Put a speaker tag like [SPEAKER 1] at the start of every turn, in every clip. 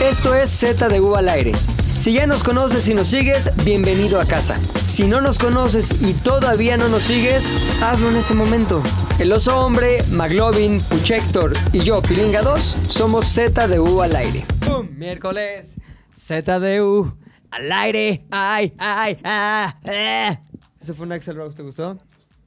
[SPEAKER 1] Esto es Z de U al aire. Si ya nos conoces y nos sigues, bienvenido a casa. Si no nos conoces y todavía no nos sigues, hazlo en este momento. El oso hombre, Maglovin, Puchector y yo, Pilinga 2, somos Z de U al aire. ¡Pum! Miércoles, Z de U al aire. ¡Ay, ay, ah! eh. Eso fue un Axel Rose, ¿te gustó?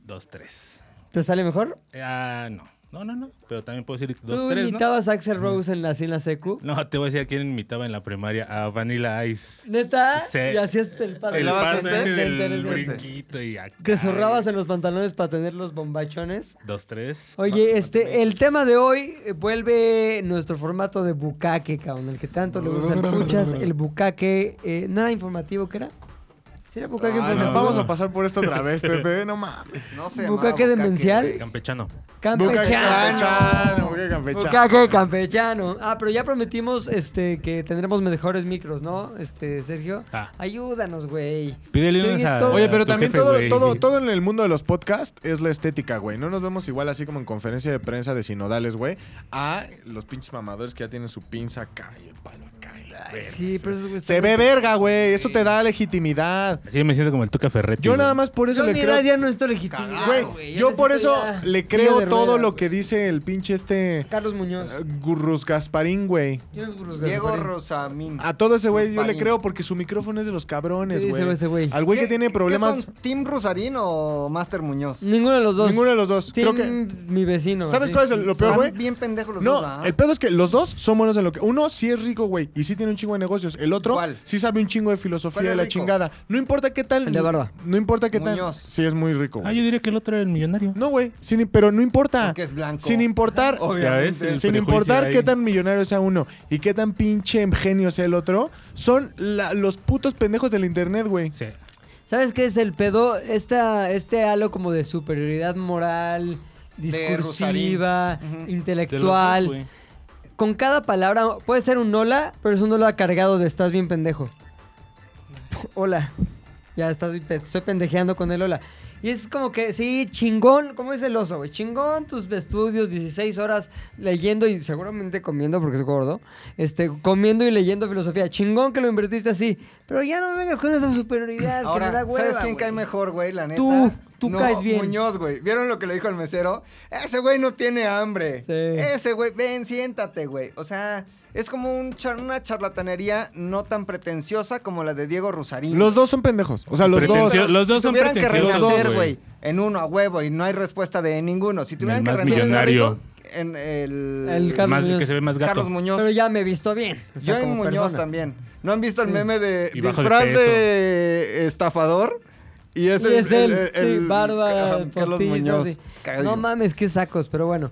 [SPEAKER 2] Dos, tres.
[SPEAKER 1] ¿Te sale mejor?
[SPEAKER 2] Eh, Ah, no. No, no, no. Pero también puedo decir
[SPEAKER 1] Tú
[SPEAKER 2] dos, tres, ¿no?
[SPEAKER 1] imitabas a Axel Rose en la cena secu.
[SPEAKER 2] No, te voy a decir a quién imitaba en la primaria. A Vanilla Ice.
[SPEAKER 1] Neta,
[SPEAKER 2] Sí.
[SPEAKER 1] y hacías el paso.
[SPEAKER 2] El
[SPEAKER 3] ¿Bailabas
[SPEAKER 2] paso
[SPEAKER 3] este?
[SPEAKER 2] ese del
[SPEAKER 1] Del- del-
[SPEAKER 3] este.
[SPEAKER 2] brinquito y acá.
[SPEAKER 1] Te zurrabas en los pantalones para tener los bombachones.
[SPEAKER 2] Dos, tres.
[SPEAKER 1] Oye, este, el tema de hoy eh, vuelve nuestro formato de bucaque, cabrón, el que tanto le gusta al Puchas, el bucaque, eh, nada informativo, ¿qué era? ¿Sí era
[SPEAKER 2] Ah,
[SPEAKER 1] bucaque
[SPEAKER 3] Ay,
[SPEAKER 1] informativo?
[SPEAKER 3] nos vamos a pasar por esto otra vez, Pepe. No mames. No sé.
[SPEAKER 1] ¿Bucaque demencial?
[SPEAKER 2] Campechano.
[SPEAKER 3] Campechano.
[SPEAKER 1] Campechano.
[SPEAKER 3] Bucaque campechano.
[SPEAKER 1] Bucaque campechano. Ah, pero ya prometimos este, que tendremos mejores micros, ¿no? Este, Sergio.
[SPEAKER 2] Ah.
[SPEAKER 1] Ayúdanos, güey.
[SPEAKER 2] Pídele
[SPEAKER 1] Se
[SPEAKER 2] unos
[SPEAKER 1] oye
[SPEAKER 2] a-
[SPEAKER 1] todo-
[SPEAKER 2] Oye,
[SPEAKER 3] Oye, pero
[SPEAKER 2] tu
[SPEAKER 3] también
[SPEAKER 2] jefe,
[SPEAKER 3] todo,
[SPEAKER 2] güey.
[SPEAKER 3] todo, todo en el mundo de los podcasts es la estética, güey. No nos vemos igual así como en conferencia de prensa de sinodales, güey, a los pinches mamadores que ya tienen su pinza acá y el palo acá. y la verga,
[SPEAKER 1] sí, pero esos güeyes
[SPEAKER 3] Se
[SPEAKER 1] están
[SPEAKER 3] ve
[SPEAKER 1] muy-
[SPEAKER 3] verga, güey. Eso te da legitimidad.
[SPEAKER 2] Así me siento como el Tuca Ferretti.
[SPEAKER 3] Yo
[SPEAKER 2] güey.
[SPEAKER 3] nada más por eso
[SPEAKER 1] Yo a
[SPEAKER 3] le
[SPEAKER 1] mi
[SPEAKER 3] creo.
[SPEAKER 1] edad ya no estoy legitimado,
[SPEAKER 3] Güey,
[SPEAKER 1] güey. ya
[SPEAKER 3] yo
[SPEAKER 1] me
[SPEAKER 3] por eso
[SPEAKER 1] siento ya
[SPEAKER 3] le
[SPEAKER 1] silla
[SPEAKER 3] creo
[SPEAKER 1] de
[SPEAKER 3] todo
[SPEAKER 1] ruedas,
[SPEAKER 3] lo
[SPEAKER 1] güey.
[SPEAKER 3] que dice el pinche este
[SPEAKER 1] Carlos Muñoz.
[SPEAKER 3] eh, Gurrus Gasparín, güey.
[SPEAKER 1] ¿Quién es Gurrus
[SPEAKER 4] Diego
[SPEAKER 1] Gasparín?
[SPEAKER 4] Rosamín.
[SPEAKER 3] A todo ese güey yo le
[SPEAKER 4] Gasparín.
[SPEAKER 3] creo porque su micrófono es de los cabrones,
[SPEAKER 1] Sí, ese
[SPEAKER 3] güey.
[SPEAKER 1] güey, ese güey.
[SPEAKER 3] Al güey que
[SPEAKER 4] ¿Qué-
[SPEAKER 3] tiene
[SPEAKER 4] qué
[SPEAKER 3] problemas.
[SPEAKER 4] son, ¿Tim Rosarín o Master Muñoz?
[SPEAKER 1] Ninguno de los dos.
[SPEAKER 3] Ninguno de los dos.
[SPEAKER 1] Tim,
[SPEAKER 3] Creo que.
[SPEAKER 1] mi vecino.
[SPEAKER 3] ¿Sabes
[SPEAKER 1] sí.
[SPEAKER 3] cuál es el- lo peor,
[SPEAKER 4] Están
[SPEAKER 3] güey?
[SPEAKER 4] bien pendejos los dos,
[SPEAKER 3] No,
[SPEAKER 4] ¿ah?
[SPEAKER 3] el pedo es que los dos son buenos en lo que. Uno sí es rico, güey, y sí tiene un chingo de negocios. El otro
[SPEAKER 4] ¿Cuál?
[SPEAKER 3] sí sabe un chingo de filosofía
[SPEAKER 4] ¿Cuál es
[SPEAKER 3] de la
[SPEAKER 4] rico?
[SPEAKER 3] chingada. No importa qué tal.
[SPEAKER 1] El de barba.
[SPEAKER 3] No importa qué tal.
[SPEAKER 4] Muñoz.
[SPEAKER 3] Sí, es muy rico.
[SPEAKER 2] Ah,
[SPEAKER 3] güey.
[SPEAKER 2] yo diría que el otro era el millonario.
[SPEAKER 3] No, güey, sin- pero no importa.
[SPEAKER 4] Porque es blanco.
[SPEAKER 3] Sin importar.
[SPEAKER 2] Ya ves, el
[SPEAKER 3] Sin
[SPEAKER 2] prejuicio
[SPEAKER 3] importar
[SPEAKER 2] ahí.
[SPEAKER 3] qué tan millonario sea uno y qué tan pinche genio sea el otro, son la- los putos pendejos del internet, güey.
[SPEAKER 2] Sí.
[SPEAKER 1] ¿Sabes qué es el pedo? Esta, este halo como de superioridad moral,
[SPEAKER 4] De
[SPEAKER 1] discursiva,
[SPEAKER 4] Rosarín.
[SPEAKER 2] Te
[SPEAKER 4] Ujú.
[SPEAKER 2] lo juro,
[SPEAKER 1] intelectual.
[SPEAKER 2] güey.
[SPEAKER 1] Con cada palabra, puede ser un hola, pero es un hola cargado de estás bien pendejo. Hola. Ya estás, bien pe- estoy pendejeando con el hola. Y es como que, sí, chingón, ¿cómo es el oso, güey? Chingón tus estudios, 16 horas leyendo y seguramente comiendo, porque es gordo, este, comiendo y leyendo filosofía. Chingón que lo invertiste así, pero ya no vengas con esa superioridad que me da
[SPEAKER 4] Ahora,
[SPEAKER 1] hueva,
[SPEAKER 4] ¿sabes quién
[SPEAKER 1] güey.
[SPEAKER 4] cae mejor, güey? La neta.
[SPEAKER 1] Tú, tú
[SPEAKER 4] No,
[SPEAKER 1] caes bien.
[SPEAKER 4] Muñoz, güey. ¿Vieron lo que le dijo el mesero? Ese güey no tiene hambre.
[SPEAKER 1] Sí.
[SPEAKER 4] Ese güey, ven, siéntate, güey. O sea, es como un char- una charlatanería no tan pretenciosa como la de Diego Rosarín.
[SPEAKER 3] Los dos son pendejos. O sea, los dos.
[SPEAKER 2] Pretencio- los dos
[SPEAKER 4] si
[SPEAKER 2] son
[SPEAKER 4] tuvieran que
[SPEAKER 2] pretenciosos,
[SPEAKER 4] renacer,
[SPEAKER 2] güey.
[SPEAKER 4] güey, en uno a huevo y no hay respuesta de ninguno. Si tuvieran
[SPEAKER 2] El
[SPEAKER 4] que
[SPEAKER 2] más
[SPEAKER 4] renacer
[SPEAKER 2] millonario.
[SPEAKER 4] en el,
[SPEAKER 1] El Carlos
[SPEAKER 2] Más
[SPEAKER 1] Muñoz.
[SPEAKER 2] que se ve más gato.
[SPEAKER 4] Carlos Muñoz.
[SPEAKER 1] Pero ya me he visto bien. o sea,
[SPEAKER 4] Yo en
[SPEAKER 1] como
[SPEAKER 4] Muñoz
[SPEAKER 1] persona.
[SPEAKER 4] también. ¿No han visto el meme de
[SPEAKER 2] Y bajo de
[SPEAKER 4] disfraz
[SPEAKER 2] peso.
[SPEAKER 4] de estafador? Y es,
[SPEAKER 1] Sí, es él, sí,
[SPEAKER 4] Ajá,
[SPEAKER 1] Bárbara,
[SPEAKER 4] Carlos
[SPEAKER 1] postiza,
[SPEAKER 4] Muñoz.
[SPEAKER 1] sí. No
[SPEAKER 4] Cagadísimo.
[SPEAKER 1] mames, qué sacos, pero bueno.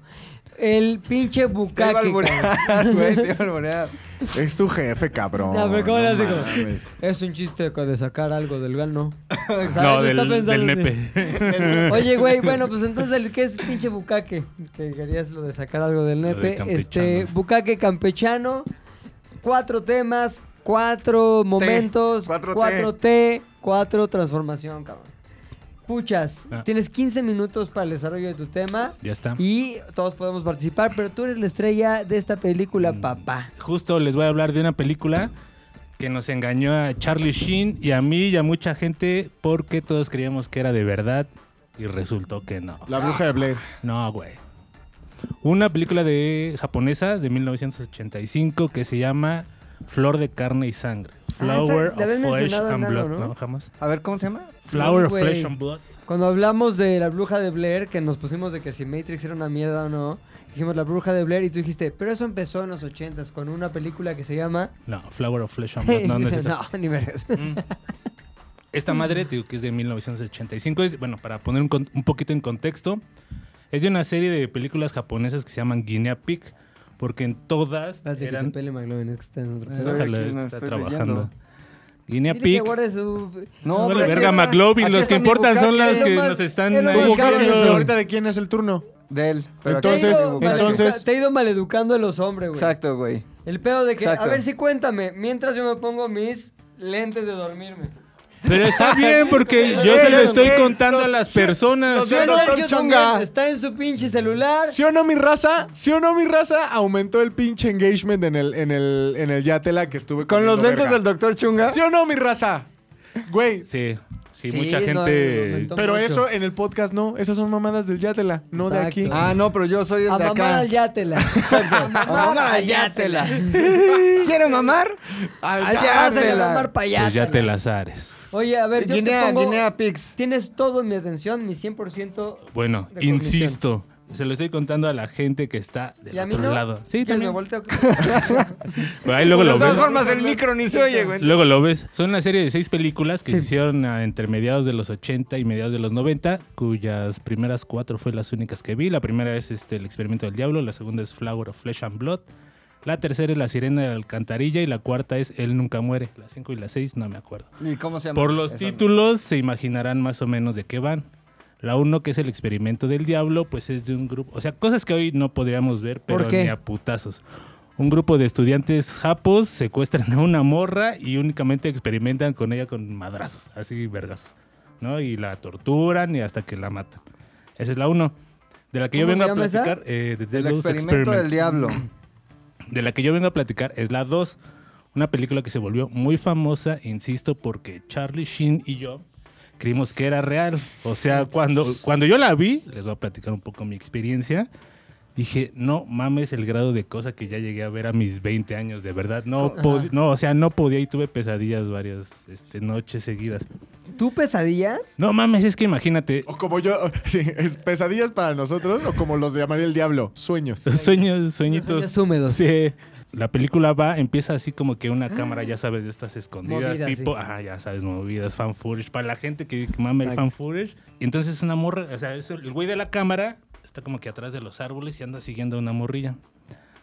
[SPEAKER 1] El pinche
[SPEAKER 4] Te iba a
[SPEAKER 1] bucaque. cabrón.
[SPEAKER 4] alburear, güey, te iba a alburear.
[SPEAKER 3] Es tu jefe, cabrón.
[SPEAKER 1] No, pero ¿cómo le hace como?
[SPEAKER 3] mames.
[SPEAKER 1] Es un chiste co- de sacar algo del gano.
[SPEAKER 2] No,
[SPEAKER 1] ¿Sabes?
[SPEAKER 2] del,
[SPEAKER 1] Está pensando
[SPEAKER 2] del
[SPEAKER 1] así.
[SPEAKER 2] nepe.
[SPEAKER 1] Oye, güey, bueno, pues entonces, el- ¿qué es pinche bucaque? Que querías lo de sacar algo del
[SPEAKER 2] Lo de
[SPEAKER 1] nepe.
[SPEAKER 2] campechano.
[SPEAKER 1] Este, bucaque campechano. Cuatro temas, cuatro momentos,
[SPEAKER 4] cuatro T.
[SPEAKER 1] cuatro T, cuatro transformación, cabrón. Puchas,
[SPEAKER 2] Ah.
[SPEAKER 1] tienes 15 minutos para el desarrollo de tu tema.
[SPEAKER 2] Ya está.
[SPEAKER 1] Y todos podemos participar, pero tú eres la estrella de esta
[SPEAKER 2] Mm.
[SPEAKER 1] película, papá.
[SPEAKER 2] Justo les voy a hablar de una película que nos engañó a Charlie Sheen y a mí y a mucha gente porque todos creíamos que era de verdad y resultó que no.
[SPEAKER 3] La bruja de Blair.
[SPEAKER 2] No, güey. Una película de japonesa de 1985 que se llama Flor de carne y sangre. Flower
[SPEAKER 1] Ah, esa la habías
[SPEAKER 2] of Flesh
[SPEAKER 1] mencionado,
[SPEAKER 2] and
[SPEAKER 1] Nano,
[SPEAKER 2] Blood.
[SPEAKER 1] ¿no? Ah,
[SPEAKER 2] No, jamás.
[SPEAKER 4] A ver, ¿cómo se llama?
[SPEAKER 2] Flower of
[SPEAKER 1] güey.
[SPEAKER 2] Flesh and Blood.
[SPEAKER 1] Cuando hablamos de la bruja de Blair, que nos pusimos de que si Matrix era una mierda o no, dijimos la bruja de Blair y tú dijiste, pero eso empezó en los ochentas con una película que se llama...
[SPEAKER 2] No, Flower of Flesh and Blood. No, no es
[SPEAKER 1] Dices,
[SPEAKER 2] esa.
[SPEAKER 1] "No, ni vergas".
[SPEAKER 2] Mm. Esta madre, te digo que es de 1985. Es, bueno, para poner un, con- un poquito en contexto, es de una serie de películas japonesas que se llaman Guinea Pig, porque en todas
[SPEAKER 1] Espérate que
[SPEAKER 2] eran... Eh,
[SPEAKER 1] se pele McLovin, es que está en otro
[SPEAKER 4] Eso
[SPEAKER 1] pedo.
[SPEAKER 4] es
[SPEAKER 2] Ojalá,
[SPEAKER 4] aquí, no,
[SPEAKER 2] está
[SPEAKER 4] estoy
[SPEAKER 2] trabajando.
[SPEAKER 4] leyendo.
[SPEAKER 2] Guinea
[SPEAKER 1] Dile que
[SPEAKER 2] Pig.
[SPEAKER 1] guarde su...
[SPEAKER 2] No,
[SPEAKER 4] pero
[SPEAKER 2] la
[SPEAKER 4] aquí
[SPEAKER 2] verga,
[SPEAKER 4] está-
[SPEAKER 2] McLovin,
[SPEAKER 4] aquí
[SPEAKER 2] los
[SPEAKER 4] está
[SPEAKER 2] que
[SPEAKER 4] mi
[SPEAKER 2] importan son
[SPEAKER 4] bucaque
[SPEAKER 2] las
[SPEAKER 1] Es
[SPEAKER 2] que
[SPEAKER 1] lo más-
[SPEAKER 2] nos están
[SPEAKER 1] es lo
[SPEAKER 2] ahí
[SPEAKER 1] más caro
[SPEAKER 2] cagando.
[SPEAKER 1] Pero-
[SPEAKER 3] ahorita de quién es el turno.
[SPEAKER 4] De él. pero aquí
[SPEAKER 3] Entonces-
[SPEAKER 4] está mi bucaque.
[SPEAKER 3] entonces-
[SPEAKER 1] Te he ido maleducando a los hombres, güey.
[SPEAKER 4] Exacto, güey.
[SPEAKER 1] El pedo de que, a
[SPEAKER 4] Exacto.
[SPEAKER 1] ver si cuéntame, mientras yo me pongo mis lentes de dormirme.
[SPEAKER 2] Pero está bien porque yo se lo estoy contando a las personas.
[SPEAKER 3] Sí,
[SPEAKER 1] El
[SPEAKER 3] doctor
[SPEAKER 1] Sergio
[SPEAKER 3] Chonga.
[SPEAKER 1] también está en su pinche celular.
[SPEAKER 3] ¿Sí o no, mi raza? ¿Sí o no, mi raza? Aumentó el pinche engagement en el, en el, en el Yatela que estuve
[SPEAKER 4] Con los
[SPEAKER 3] comiendo
[SPEAKER 4] lentes
[SPEAKER 3] verga.
[SPEAKER 4] del doctor Chunga.
[SPEAKER 3] ¿Sí o no, mi raza? Güey.
[SPEAKER 2] Sí, sí,
[SPEAKER 1] Sí,
[SPEAKER 2] mucha
[SPEAKER 1] no,
[SPEAKER 2] gente. pues,
[SPEAKER 1] no, no, no,
[SPEAKER 3] Pero
[SPEAKER 1] mucho.
[SPEAKER 3] eso en el podcast no. Esas son mamadas del Yatela, no de
[SPEAKER 1] Exacto.
[SPEAKER 3] aquí.
[SPEAKER 4] Ah, no, pero yo soy el
[SPEAKER 1] A
[SPEAKER 4] de
[SPEAKER 1] mamar
[SPEAKER 4] acá.
[SPEAKER 1] al yátela.
[SPEAKER 4] Exacto. A mamar al yátela. ¿Quiere mamar?
[SPEAKER 3] Al-
[SPEAKER 4] Al
[SPEAKER 1] Pásale a
[SPEAKER 4] yátela.
[SPEAKER 1] mamar pa'
[SPEAKER 2] Pues ya
[SPEAKER 1] yátela.
[SPEAKER 2] te las ares.
[SPEAKER 1] Oye, a ver, yo
[SPEAKER 4] Guinea,
[SPEAKER 1] te pongo...
[SPEAKER 4] Guinea Pigs.
[SPEAKER 1] Tienes todo mi atención, mi 100%.
[SPEAKER 2] Bueno,
[SPEAKER 1] De cognición.
[SPEAKER 2] insisto, se lo estoy contando a la gente que está del
[SPEAKER 1] ¿Y a mí
[SPEAKER 2] otro
[SPEAKER 1] no?
[SPEAKER 2] lado. Sí,
[SPEAKER 1] ¿Quieres me
[SPEAKER 2] también.
[SPEAKER 1] volteo?
[SPEAKER 2] Pero ahí luego
[SPEAKER 4] de
[SPEAKER 2] lo
[SPEAKER 4] todas
[SPEAKER 2] ves.
[SPEAKER 4] formas, el micro ni se oye, güey.
[SPEAKER 2] Luego lo ves. Son una serie de seis películas que se hicieron ah, entre mediados de los 80 y mediados de los 90, cuyas primeras cuatro fue las únicas que vi. La primera es este, El experimento del diablo, la segunda es Flower of Flesh and Blood, la tercera es La sirena de la alcantarilla y la cuarta es Él nunca muere. Las cinco y las seis no me acuerdo.
[SPEAKER 4] ¿Y cómo se llama?
[SPEAKER 2] Por los
[SPEAKER 4] Esa-
[SPEAKER 2] títulos se imaginarán más o menos de qué van. La uno que es el experimento del diablo, pues es de un grupo, o sea, cosas que hoy no podríamos ver,
[SPEAKER 1] ¿Por
[SPEAKER 2] pero
[SPEAKER 1] qué?
[SPEAKER 2] ni a putazos. Un grupo de estudiantes japos secuestran a una morra y únicamente experimentan con ella con madrazos, así vergazos, ¿no? Y la torturan y hasta que la matan. Esa es la uno. De la que yo
[SPEAKER 1] ¿Cómo
[SPEAKER 2] vengo
[SPEAKER 1] se
[SPEAKER 2] a
[SPEAKER 1] llama esa?
[SPEAKER 2] platicar, eh, The
[SPEAKER 4] El
[SPEAKER 2] Devil's
[SPEAKER 4] experimento del
[SPEAKER 2] Experiment.
[SPEAKER 4] diablo.
[SPEAKER 2] De la que yo vengo a platicar es la 2, una película que se volvió muy famosa, insisto, porque Charlie Sheen y yo creímos que era real. O sea, cuando, cuando yo la vi, les voy a platicar un poco mi experiencia, dije, no mames el grado de cosa que ya llegué a ver a mis 20 años, de verdad. No, po-
[SPEAKER 1] Ajá.
[SPEAKER 2] no o sea, no podía y tuve pesadillas varias este, noches seguidas.
[SPEAKER 1] ¿Tú pesadillas?
[SPEAKER 2] No mames, es que imagínate,
[SPEAKER 3] O como yo, sí, es pesadillas para nosotros, o como los llamaría el diablo, sueños.
[SPEAKER 2] sueños,
[SPEAKER 1] Sueños
[SPEAKER 2] sueñitos
[SPEAKER 1] húmedos.
[SPEAKER 2] Sí. La película va, empieza así como que una cámara, ya sabes, de estas escondidas,
[SPEAKER 1] Ah. Movidas,
[SPEAKER 2] tipo,
[SPEAKER 1] sí.
[SPEAKER 2] ajá, ya sabes, movidas, fan footage. Para la gente que mame el
[SPEAKER 1] Exacto.
[SPEAKER 2] fan footage. Y entonces una morra, o sea, es el el güey de la cámara está como que atrás de los árboles y anda siguiendo a una morrilla.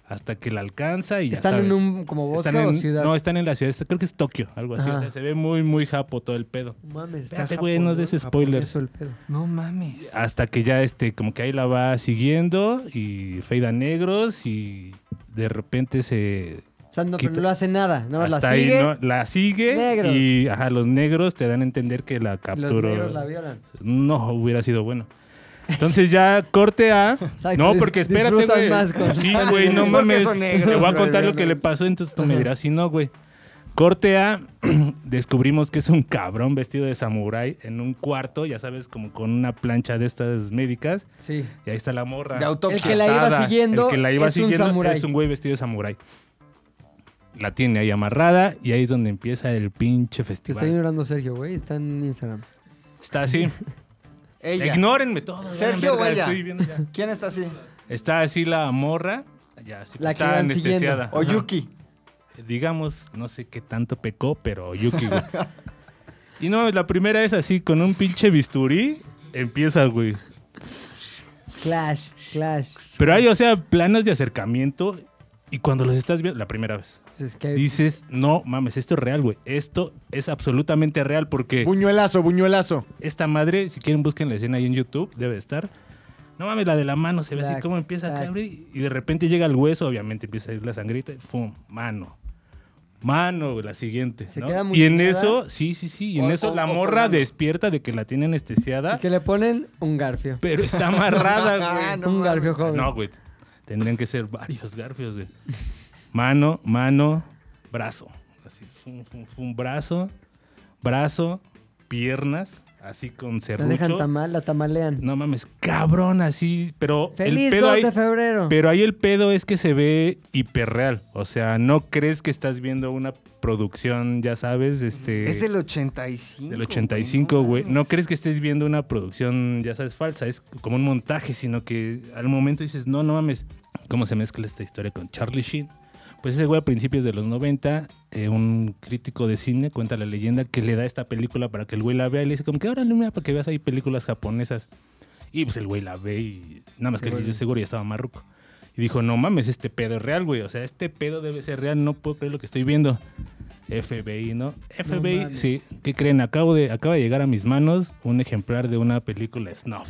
[SPEAKER 2] Hasta que la alcanza y ya
[SPEAKER 1] ¿Están
[SPEAKER 2] sabes.
[SPEAKER 1] en un como bosque
[SPEAKER 2] Están en-
[SPEAKER 1] o ciudad?
[SPEAKER 2] No, están en la ciudad, creo que es Tokio, algo así.
[SPEAKER 1] Ajá.
[SPEAKER 2] O sea, se ve muy, muy japo todo el pedo.
[SPEAKER 1] Mames, está
[SPEAKER 2] Espérate, güey,
[SPEAKER 1] japonés,
[SPEAKER 2] no des spoilers.
[SPEAKER 1] japonés el pedo.
[SPEAKER 4] No mames.
[SPEAKER 2] Hasta que ya este, como que ahí la va siguiendo y feida negros y de repente se,
[SPEAKER 1] O sea, no, pero
[SPEAKER 2] Quita-
[SPEAKER 1] no hace nada. Nada más
[SPEAKER 2] Hasta
[SPEAKER 1] la sigue.
[SPEAKER 2] ahí, ¿no? La sigue
[SPEAKER 1] Negros.
[SPEAKER 2] y ajá, los negros te dan a entender que la
[SPEAKER 1] y Los
[SPEAKER 2] capturó.
[SPEAKER 1] negros la violan.
[SPEAKER 2] No, hubiera sido bueno. Entonces ya corte a... No,
[SPEAKER 1] dis-
[SPEAKER 2] porque espérate,
[SPEAKER 1] disfrutas
[SPEAKER 2] güey.
[SPEAKER 1] más con-
[SPEAKER 2] Sí, güey, no
[SPEAKER 4] Porque
[SPEAKER 2] mames.
[SPEAKER 4] son negros,
[SPEAKER 2] Te voy a
[SPEAKER 4] güey,
[SPEAKER 2] contar lo
[SPEAKER 4] no.
[SPEAKER 2] que le pasó, entonces tú me
[SPEAKER 1] Ajá.
[SPEAKER 2] dirás si no, güey. Corte a... Descubrimos que es un cabrón vestido de samurái en un cuarto, ya sabes, como con una plancha de estas médicas.
[SPEAKER 1] Sí.
[SPEAKER 2] Y ahí está la morra.
[SPEAKER 4] De autopsia.
[SPEAKER 1] El que la iba
[SPEAKER 2] Atada.
[SPEAKER 1] siguiendo
[SPEAKER 2] El que la iba
[SPEAKER 1] es un
[SPEAKER 2] siguiendo
[SPEAKER 1] samurái.
[SPEAKER 2] es un güey vestido de samurái. La tiene ahí amarrada y ahí es donde empieza el pinche
[SPEAKER 1] Te está
[SPEAKER 2] festival.
[SPEAKER 1] ignorando Sergio, güey. Está en Instagram.
[SPEAKER 2] Está así.
[SPEAKER 4] Ella.
[SPEAKER 2] Ignórenme todos.
[SPEAKER 4] Sergio
[SPEAKER 2] vayan,
[SPEAKER 4] o ella.
[SPEAKER 2] estoy viendo ya.
[SPEAKER 4] ¿Quién está así?
[SPEAKER 2] Está así la morra. Ya, así,
[SPEAKER 1] La que
[SPEAKER 2] está
[SPEAKER 1] iban
[SPEAKER 2] anestesiada.
[SPEAKER 1] siguiendo.
[SPEAKER 4] O Yuki.
[SPEAKER 2] Ajá. Digamos, no sé qué tanto pecó, pero Yuki, güey. y no, la primera es así, con un pinche bisturí. Empieza, güey.
[SPEAKER 1] Clash, clash.
[SPEAKER 2] Pero hay, o sea, planos de acercamiento. Y cuando los estás viendo, la primera vez.
[SPEAKER 1] Es que
[SPEAKER 2] dices, no mames, esto es real, güey. Esto es absolutamente real porque
[SPEAKER 3] Buñuelazo, buñuelazo.
[SPEAKER 2] esta madre, si quieren busquen la escena ahí en YouTube, debe de estar. No mames, la de la mano se ve así
[SPEAKER 1] Tac,
[SPEAKER 2] como empieza a
[SPEAKER 1] tac.
[SPEAKER 2] abrir y de repente llega el hueso, obviamente empieza a ir la sangrita y ¡fum! Mano. Mano, güey, la siguiente.
[SPEAKER 1] Se
[SPEAKER 2] ¿no?
[SPEAKER 1] queda
[SPEAKER 2] y en
[SPEAKER 1] muñequeada.
[SPEAKER 2] eso, sí, sí, sí. Y en
[SPEAKER 4] O-
[SPEAKER 2] eso
[SPEAKER 4] o-
[SPEAKER 2] la
[SPEAKER 4] o
[SPEAKER 2] morra
[SPEAKER 4] colgando.
[SPEAKER 2] despierta de que la tiene
[SPEAKER 1] y
[SPEAKER 2] anestesiada,
[SPEAKER 1] que le ponen un garfio.
[SPEAKER 2] pero está amarrada, güey.
[SPEAKER 4] Ah, no
[SPEAKER 1] un
[SPEAKER 4] mames.
[SPEAKER 1] garfio joven.
[SPEAKER 2] No, güey. Tendrían que ser varios garfios, güey. Mano, mano, brazo. Así, fum, fum, fum, brazo, brazo, piernas, así
[SPEAKER 1] la
[SPEAKER 2] con
[SPEAKER 1] dejan
[SPEAKER 2] serrucho.
[SPEAKER 1] tamal, la tamalean.
[SPEAKER 2] No mames, cabrón, así, pero el
[SPEAKER 1] Feliz
[SPEAKER 2] pedo
[SPEAKER 1] 2
[SPEAKER 2] ahí...
[SPEAKER 1] de febrero.
[SPEAKER 2] Pero ahí el pedo es que se ve hiperreal. O sea, no crees que estás viendo una producción, ya sabes, este...
[SPEAKER 4] Es del 85.
[SPEAKER 2] Del 85, güey.
[SPEAKER 4] mames.
[SPEAKER 2] No crees que estés viendo una producción, ya sabes, falsa. Es como un montaje, sino que al momento dices, no, no mames. ¿Cómo se mezcla esta historia con Charlie Sheen? Pues ese güey a principios de los 90, eh, un crítico de cine cuenta la leyenda que le da esta película para que el güey la vea y le dice, como que ahora mira para que veas ahí películas japonesas. Y pues el güey la ve y nada más que yo seguro ya estaba marruco. Y dijo, no mames, este pedo es real, güey. O sea, este pedo debe ser real, no puedo creer lo que estoy viendo. FBI, ¿no? FBI,
[SPEAKER 1] mames.
[SPEAKER 2] sí. ¿Qué creen? Acabo de, acaba de llegar a mis manos un ejemplar de una película snuff.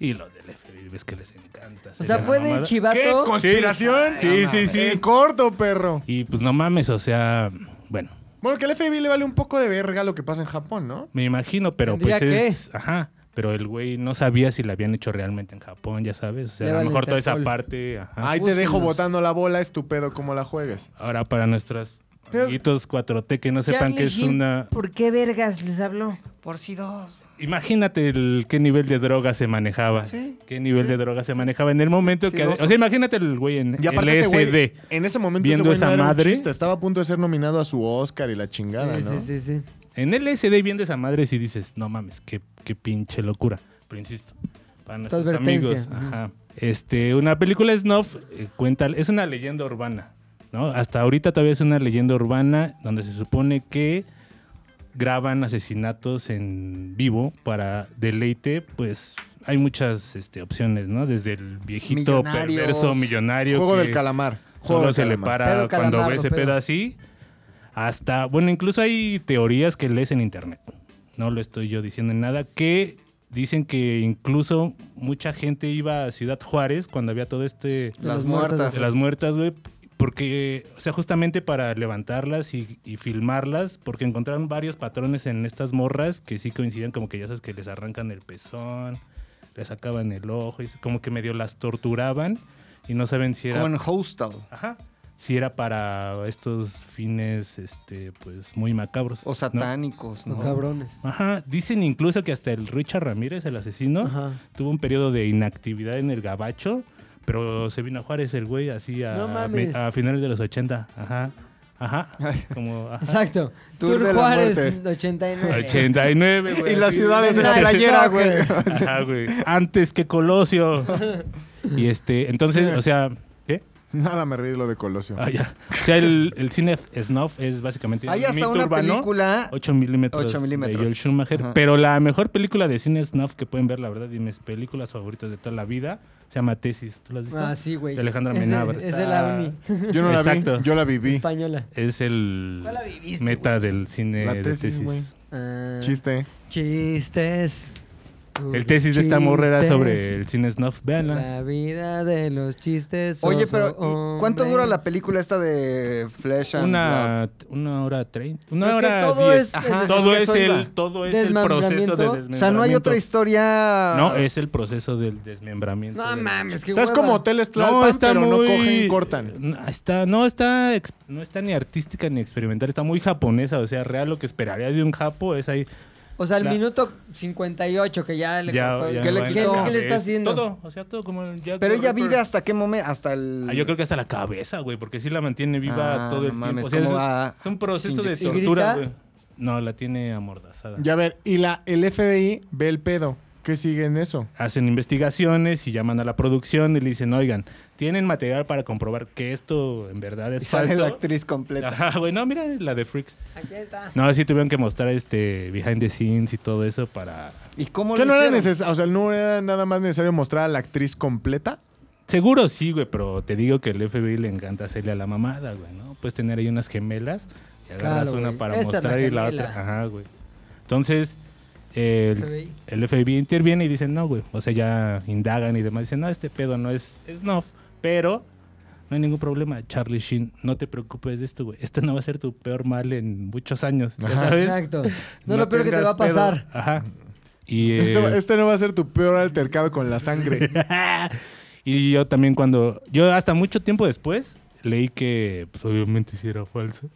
[SPEAKER 2] Y los del FBI, ves que les encanta.
[SPEAKER 1] o
[SPEAKER 2] hacer
[SPEAKER 1] sea,
[SPEAKER 2] esa
[SPEAKER 1] puede
[SPEAKER 2] mamada.
[SPEAKER 3] ¿Qué
[SPEAKER 1] chivato.
[SPEAKER 3] conspiración?
[SPEAKER 2] Sí, sí, sí.
[SPEAKER 3] En corto, perro.
[SPEAKER 2] Y pues no mames, o sea, bueno,
[SPEAKER 3] Bueno, que al FBI le vale un poco de verga lo que pasa en Japón, ¿no?
[SPEAKER 2] Me imagino, pero
[SPEAKER 1] Tendría
[SPEAKER 2] pues es. Ajá. Pero el güey no sabía si la habían hecho realmente en Japón, ya sabes. O sea,
[SPEAKER 1] Ya
[SPEAKER 2] a
[SPEAKER 1] vale,
[SPEAKER 2] lo mejor toda esa
[SPEAKER 1] Interpol.
[SPEAKER 2] parte. Ajá.
[SPEAKER 3] Ahí te dejo
[SPEAKER 1] búsquenlos.
[SPEAKER 3] botando la bola, estupendo como la juegues.
[SPEAKER 2] Ahora para nuestros
[SPEAKER 1] Pero-
[SPEAKER 2] amiguitos 4T que no sepan
[SPEAKER 1] Charlie
[SPEAKER 2] que es
[SPEAKER 1] Sheen,
[SPEAKER 2] una.
[SPEAKER 1] ¿Por qué vergas les habló?
[SPEAKER 4] Por si dos.
[SPEAKER 2] Imagínate el, qué nivel de droga se manejaba.
[SPEAKER 4] Sí,
[SPEAKER 2] Qué nivel de droga se manejaba en el momento
[SPEAKER 4] Sí,
[SPEAKER 2] que.
[SPEAKER 4] dos.
[SPEAKER 2] O sea, imagínate el güey en
[SPEAKER 3] Y aparte ese güey,
[SPEAKER 2] LSD.
[SPEAKER 3] en ese momento
[SPEAKER 2] viendo
[SPEAKER 3] ese güey
[SPEAKER 2] esa
[SPEAKER 3] no era un
[SPEAKER 2] madre.
[SPEAKER 3] chiste, estaba a punto de ser nominado a su Oscar y la chingada,
[SPEAKER 1] sí,
[SPEAKER 3] ¿no?
[SPEAKER 1] sí, sí, sí.
[SPEAKER 2] En LSD viendo esa madre si dices, no mames, qué, qué pinche locura. Pero insisto, para nuestros
[SPEAKER 1] advertencia.
[SPEAKER 2] amigos. Ajá. Este, una película snuff eh, cuenta, es una leyenda urbana, ¿no? Hasta ahorita todavía es una leyenda urbana donde se supone que graban asesinatos en vivo para deleite, pues hay muchas este, opciones, ¿no? Desde el viejito
[SPEAKER 4] Millonarios.
[SPEAKER 2] perverso millonario
[SPEAKER 3] Juego
[SPEAKER 2] que-
[SPEAKER 3] del calamar. Juego
[SPEAKER 2] Solo
[SPEAKER 3] del
[SPEAKER 2] se le
[SPEAKER 3] calamar.
[SPEAKER 2] para
[SPEAKER 1] Pedo
[SPEAKER 2] cuando ve
[SPEAKER 1] calamardo,
[SPEAKER 2] ese
[SPEAKER 1] pedo.
[SPEAKER 2] pedo así. Hasta, bueno, incluso hay teorías que lees en internet. No lo estoy yo diciendo en nada. Que dicen que incluso mucha gente iba a Ciudad Juárez cuando había todo este
[SPEAKER 1] De
[SPEAKER 4] Las
[SPEAKER 1] los muertos.
[SPEAKER 4] muertas.
[SPEAKER 2] de las muertas, güey. Porque, o sea, justamente para levantarlas y, y filmarlas, porque encontraron varios patrones en estas morras que sí coincidían, como que ya sabes que les arrancan el pezón, les sacaban el ojo, y como que medio las torturaban y no saben si era
[SPEAKER 4] Como en Hostel.
[SPEAKER 2] Ajá. Si era para estos fines, este, pues, muy macabros.
[SPEAKER 4] O
[SPEAKER 2] ¿no?
[SPEAKER 4] satánicos, ¿no?
[SPEAKER 1] Los cabrones.
[SPEAKER 2] Ajá. Dicen incluso que hasta el Richard Ramírez, el asesino,
[SPEAKER 1] Ajá.
[SPEAKER 2] tuvo un periodo de inactividad en el gabacho, pero se vino a Juárez el güey así a,
[SPEAKER 1] No mames.
[SPEAKER 2] a finales de los 80. Ajá. Ajá. Como, ajá.
[SPEAKER 1] Exacto.
[SPEAKER 4] Tour
[SPEAKER 1] Tour,
[SPEAKER 4] de la
[SPEAKER 1] Juárez
[SPEAKER 4] muerte.
[SPEAKER 1] 89.
[SPEAKER 2] 89, güey.
[SPEAKER 4] Y las
[SPEAKER 2] así.
[SPEAKER 4] ciudades en la
[SPEAKER 1] Nice.
[SPEAKER 4] playera, güey.
[SPEAKER 2] Ajá, güey. Antes que Colosio. Y este, entonces, o sea, ¿qué?
[SPEAKER 3] Nada me reí de lo de Colosio.
[SPEAKER 2] Ah, ya. O sea, el, el cine snuff es básicamente
[SPEAKER 4] Hay hasta
[SPEAKER 2] mito
[SPEAKER 4] una
[SPEAKER 2] urbano,
[SPEAKER 4] película.
[SPEAKER 2] 8 milímetros,
[SPEAKER 4] 8 milímetros.
[SPEAKER 2] de Joel Schumacher.
[SPEAKER 4] Ajá.
[SPEAKER 2] Pero la mejor película de cine snuff que pueden ver, la verdad, y mis películas favoritas de toda la vida, se llama Tesis. ¿Tú la has visto?
[SPEAKER 1] Ah, sí, güey.
[SPEAKER 2] De Alejandra
[SPEAKER 1] Es de-
[SPEAKER 2] Amenábar.
[SPEAKER 1] Es de,
[SPEAKER 2] Está-
[SPEAKER 1] la
[SPEAKER 4] Ah,
[SPEAKER 1] uni
[SPEAKER 3] Yo no la
[SPEAKER 2] Exacto.
[SPEAKER 3] vi, yo la viví.
[SPEAKER 1] española.
[SPEAKER 2] Es el
[SPEAKER 1] No la viviste,
[SPEAKER 2] meta del cine
[SPEAKER 3] La
[SPEAKER 2] de
[SPEAKER 3] Tesis,
[SPEAKER 2] Tesis.
[SPEAKER 3] güey.
[SPEAKER 1] Ah,
[SPEAKER 3] Chiste.
[SPEAKER 1] Chistes.
[SPEAKER 2] El Tesis de esta morra era
[SPEAKER 1] Chistes.
[SPEAKER 2] sobre el cine snuff. Véanla.
[SPEAKER 1] La vida de los chistes.
[SPEAKER 4] Oye,
[SPEAKER 1] oso,
[SPEAKER 4] pero ¿y ¿cuánto
[SPEAKER 1] hombre.
[SPEAKER 4] dura la película esta de Flesh and Blood?
[SPEAKER 2] Una, una hora treinta. Una
[SPEAKER 1] Porque
[SPEAKER 2] hora
[SPEAKER 1] todo
[SPEAKER 2] diez.
[SPEAKER 1] es
[SPEAKER 2] Ajá.
[SPEAKER 1] el-
[SPEAKER 2] Todo
[SPEAKER 4] eso
[SPEAKER 2] es el,
[SPEAKER 4] iba.
[SPEAKER 2] todo es el proceso
[SPEAKER 1] Desmembramiento.
[SPEAKER 2] de
[SPEAKER 1] O sea, no hay
[SPEAKER 2] desmembramiento.
[SPEAKER 4] O sea, no hay otra historia.
[SPEAKER 2] No, es el proceso del desmembramiento.
[SPEAKER 1] No
[SPEAKER 2] de la-
[SPEAKER 1] mames, qué
[SPEAKER 3] O sea, es
[SPEAKER 1] hueva.
[SPEAKER 3] como hoteles Tlalpan, pero no cogen, cortan.
[SPEAKER 2] No, está, no, está, ex- no está ni artística ni experimental, está muy japonesa. O sea, real lo que esperarías de un japo es ahí.
[SPEAKER 1] O sea, el
[SPEAKER 2] La-
[SPEAKER 1] minuto 58 que ya le
[SPEAKER 2] ya,
[SPEAKER 1] cortó.
[SPEAKER 2] ya
[SPEAKER 4] ¿Qué le
[SPEAKER 2] van-
[SPEAKER 4] quitó?
[SPEAKER 2] la
[SPEAKER 1] ¿Qué le está
[SPEAKER 2] cabeza,
[SPEAKER 1] haciendo?
[SPEAKER 2] Todo, o sea, todo como el Jack
[SPEAKER 4] Pero ella
[SPEAKER 2] Ripper.
[SPEAKER 4] vive hasta qué momento, hasta el.
[SPEAKER 2] Ah, yo creo que hasta la cabeza, güey, porque sí la mantiene viva
[SPEAKER 4] Ah,
[SPEAKER 2] todo
[SPEAKER 4] no
[SPEAKER 2] el tiempo.
[SPEAKER 4] mames,
[SPEAKER 2] O sea,
[SPEAKER 4] ¿cómo
[SPEAKER 2] es,
[SPEAKER 4] va?
[SPEAKER 2] es un proceso de
[SPEAKER 1] Sin- ¿Y
[SPEAKER 2] tortura,
[SPEAKER 1] grita?
[SPEAKER 2] güey. No, la tiene amordazada.
[SPEAKER 3] Ya a ver, y la, el FBI ve el pedo. ¿Qué sigue en eso?
[SPEAKER 2] hacen investigaciones y llaman a la producción y le dicen, oigan, tienen material para comprobar que esto en verdad
[SPEAKER 4] Y
[SPEAKER 2] es
[SPEAKER 4] sale la
[SPEAKER 2] falso.
[SPEAKER 4] actriz completa.
[SPEAKER 2] Ajá, güey, no, mira la de Freaks.
[SPEAKER 1] Aquí está.
[SPEAKER 2] No, sí tuvieron que mostrar este behind the scenes y todo eso para...
[SPEAKER 4] ¿Y cómo
[SPEAKER 3] Que no
[SPEAKER 4] lo
[SPEAKER 3] era
[SPEAKER 4] hicieron?
[SPEAKER 3] necesario, o sea, no era nada más necesario mostrar a la actriz completa.
[SPEAKER 2] Seguro sí, güey, pero te digo que el FBI le encanta hacerle a la mamada, güey, ¿no? Puedes tener ahí unas gemelas y agarras
[SPEAKER 1] Claro,
[SPEAKER 2] una
[SPEAKER 1] güey.
[SPEAKER 2] para
[SPEAKER 1] Esta es la
[SPEAKER 2] mostrar y la
[SPEAKER 1] gemela.
[SPEAKER 2] otra. Ajá, güey. Entonces, eh, el,
[SPEAKER 1] FBI.
[SPEAKER 2] el FBI interviene y dicen, no, güey. O sea, ya indagan y demás. Dicen, no, este pedo no es snuff, pero no hay ningún problema. Charlie Sheen, no te preocupes de esto, güey. Este no va a ser tu peor mal en muchos años. ¿ya sabes?
[SPEAKER 1] Exacto. No, lo peor que te va a
[SPEAKER 2] tengas
[SPEAKER 1] pasar.
[SPEAKER 2] pedo. Ajá. Y, eh,
[SPEAKER 3] Este, este no va a ser tu peor altercado con la sangre.
[SPEAKER 2] y yo también cuando... Yo hasta mucho tiempo después leí que pues, obviamente sí era falso.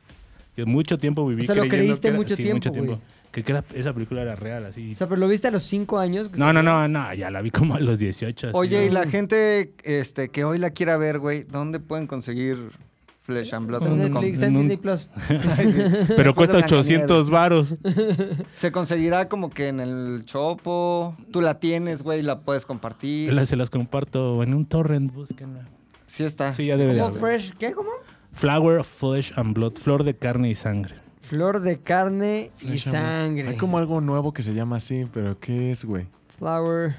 [SPEAKER 2] Yo mucho tiempo viví
[SPEAKER 1] O sea, lo
[SPEAKER 2] creyendo
[SPEAKER 1] creíste
[SPEAKER 2] que era-
[SPEAKER 1] mucho
[SPEAKER 2] sí,
[SPEAKER 1] tiempo,
[SPEAKER 2] Que, que era- esa película era real, así.
[SPEAKER 1] O sea, pero lo viste a los 5 años. que
[SPEAKER 2] no,
[SPEAKER 1] se-
[SPEAKER 2] no, no, no, ya la vi como a los 18. así,
[SPEAKER 4] Oye, y
[SPEAKER 2] ¿no?
[SPEAKER 4] la gente este, que hoy la quiera ver, güey, ¿dónde pueden conseguir Flesh and Blood?
[SPEAKER 1] Está en
[SPEAKER 2] Un-
[SPEAKER 1] Netflix, está en
[SPEAKER 2] en un-
[SPEAKER 1] Disney Plus.
[SPEAKER 2] Pero
[SPEAKER 4] Después de
[SPEAKER 2] cuesta 800 varos.
[SPEAKER 4] Se conseguirá como que en el Chopo. Tú la tienes, güey, la puedes compartir.
[SPEAKER 2] La- Se las comparto en un torrent, búsquenla.
[SPEAKER 4] Sí está.
[SPEAKER 2] Sí, ya debe de
[SPEAKER 1] ¿Cómo
[SPEAKER 2] haber.
[SPEAKER 1] fresh? ¿Qué? ¿Cómo?
[SPEAKER 2] Flower, Flesh and Blood. Flor de carne y sangre.
[SPEAKER 1] Flor de carne y sangre.
[SPEAKER 3] Hay como algo nuevo que se llama así, pero ¿qué es, güey?
[SPEAKER 1] Flower.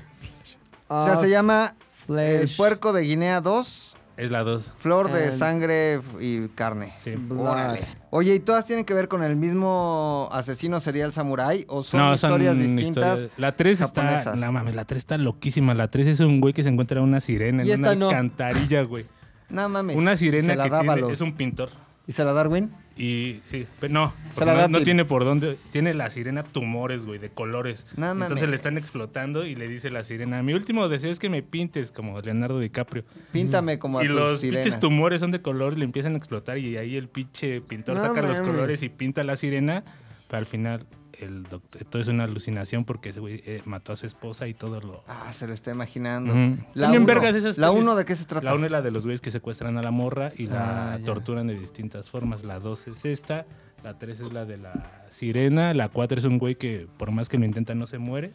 [SPEAKER 4] O sea, se llama El
[SPEAKER 1] Ah, Flesh.
[SPEAKER 4] Puerco de Guinea 2,
[SPEAKER 2] Es la 2.
[SPEAKER 4] Flor de
[SPEAKER 1] And-
[SPEAKER 4] Sangre y Carne.
[SPEAKER 2] Sí.
[SPEAKER 1] Blood.
[SPEAKER 4] Órale. Pues Oye, ¿y todas tienen que ver con el mismo asesino serial samurái? ¿O son
[SPEAKER 2] no, son
[SPEAKER 4] historias distintas?
[SPEAKER 2] historias- La 3 está.
[SPEAKER 4] japonesas.
[SPEAKER 2] No mames, la 3 está loquísima. La 3 es un güey que se encuentra una sirena
[SPEAKER 1] Y
[SPEAKER 2] en
[SPEAKER 1] esta
[SPEAKER 2] una
[SPEAKER 1] no.
[SPEAKER 2] alcantarilla, güey.
[SPEAKER 4] No mames.
[SPEAKER 2] Una
[SPEAKER 4] Se
[SPEAKER 2] sirena
[SPEAKER 4] la
[SPEAKER 2] que
[SPEAKER 4] daba
[SPEAKER 2] tiene.
[SPEAKER 4] a los-
[SPEAKER 2] Es un pintor.
[SPEAKER 4] ¿Y se la Darwin?
[SPEAKER 2] Y sí, pero no,
[SPEAKER 4] Se
[SPEAKER 2] porque
[SPEAKER 4] la da
[SPEAKER 2] no,
[SPEAKER 4] a
[SPEAKER 2] no
[SPEAKER 4] ti.
[SPEAKER 2] tiene por dónde. Tiene la sirena tumores, güey, de colores.
[SPEAKER 4] No mames.
[SPEAKER 2] Entonces le están explotando y le dice la sirena, mi último deseo es que me pintes como Leonardo DiCaprio.
[SPEAKER 4] Píntame como a
[SPEAKER 2] y
[SPEAKER 4] tus
[SPEAKER 2] los pinches
[SPEAKER 4] sirenas.
[SPEAKER 2] tumores son de color, le empiezan a explotar y ahí el pinche pintor
[SPEAKER 1] No
[SPEAKER 2] saca los
[SPEAKER 1] mames.
[SPEAKER 2] colores y pinta la sirena. Pero al final, el doctor, todo es una alucinación porque ese güey eh, mató a su esposa y todo lo...
[SPEAKER 4] Ah, se lo está imaginando.
[SPEAKER 2] Ujú.
[SPEAKER 4] La
[SPEAKER 2] También
[SPEAKER 4] uno.
[SPEAKER 2] vergas esas
[SPEAKER 4] ¿La
[SPEAKER 2] pelis.
[SPEAKER 4] uno de qué se trata?
[SPEAKER 2] La una es la de los güeyes que secuestran a la morra y la
[SPEAKER 4] Ah, ya.
[SPEAKER 2] torturan de distintas formas. La dos es esta, la tres es la de la sirena, la cuatro es un güey que por más que lo intenta no se muere,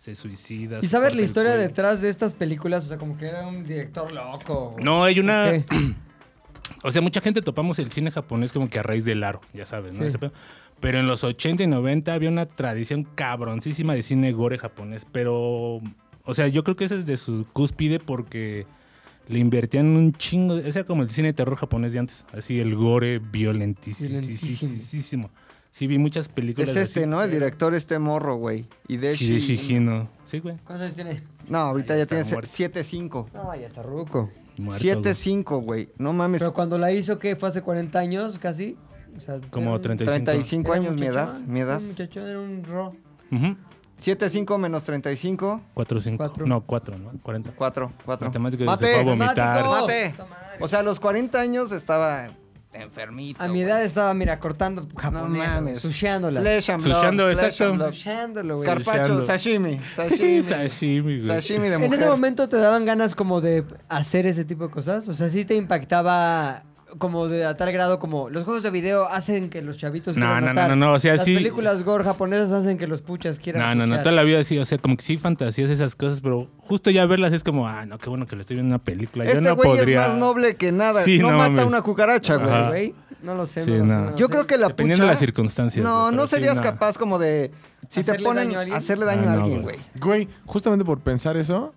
[SPEAKER 2] se suicida.
[SPEAKER 1] Y
[SPEAKER 2] se
[SPEAKER 1] saber
[SPEAKER 2] corta
[SPEAKER 1] la
[SPEAKER 2] el
[SPEAKER 1] historia
[SPEAKER 2] cuello.
[SPEAKER 1] detrás de estas películas, o sea, como que era un director loco. o-
[SPEAKER 2] No, Ah. hay una...
[SPEAKER 1] ¿Qué?
[SPEAKER 2] O sea, mucha gente topamos el cine japonés como que a raíz del aro, ya sabes, ¿no?
[SPEAKER 1] Sí.
[SPEAKER 2] Ese pedo. Pero en los 80 y 90 había una tradición cabroncísima de cine gore japonés. Pero, o sea, yo creo que eso es de su cúspide porque le invertían un chingo. de- Ese era como el cine de terror japonés de antes. Así el gore violentísimo. Sí, vi muchas películas.
[SPEAKER 4] Es este,
[SPEAKER 2] así.
[SPEAKER 4] ¿no? El director este morro, güey.
[SPEAKER 2] Hideshi
[SPEAKER 4] Hideshi.
[SPEAKER 2] Hino. Sí, güey.
[SPEAKER 1] ¿Cuántos años tiene?
[SPEAKER 4] No, ahorita
[SPEAKER 2] Ahí
[SPEAKER 4] ya
[SPEAKER 2] está,
[SPEAKER 4] tiene
[SPEAKER 2] muerto.
[SPEAKER 4] 7-5.
[SPEAKER 1] No, ya está ruco.
[SPEAKER 2] Muerto, güey.
[SPEAKER 4] 7-5, güey. No mames.
[SPEAKER 1] Pero cuando la hizo, ¿qué? Fue hace 40 años casi. O sea,
[SPEAKER 2] Como
[SPEAKER 1] era un-
[SPEAKER 2] 35.
[SPEAKER 4] 35
[SPEAKER 1] era un
[SPEAKER 4] años, mi edad.
[SPEAKER 1] muchachón,
[SPEAKER 4] Mi edad.
[SPEAKER 1] Un muchachón era un ro.
[SPEAKER 2] Ujú.
[SPEAKER 4] 7-5 menos 35,
[SPEAKER 2] Cuatro, cinco.
[SPEAKER 1] Cuatro.
[SPEAKER 2] No, cuatro, ¿no? 40.
[SPEAKER 4] 4. 4.
[SPEAKER 2] Matemáticas se fue a
[SPEAKER 4] Mate.
[SPEAKER 2] vomitar.
[SPEAKER 1] ¡Matemático!
[SPEAKER 4] Mate.
[SPEAKER 1] Puta madre.
[SPEAKER 4] O sea, a los 40 años estaba enfermito.
[SPEAKER 1] A mi edad estaba, mira, cortando japonesa,
[SPEAKER 4] mames.
[SPEAKER 1] susheándola.
[SPEAKER 4] Flesh and blood,
[SPEAKER 2] Sushando,
[SPEAKER 4] flesh
[SPEAKER 2] exacto.
[SPEAKER 4] and blood.
[SPEAKER 1] Susheándolo, güey.
[SPEAKER 2] Carpa-
[SPEAKER 4] Carpacho,
[SPEAKER 2] Sushando.
[SPEAKER 4] sashimi. Sashimi.
[SPEAKER 2] Sashimi, güey.
[SPEAKER 4] Sashimi de
[SPEAKER 1] En
[SPEAKER 4] mujer.
[SPEAKER 1] ese momento te daban ganas como de hacer ese tipo de cosas. O sea, sí te impactaba como de a tal grado como los juegos de video hacen que los chavitos
[SPEAKER 2] No,
[SPEAKER 1] quieran
[SPEAKER 2] no, no,
[SPEAKER 1] matar.
[SPEAKER 2] no, no, o sea,
[SPEAKER 1] Las
[SPEAKER 2] sí-
[SPEAKER 1] películas gore japonesas hacen que los puchas quieran
[SPEAKER 2] No, no, no,
[SPEAKER 1] puchar.
[SPEAKER 2] toda la vida sí, o sea, como que sí fantasías esas cosas, pero justo ya verlas es como, ah, no, qué bueno que lo estoy viendo en una película. Yo
[SPEAKER 4] Este
[SPEAKER 2] no
[SPEAKER 4] güey
[SPEAKER 2] podría.
[SPEAKER 4] es más noble que nada.
[SPEAKER 2] Sí,
[SPEAKER 4] no,
[SPEAKER 2] no
[SPEAKER 4] mata
[SPEAKER 2] mames.
[SPEAKER 4] una cucaracha,
[SPEAKER 1] O sea,
[SPEAKER 2] Ajá.
[SPEAKER 4] güey.
[SPEAKER 1] güey, no lo sé,
[SPEAKER 2] Sí,
[SPEAKER 1] no lo sé,
[SPEAKER 2] no.
[SPEAKER 1] no lo
[SPEAKER 4] Yo
[SPEAKER 1] sé.
[SPEAKER 4] creo que la
[SPEAKER 2] Dependiendo de
[SPEAKER 4] pucha-
[SPEAKER 2] las circunstancias.
[SPEAKER 4] No,
[SPEAKER 2] güey,
[SPEAKER 4] no
[SPEAKER 2] pero sí,
[SPEAKER 4] serías
[SPEAKER 2] no.
[SPEAKER 4] capaz como de. Si te
[SPEAKER 1] ¿Hacerle
[SPEAKER 4] ponen
[SPEAKER 1] daño a alguien?
[SPEAKER 4] hacerle daño
[SPEAKER 2] Ah,
[SPEAKER 4] a
[SPEAKER 2] no,
[SPEAKER 4] alguien,
[SPEAKER 2] güey.
[SPEAKER 4] güey.
[SPEAKER 3] Güey, justamente por pensar eso,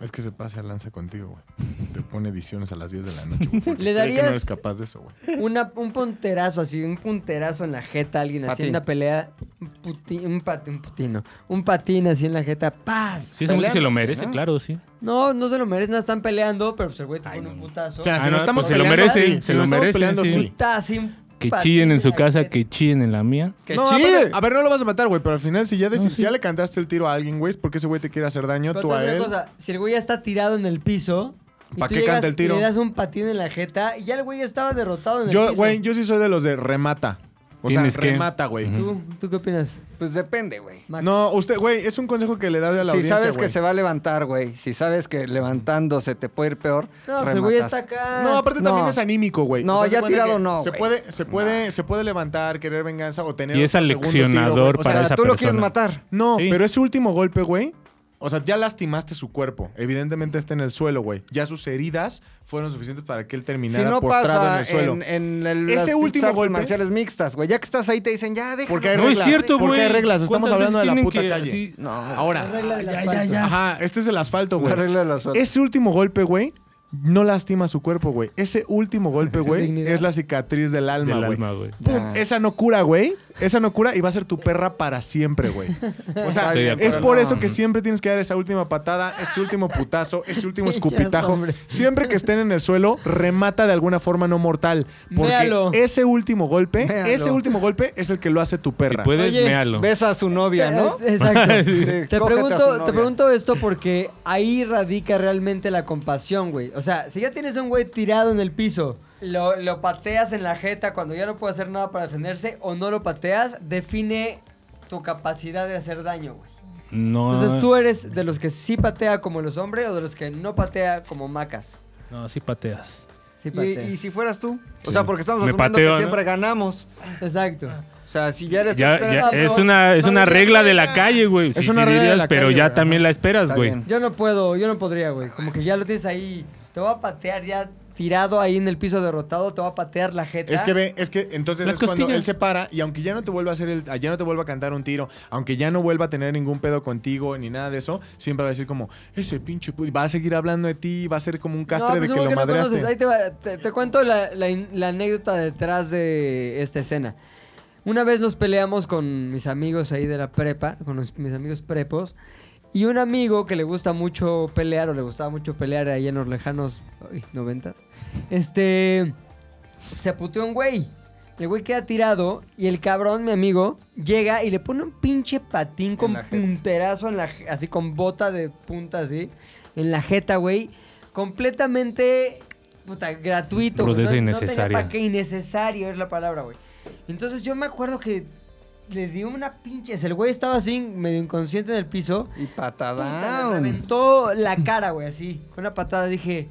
[SPEAKER 3] es que se pase a lanza contigo, güey. Te pone ediciones a las 10 de la noche, güey. porque
[SPEAKER 1] ¿Le
[SPEAKER 3] cree que no
[SPEAKER 1] darías-
[SPEAKER 3] eres capaz de eso, güey.
[SPEAKER 1] Una- un punterazo así, un punterazo en la jeta a alguien así,
[SPEAKER 4] Patín.
[SPEAKER 1] en una pelea, un, puti- un, pat- un putino, un patín así en la jeta, ¡paz!
[SPEAKER 2] Sí, es muy que se lo
[SPEAKER 4] Peleándose,
[SPEAKER 2] merece,
[SPEAKER 4] ¿no?
[SPEAKER 2] claro, sí.
[SPEAKER 1] No, no se lo merecen, no están peleando, pero pues el güey te
[SPEAKER 2] Ay,
[SPEAKER 1] pone un
[SPEAKER 2] no.
[SPEAKER 1] putazo.
[SPEAKER 3] O sea, si
[SPEAKER 2] Ah,
[SPEAKER 3] nos
[SPEAKER 2] no,
[SPEAKER 3] estamos
[SPEAKER 2] pues se lo
[SPEAKER 3] peleando,
[SPEAKER 2] merece,
[SPEAKER 3] sí.
[SPEAKER 2] se
[SPEAKER 3] Si
[SPEAKER 2] lo
[SPEAKER 3] nos estamos
[SPEAKER 2] merece,
[SPEAKER 3] peleando,
[SPEAKER 2] sí.
[SPEAKER 3] sí.
[SPEAKER 1] Putazo y un
[SPEAKER 2] Que
[SPEAKER 1] patín
[SPEAKER 2] chillen en su
[SPEAKER 1] la
[SPEAKER 2] casa,
[SPEAKER 1] jeta.
[SPEAKER 2] que chillen en la mía.
[SPEAKER 4] ¡Qué
[SPEAKER 3] No,
[SPEAKER 4] chido!
[SPEAKER 3] aparte- A ver, no lo vas a matar, güey, pero al final si ya, deci-
[SPEAKER 2] No,
[SPEAKER 3] si
[SPEAKER 2] sí.
[SPEAKER 3] ya le cantaste el tiro a alguien, güey, es porque ese güey te quiere hacer daño,
[SPEAKER 1] Pero te
[SPEAKER 3] tú
[SPEAKER 1] voy a
[SPEAKER 3] a
[SPEAKER 1] decir
[SPEAKER 3] él.
[SPEAKER 1] una cosa, si el güey ya está tirado en el piso... y
[SPEAKER 3] ¿Pa'
[SPEAKER 1] tú
[SPEAKER 3] qué canta
[SPEAKER 1] llegas
[SPEAKER 3] el tiro?
[SPEAKER 1] Y le das un patín en la jeta y ya el güey ya estaba derrotado en el
[SPEAKER 3] Yo,
[SPEAKER 1] piso.
[SPEAKER 3] güey, yo sí soy de los de remata. O sea,
[SPEAKER 2] Tienes que-
[SPEAKER 3] remata, güey.
[SPEAKER 2] Ujú.
[SPEAKER 1] ¿Tú, ¿Tú qué opinas?
[SPEAKER 4] Pues depende, güey.
[SPEAKER 1] Mac?
[SPEAKER 3] No, usted, güey, es un consejo que le da a la
[SPEAKER 4] Si
[SPEAKER 3] audiencia,
[SPEAKER 4] sabes
[SPEAKER 3] güey.
[SPEAKER 4] que se va a levantar, güey. Si sabes que levantándose te puede ir peor.
[SPEAKER 1] No, pues el güey
[SPEAKER 4] rematas.
[SPEAKER 1] está acá.
[SPEAKER 3] No, aparte
[SPEAKER 4] Ah, No.
[SPEAKER 3] también es anímico, güey.
[SPEAKER 4] No,
[SPEAKER 3] se
[SPEAKER 4] ya
[SPEAKER 3] cuenta
[SPEAKER 4] tirado
[SPEAKER 3] que
[SPEAKER 4] no,
[SPEAKER 3] Se
[SPEAKER 4] güey.
[SPEAKER 3] puede, se puede, se puede levantar, querer venganza o tener.
[SPEAKER 2] Y es
[SPEAKER 3] otro segundo tiro, güey.
[SPEAKER 2] aleccionador
[SPEAKER 3] O sea,
[SPEAKER 4] O sea,
[SPEAKER 2] para esa
[SPEAKER 4] tú lo quieres
[SPEAKER 2] persona.
[SPEAKER 4] matar.
[SPEAKER 3] No,
[SPEAKER 2] Sí.
[SPEAKER 3] pero ese último golpe, güey. O sea, ya lastimaste su cuerpo. Evidentemente está en el suelo, güey. Ya sus heridas fueron suficientes para que él
[SPEAKER 4] Si
[SPEAKER 3] terminara
[SPEAKER 4] no
[SPEAKER 3] postrado
[SPEAKER 4] pasa
[SPEAKER 3] en el suelo.
[SPEAKER 4] en, en el,
[SPEAKER 3] Ese
[SPEAKER 4] las
[SPEAKER 3] último
[SPEAKER 4] pinches artes
[SPEAKER 3] golpe-
[SPEAKER 4] marciales mixtas, güey. Ya que estás ahí te dicen, ya, déjalo.
[SPEAKER 3] Porque hay
[SPEAKER 2] No es
[SPEAKER 3] reglas,
[SPEAKER 2] cierto,
[SPEAKER 3] porque
[SPEAKER 2] güey.
[SPEAKER 3] hay reglas, estamos
[SPEAKER 2] ¿Cuántas
[SPEAKER 3] hablando de la
[SPEAKER 2] veces
[SPEAKER 3] puta
[SPEAKER 2] tienen que
[SPEAKER 3] calle.
[SPEAKER 2] así-
[SPEAKER 4] No,
[SPEAKER 3] Ahora.
[SPEAKER 1] La regla del
[SPEAKER 2] Ya, ya,
[SPEAKER 1] asfalto.
[SPEAKER 2] ya.
[SPEAKER 3] Ajá, este es el asfalto, güey.
[SPEAKER 4] La regla de los sueldos.
[SPEAKER 3] Ese último golpe, güey, no lastima su cuerpo, güey. Ese último golpe,
[SPEAKER 1] Su
[SPEAKER 3] güey,
[SPEAKER 1] dignidad.
[SPEAKER 3] es la cicatriz del alma,
[SPEAKER 2] Del
[SPEAKER 3] güey.
[SPEAKER 2] alma, güey.
[SPEAKER 3] Pum,
[SPEAKER 4] Ah.
[SPEAKER 3] esa no cura, güey. Esa no cura y va a ser tu perra para siempre, güey. O sea,
[SPEAKER 4] Estoy
[SPEAKER 3] es
[SPEAKER 4] de acuerdo.
[SPEAKER 3] por eso que siempre tienes que dar esa última patada, ese último putazo, ese último
[SPEAKER 1] Ya está,
[SPEAKER 3] escupitajo.
[SPEAKER 1] hombre.
[SPEAKER 3] Siempre que estén en el suelo, remata de alguna forma no mortal. Porque
[SPEAKER 1] Véalo.
[SPEAKER 3] ese último golpe,
[SPEAKER 4] Véalo.
[SPEAKER 3] ese último golpe es el que lo hace tu
[SPEAKER 2] Si
[SPEAKER 3] perra.
[SPEAKER 2] puedes,
[SPEAKER 1] Oye,
[SPEAKER 2] méalo.
[SPEAKER 4] Ves a su novia, ¿no?
[SPEAKER 1] Eh, Exacto.
[SPEAKER 4] Sí, cógete
[SPEAKER 1] Te
[SPEAKER 4] a su
[SPEAKER 1] pregunto,
[SPEAKER 4] novia.
[SPEAKER 1] te pregunto esto porque ahí radica realmente la compasión, güey. O sea, si ya tienes a un güey tirado en el piso, lo, lo pateas en la jeta cuando ya no puede hacer nada para defenderse o no lo pateas, define tu capacidad de hacer daño, güey.
[SPEAKER 2] No.
[SPEAKER 3] Ah.
[SPEAKER 1] Entonces, ¿tú eres de los que sí patea como los hombres o de los que no patea como macas?
[SPEAKER 2] No, sí pateas.
[SPEAKER 1] pues, Sí
[SPEAKER 4] Y,
[SPEAKER 1] pateas.
[SPEAKER 4] y si fueras tú. O
[SPEAKER 2] Sí.
[SPEAKER 4] sea, porque estamos
[SPEAKER 2] Me
[SPEAKER 4] asumiendo
[SPEAKER 2] pateo,
[SPEAKER 4] que
[SPEAKER 2] ¿no?
[SPEAKER 4] siempre ganamos.
[SPEAKER 1] Exacto.
[SPEAKER 4] O sea, si ya eres pues,
[SPEAKER 2] Ya,
[SPEAKER 4] tercera
[SPEAKER 2] ya,
[SPEAKER 4] razón,
[SPEAKER 2] es una, es
[SPEAKER 4] no
[SPEAKER 2] una
[SPEAKER 4] dirías
[SPEAKER 2] regla de
[SPEAKER 4] nada.
[SPEAKER 2] la calle, güey.
[SPEAKER 3] Es
[SPEAKER 2] Sí,
[SPEAKER 3] una
[SPEAKER 2] sí
[SPEAKER 3] regla de
[SPEAKER 2] dirías,
[SPEAKER 3] la
[SPEAKER 2] pero
[SPEAKER 3] calle,
[SPEAKER 2] ya
[SPEAKER 3] güey.
[SPEAKER 2] también la esperas,
[SPEAKER 4] Está
[SPEAKER 2] güey.
[SPEAKER 4] bien.
[SPEAKER 1] Yo no puedo, yo no podría, güey. Como que ya lo tienes ahí. Te va a patear ya tirado ahí en el piso derrotado, te va a patear la jeta.
[SPEAKER 3] Es que ve, es que entonces
[SPEAKER 2] Las
[SPEAKER 3] es cuando
[SPEAKER 2] costillas.
[SPEAKER 3] él se para y aunque ya no te vuelva a hacer el, ya no te vuelva a cantar un tiro, aunque ya no vuelva a tener ningún pedo contigo ni nada de eso, siempre va a decir como, ese pinche pu-", y va a seguir hablando de ti, va a ser como un castre
[SPEAKER 1] No,
[SPEAKER 3] de
[SPEAKER 1] pues
[SPEAKER 3] que
[SPEAKER 1] hubo
[SPEAKER 3] lo
[SPEAKER 1] no
[SPEAKER 3] madreaste.
[SPEAKER 1] conoces. Ahí te, va- te- te cuento la, la in- la anécdota detrás de esta escena. Una vez nos peleamos con mis amigos ahí de la prepa, con los- mis amigos prepos, y un amigo que le gusta mucho pelear, o le gustaba mucho pelear ahí en los lejanos ay, 90, este, se puteó un güey. El güey queda tirado y el cabrón, mi amigo, llega y le pone un pinche patín con
[SPEAKER 4] la jeta.
[SPEAKER 1] punterazo, en la, je- así con bota de punta, así, en la jeta, güey. Completamente, puta, gratuito. güey.
[SPEAKER 2] Rudeza
[SPEAKER 1] no,
[SPEAKER 2] innecesaria.
[SPEAKER 1] para qué, innecesario es la palabra, güey. Entonces yo me acuerdo que le dio una pinche... El güey estaba así, medio inconsciente en el piso.
[SPEAKER 4] Y
[SPEAKER 1] Puta, le
[SPEAKER 4] patada.
[SPEAKER 1] reventó la cara, güey, así. Con una patada dije,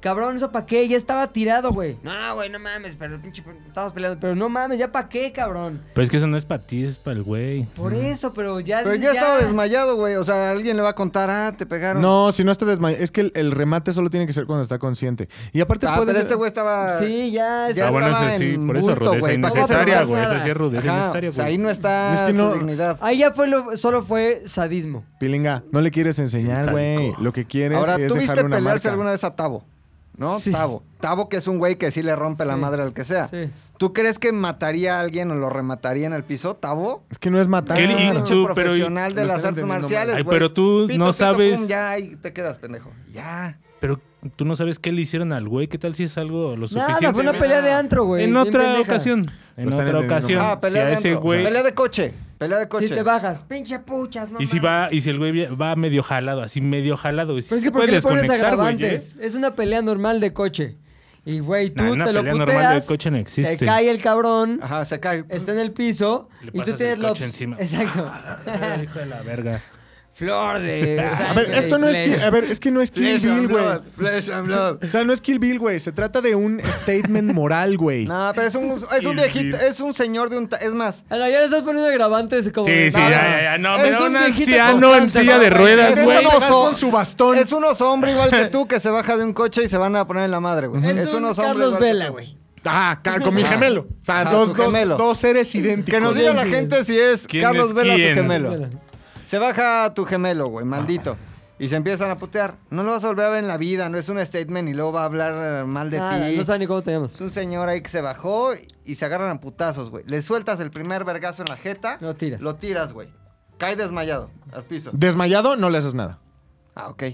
[SPEAKER 1] cabrón, ¿eso para qué? Ya estaba tirado, güey. No, güey, no mames, pero pinche, estamos peleando. Pero no mames, ¿ya para qué, cabrón?
[SPEAKER 2] Pero es que eso no es para ti, es para el güey.
[SPEAKER 1] Por eso, pero ya...
[SPEAKER 4] Pero ya estaba desmayado, güey. O sea, alguien le va a contar, ah, te pegaron.
[SPEAKER 3] No, si no está desmayado. Es que el, el remate solo tiene que ser cuando está consciente. Y aparte
[SPEAKER 4] Ah,
[SPEAKER 3] puede
[SPEAKER 4] pero
[SPEAKER 3] ser-
[SPEAKER 4] este güey estaba.
[SPEAKER 1] Sí, ya...
[SPEAKER 4] Ya
[SPEAKER 2] ah, bueno, eso
[SPEAKER 4] estaba
[SPEAKER 2] sí,
[SPEAKER 4] en
[SPEAKER 2] por eso
[SPEAKER 4] bulto,
[SPEAKER 2] rudeza
[SPEAKER 4] güey, para
[SPEAKER 2] innecesaria,
[SPEAKER 1] otra
[SPEAKER 2] güey. Eso
[SPEAKER 1] cosa.
[SPEAKER 2] sí es rudeza
[SPEAKER 4] Ajá,
[SPEAKER 2] innecesaria,
[SPEAKER 4] o sea,
[SPEAKER 2] güey.
[SPEAKER 4] ahí no está
[SPEAKER 3] Es que
[SPEAKER 4] su
[SPEAKER 3] no-
[SPEAKER 4] dignidad.
[SPEAKER 1] Ahí ya fue lo- solo fue sadismo.
[SPEAKER 3] Pilinga, no le quieres enseñar,
[SPEAKER 2] Sádico.
[SPEAKER 3] güey. Lo que quieres
[SPEAKER 4] Ahora,
[SPEAKER 3] es
[SPEAKER 4] ¿tú viste
[SPEAKER 3] dejarle una
[SPEAKER 4] pelearse
[SPEAKER 3] marca.
[SPEAKER 4] alguna vez a Tavo? ¿No?
[SPEAKER 1] Sí.
[SPEAKER 4] Tavo. Tavo, que es un güey que sí le rompe la
[SPEAKER 1] Sí.
[SPEAKER 4] madre al que sea.
[SPEAKER 1] Sí.
[SPEAKER 4] ¿Tú crees que mataría a alguien o lo remataría en el piso, Tavo?
[SPEAKER 3] Es que no es matar.
[SPEAKER 2] ¿Qué
[SPEAKER 4] un
[SPEAKER 2] y
[SPEAKER 4] pinche
[SPEAKER 2] tú, pero-
[SPEAKER 4] profesional
[SPEAKER 3] lo
[SPEAKER 4] de las
[SPEAKER 3] estás
[SPEAKER 4] artes
[SPEAKER 3] entendiendo
[SPEAKER 4] marciales,
[SPEAKER 2] Ay,
[SPEAKER 4] güey.
[SPEAKER 2] pero tú
[SPEAKER 4] Pito,
[SPEAKER 2] no
[SPEAKER 4] pito,
[SPEAKER 2] sabes-
[SPEAKER 4] pum, ya, ahí te quedas, pendejo. Ya.
[SPEAKER 2] Pero tú no sabes qué le hicieron al güey. ¿Qué tal si es algo lo Pues suficiente?
[SPEAKER 1] Nada, fue una pelea de antro, güey.
[SPEAKER 2] en
[SPEAKER 1] bien
[SPEAKER 2] otra
[SPEAKER 1] pendeja.
[SPEAKER 2] ocasión. En
[SPEAKER 3] están
[SPEAKER 2] otra
[SPEAKER 3] entendiendo
[SPEAKER 2] ocasión.
[SPEAKER 3] mal.
[SPEAKER 4] Ah, pelea,
[SPEAKER 2] si a
[SPEAKER 4] de
[SPEAKER 2] ese
[SPEAKER 4] antro.
[SPEAKER 2] güey.
[SPEAKER 4] pelea de coche. Pelea de coche.
[SPEAKER 1] Sí, te bajas. Pinche puchas, no
[SPEAKER 2] Y si
[SPEAKER 1] mames.
[SPEAKER 2] va, y si el güey va medio jalado, así medio jalado, güey.
[SPEAKER 1] Pero es
[SPEAKER 2] sí
[SPEAKER 1] que ¿por qué le
[SPEAKER 2] puedes
[SPEAKER 1] pones
[SPEAKER 2] desconectar, güey, ¿eh?
[SPEAKER 1] agravantes? Es una pelea normal de coche. Y, güey, tú
[SPEAKER 2] Nah, una
[SPEAKER 1] te lo
[SPEAKER 2] pelea
[SPEAKER 1] puteas.
[SPEAKER 2] normal de coche no existe.
[SPEAKER 1] Se cae el cabrón.
[SPEAKER 4] Ajá, se cae.
[SPEAKER 1] Está en el piso
[SPEAKER 2] Le
[SPEAKER 1] y tú
[SPEAKER 2] pasas
[SPEAKER 1] tienes
[SPEAKER 2] el
[SPEAKER 1] los
[SPEAKER 2] coche encima.
[SPEAKER 1] Exacto.
[SPEAKER 2] ¿eh? Hijo de la verga.
[SPEAKER 1] Flor de
[SPEAKER 3] A ver, esto no es Kill, a ver, es que no es Kill
[SPEAKER 4] Flesh and
[SPEAKER 3] Bill, güey.
[SPEAKER 4] blood, Flesh and blood.
[SPEAKER 3] O sea, no es Kill Bill, güey. Se trata de un statement moral, güey.
[SPEAKER 4] No, pero es un, es un
[SPEAKER 2] Kill
[SPEAKER 4] viejito,
[SPEAKER 2] Bill.
[SPEAKER 4] es un señor de un... ta- Es más,
[SPEAKER 1] A la ya le estás poniendo agravantes como
[SPEAKER 2] Sí,
[SPEAKER 1] de-
[SPEAKER 2] sí,
[SPEAKER 4] no,
[SPEAKER 2] ya,
[SPEAKER 4] no.
[SPEAKER 2] ya, ya. No,
[SPEAKER 1] Es
[SPEAKER 2] pero
[SPEAKER 1] un
[SPEAKER 2] un
[SPEAKER 1] viejito
[SPEAKER 2] anciano en
[SPEAKER 1] constante,
[SPEAKER 2] silla de
[SPEAKER 1] ¿no, güey?
[SPEAKER 2] ruedas,
[SPEAKER 4] Es
[SPEAKER 2] güey.
[SPEAKER 4] un oso.
[SPEAKER 3] con su bastón.
[SPEAKER 4] es un oso hombre igual que tú que se baja de un coche y se van a poner en la madre, güey.
[SPEAKER 1] Es, un
[SPEAKER 4] oso hombre
[SPEAKER 1] Carlos
[SPEAKER 4] igual que
[SPEAKER 1] Vela,
[SPEAKER 4] tú.
[SPEAKER 1] güey.
[SPEAKER 3] Ah, ca- con mi
[SPEAKER 4] Ah.
[SPEAKER 3] gemelo. O sea,
[SPEAKER 4] Ah,
[SPEAKER 3] dos,
[SPEAKER 4] tu
[SPEAKER 3] dos-
[SPEAKER 4] gemelo.
[SPEAKER 3] dos seres idénticos.
[SPEAKER 4] Que nos diga la gente si es
[SPEAKER 2] ¿Quién
[SPEAKER 4] Carlos
[SPEAKER 2] es
[SPEAKER 4] Vela
[SPEAKER 2] quién?
[SPEAKER 4] su gemelo. Se baja tu gemelo, güey, maldito. Y se empiezan a putear. No lo vas a volver a ver en la vida, no es un statement y luego va a hablar eh, mal de
[SPEAKER 1] Nada,
[SPEAKER 4] ti.
[SPEAKER 1] no sabe ni cómo te llamas.
[SPEAKER 4] Es un señor ahí que se bajó y se agarran a putazos, güey. Le sueltas el primer vergazo en la jeta.
[SPEAKER 1] Lo tiras.
[SPEAKER 4] Lo tiras, güey. Cae desmayado al piso.
[SPEAKER 3] Desmayado, no le haces nada.
[SPEAKER 4] Ah, ok.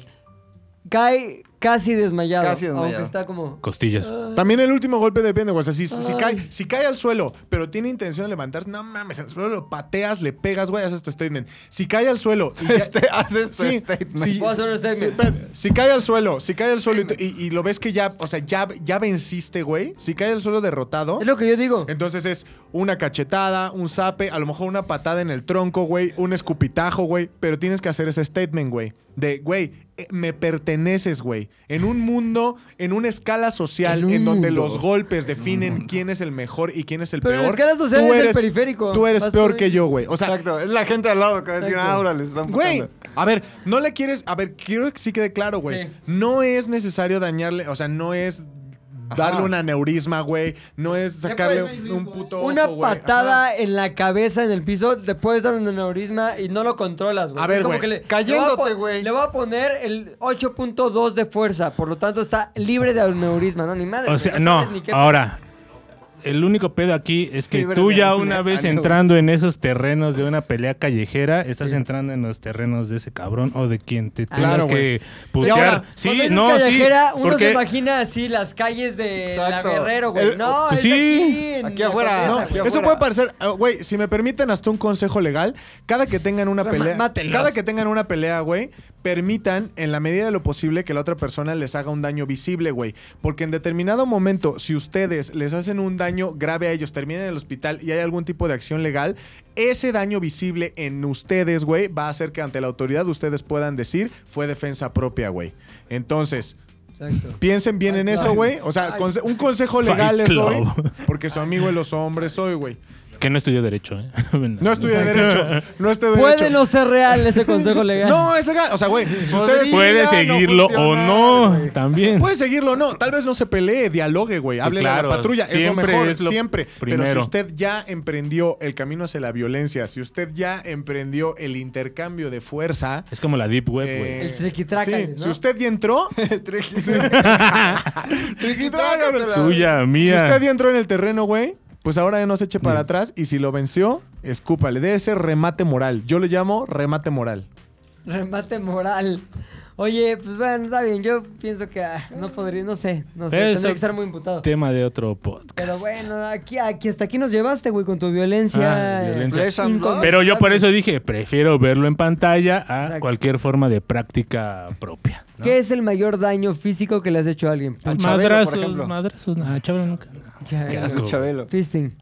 [SPEAKER 1] Cae casi desmayado,
[SPEAKER 4] Casi desmayado.
[SPEAKER 1] aunque está como
[SPEAKER 2] Costillas.
[SPEAKER 3] También el último golpe depende, güey. O sea, si, si
[SPEAKER 1] Ay.
[SPEAKER 3] cae, si cae al suelo, pero tiene intención de levantarse, no mames, al suelo lo pateas, le pegas, güey, haces tu statement. Si cae al suelo. y ya-
[SPEAKER 4] Este, haces tu
[SPEAKER 3] Sí,
[SPEAKER 4] statement.
[SPEAKER 3] sí,
[SPEAKER 1] Puedo hacer un
[SPEAKER 3] sí,
[SPEAKER 1] statement.
[SPEAKER 3] espérate. Si cae al suelo, si cae al suelo y, tú- y- y lo ves que ya, o sea, ya, ya venciste, güey. Si cae al suelo derrotado,
[SPEAKER 1] Es lo que yo digo.
[SPEAKER 3] entonces es una cachetada, un zape, a lo mejor una patada en el tronco, güey, un escupitajo, güey. Pero tienes que hacer ese statement, güey. De, güey, eh, me perteneces, güey. En un mundo, en una escala social,
[SPEAKER 1] En un
[SPEAKER 3] en donde
[SPEAKER 1] mundo.
[SPEAKER 3] los golpes definen quién es el mejor y quién es el
[SPEAKER 1] Pero
[SPEAKER 3] peor.
[SPEAKER 1] la escala social
[SPEAKER 3] tú
[SPEAKER 1] es el
[SPEAKER 3] eres-
[SPEAKER 1] periférico.
[SPEAKER 3] Tú eres
[SPEAKER 1] Vas
[SPEAKER 3] peor
[SPEAKER 1] por-
[SPEAKER 3] que yo, güey. O sea,
[SPEAKER 4] Exacto. Es la gente al lado que va a decir,
[SPEAKER 1] Exacto.
[SPEAKER 4] ah, órale, se están
[SPEAKER 3] Güey,
[SPEAKER 4] putando.
[SPEAKER 3] a ver, no le quieres. A ver, quiero que sí quede claro, güey.
[SPEAKER 1] Sí.
[SPEAKER 3] No es necesario dañarle, o sea, no es darle
[SPEAKER 4] Ajá.
[SPEAKER 3] un aneurisma, güey. No es
[SPEAKER 1] puede
[SPEAKER 3] sacarle
[SPEAKER 1] ir
[SPEAKER 3] un puto.
[SPEAKER 1] Una
[SPEAKER 3] ojo, güey.
[SPEAKER 1] patada
[SPEAKER 3] Ajá.
[SPEAKER 1] en la cabeza, en el piso, te puedes dar un aneurisma y no lo controlas, güey.
[SPEAKER 3] A ver,
[SPEAKER 1] Es como
[SPEAKER 3] güey,
[SPEAKER 1] que le-
[SPEAKER 4] cayéndote,
[SPEAKER 1] le voy a pon-
[SPEAKER 4] güey.
[SPEAKER 1] Le voy a poner el 8.2 de fuerza, por lo tanto está libre de aneurisma, ¿no? Ni madre.
[SPEAKER 2] O
[SPEAKER 1] güey, no.
[SPEAKER 2] sea, no,
[SPEAKER 1] sabes ni qué-
[SPEAKER 2] ahora. El único pedo aquí es que
[SPEAKER 4] Libre
[SPEAKER 2] tú
[SPEAKER 4] de
[SPEAKER 2] ya
[SPEAKER 4] arma,
[SPEAKER 2] una vez
[SPEAKER 4] ah, no.
[SPEAKER 2] entrando en esos terrenos de una pelea callejera, estás entrando en los terrenos de ese cabrón o de quien te tengas
[SPEAKER 3] Ah, Claro, güey.
[SPEAKER 2] que
[SPEAKER 3] Y
[SPEAKER 2] putear.
[SPEAKER 3] ahora,
[SPEAKER 2] sí,
[SPEAKER 1] Cuando dices
[SPEAKER 2] no, sí.
[SPEAKER 1] callejera, uno se
[SPEAKER 2] porque-
[SPEAKER 1] imagina así las calles de
[SPEAKER 4] Exacto.
[SPEAKER 1] la Guerrero, güey.
[SPEAKER 4] El-
[SPEAKER 1] No,
[SPEAKER 2] pues
[SPEAKER 1] es
[SPEAKER 2] sí.
[SPEAKER 1] aquí. en
[SPEAKER 4] Aquí
[SPEAKER 1] la
[SPEAKER 4] afuera,
[SPEAKER 1] Condesa,
[SPEAKER 3] No,
[SPEAKER 4] Aquí
[SPEAKER 1] güey.
[SPEAKER 4] afuera.
[SPEAKER 3] eso puede parecer, ah, güey, si me permiten hasta un consejo legal, cada que tengan una
[SPEAKER 1] Ma-
[SPEAKER 3] pelea,
[SPEAKER 1] mátenlos.
[SPEAKER 3] cada que tengan una pelea, güey, permitan en la medida de lo posible que la otra persona les haga un daño visible, güey, porque en determinado momento si ustedes les hacen un daño grave a ellos, terminan en el hospital y hay algún tipo de acción legal, ese daño visible en ustedes, güey, va a hacer que ante la autoridad ustedes puedan decir fue defensa propia, güey. Entonces,
[SPEAKER 1] Exacto.
[SPEAKER 3] Piensen bien
[SPEAKER 1] Ay,
[SPEAKER 3] en
[SPEAKER 1] claro.
[SPEAKER 3] eso, güey. O sea, conse- un consejo
[SPEAKER 2] Fight
[SPEAKER 3] legal es hoy.
[SPEAKER 2] Club.
[SPEAKER 3] Porque su amigo de los hombres soy, güey.
[SPEAKER 2] Que no estudió derecho, ¿eh?
[SPEAKER 3] No estudia derecho. No estudia
[SPEAKER 1] Puede
[SPEAKER 3] derecho.
[SPEAKER 1] no ser real ese consejo legal.
[SPEAKER 3] No, es legal. O sea, güey, si ustedes.
[SPEAKER 2] Puede
[SPEAKER 3] no
[SPEAKER 2] seguirlo o
[SPEAKER 3] funciona,
[SPEAKER 2] no,
[SPEAKER 3] güey. Pues,
[SPEAKER 2] también.
[SPEAKER 3] Puede seguirlo o no. Tal vez no se pelee, dialogue, güey.
[SPEAKER 2] Sí,
[SPEAKER 3] Hable
[SPEAKER 2] claro.
[SPEAKER 3] a la patrulla. es
[SPEAKER 2] Siempre
[SPEAKER 3] lo mejor,
[SPEAKER 2] es lo
[SPEAKER 3] siempre. Pero si
[SPEAKER 2] primero.
[SPEAKER 3] usted ya emprendió el camino hacia la violencia, si usted ya emprendió el intercambio de fuerza.
[SPEAKER 2] Es como la Deep Web, güey.
[SPEAKER 3] eh,
[SPEAKER 1] El triquitrácales,
[SPEAKER 3] sí,
[SPEAKER 1] ¿no?
[SPEAKER 3] Si usted ya entró,
[SPEAKER 4] Triquitrácatela.
[SPEAKER 2] Tuya,
[SPEAKER 3] Si
[SPEAKER 2] mía.
[SPEAKER 3] usted ya entró en el terreno, güey, pues ahora ya no se eche para atrás y si lo venció, escúpale. De ese remate moral. Yo le llamo remate moral.
[SPEAKER 1] Remate moral. Oye, pues bueno, está bien. Yo pienso que ah, no podría, no sé, no sé.
[SPEAKER 2] Eso-
[SPEAKER 1] Tendría que estar muy imputado.
[SPEAKER 2] Tema de otro podcast.
[SPEAKER 1] Pero bueno, aquí, aquí hasta aquí nos llevaste, güey, con tu violencia.
[SPEAKER 2] Ah, violencia.
[SPEAKER 4] Flesh and blood.
[SPEAKER 2] Pero yo por eso dije, prefiero verlo en pantalla a
[SPEAKER 1] Exacto.
[SPEAKER 2] cualquier forma de práctica propia. ¿no?
[SPEAKER 1] ¿Qué es el mayor daño físico que le has hecho a alguien?
[SPEAKER 4] Al Chabelo, por
[SPEAKER 2] madrazos,
[SPEAKER 4] ejemplo.
[SPEAKER 2] madrazos. No, Ah, Chabelo nunca. no.
[SPEAKER 1] Ya,
[SPEAKER 2] Qué
[SPEAKER 1] el
[SPEAKER 2] asco.
[SPEAKER 4] Chabelo.
[SPEAKER 1] Fisting.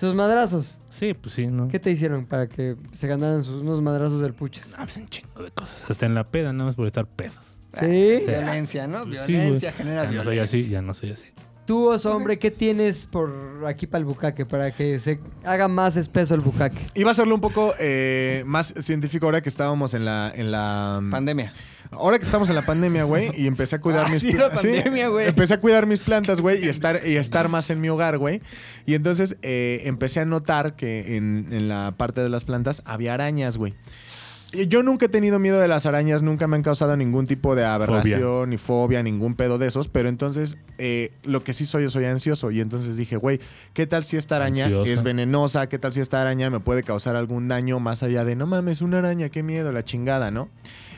[SPEAKER 1] Sus madrazos.
[SPEAKER 2] Sí, pues sí, ¿no?
[SPEAKER 1] ¿Qué te hicieron para que se ganaran sus, unos madrazos del puches?
[SPEAKER 2] Ah, pues un chingo de cosas. Hasta en la peda, nada más por estar pedos.
[SPEAKER 1] ¿Sí?
[SPEAKER 4] Violencia, ¿no?
[SPEAKER 2] Pues sí,
[SPEAKER 4] Violencia
[SPEAKER 2] güey.
[SPEAKER 4] genera
[SPEAKER 2] Ya no soy
[SPEAKER 4] violencia.
[SPEAKER 2] así, ya no soy así.
[SPEAKER 1] Tú, oso hombre, ¿qué tienes por aquí para el bucaque? Para que se haga más espeso el bucaque.
[SPEAKER 3] Iba a hacerlo un poco eh, más científico ahora que estábamos en la, en la
[SPEAKER 4] Pandemia.
[SPEAKER 3] Ahora que estamos en la pandemia, güey, y empecé a cuidar
[SPEAKER 4] Ah,
[SPEAKER 3] mis
[SPEAKER 4] sí, la
[SPEAKER 3] pla-
[SPEAKER 4] pandemia, güey.
[SPEAKER 3] Empecé a cuidar mis plantas, güey, y estar, y estar más en mi hogar, güey. Y entonces eh, empecé a notar que en, en la parte de las plantas había arañas, güey. Y Yo nunca he tenido miedo de las arañas, nunca me han causado ningún tipo de aberración, ni fobia, ningún pedo de esos, pero entonces eh, lo que sí soy, soy ansioso. Y entonces dije, güey, ¿qué tal si esta araña
[SPEAKER 2] Ansiosa.
[SPEAKER 3] es venenosa? ¿Qué tal si esta araña me puede causar algún daño más allá de, no mames, una araña, qué miedo, la chingada, ¿no?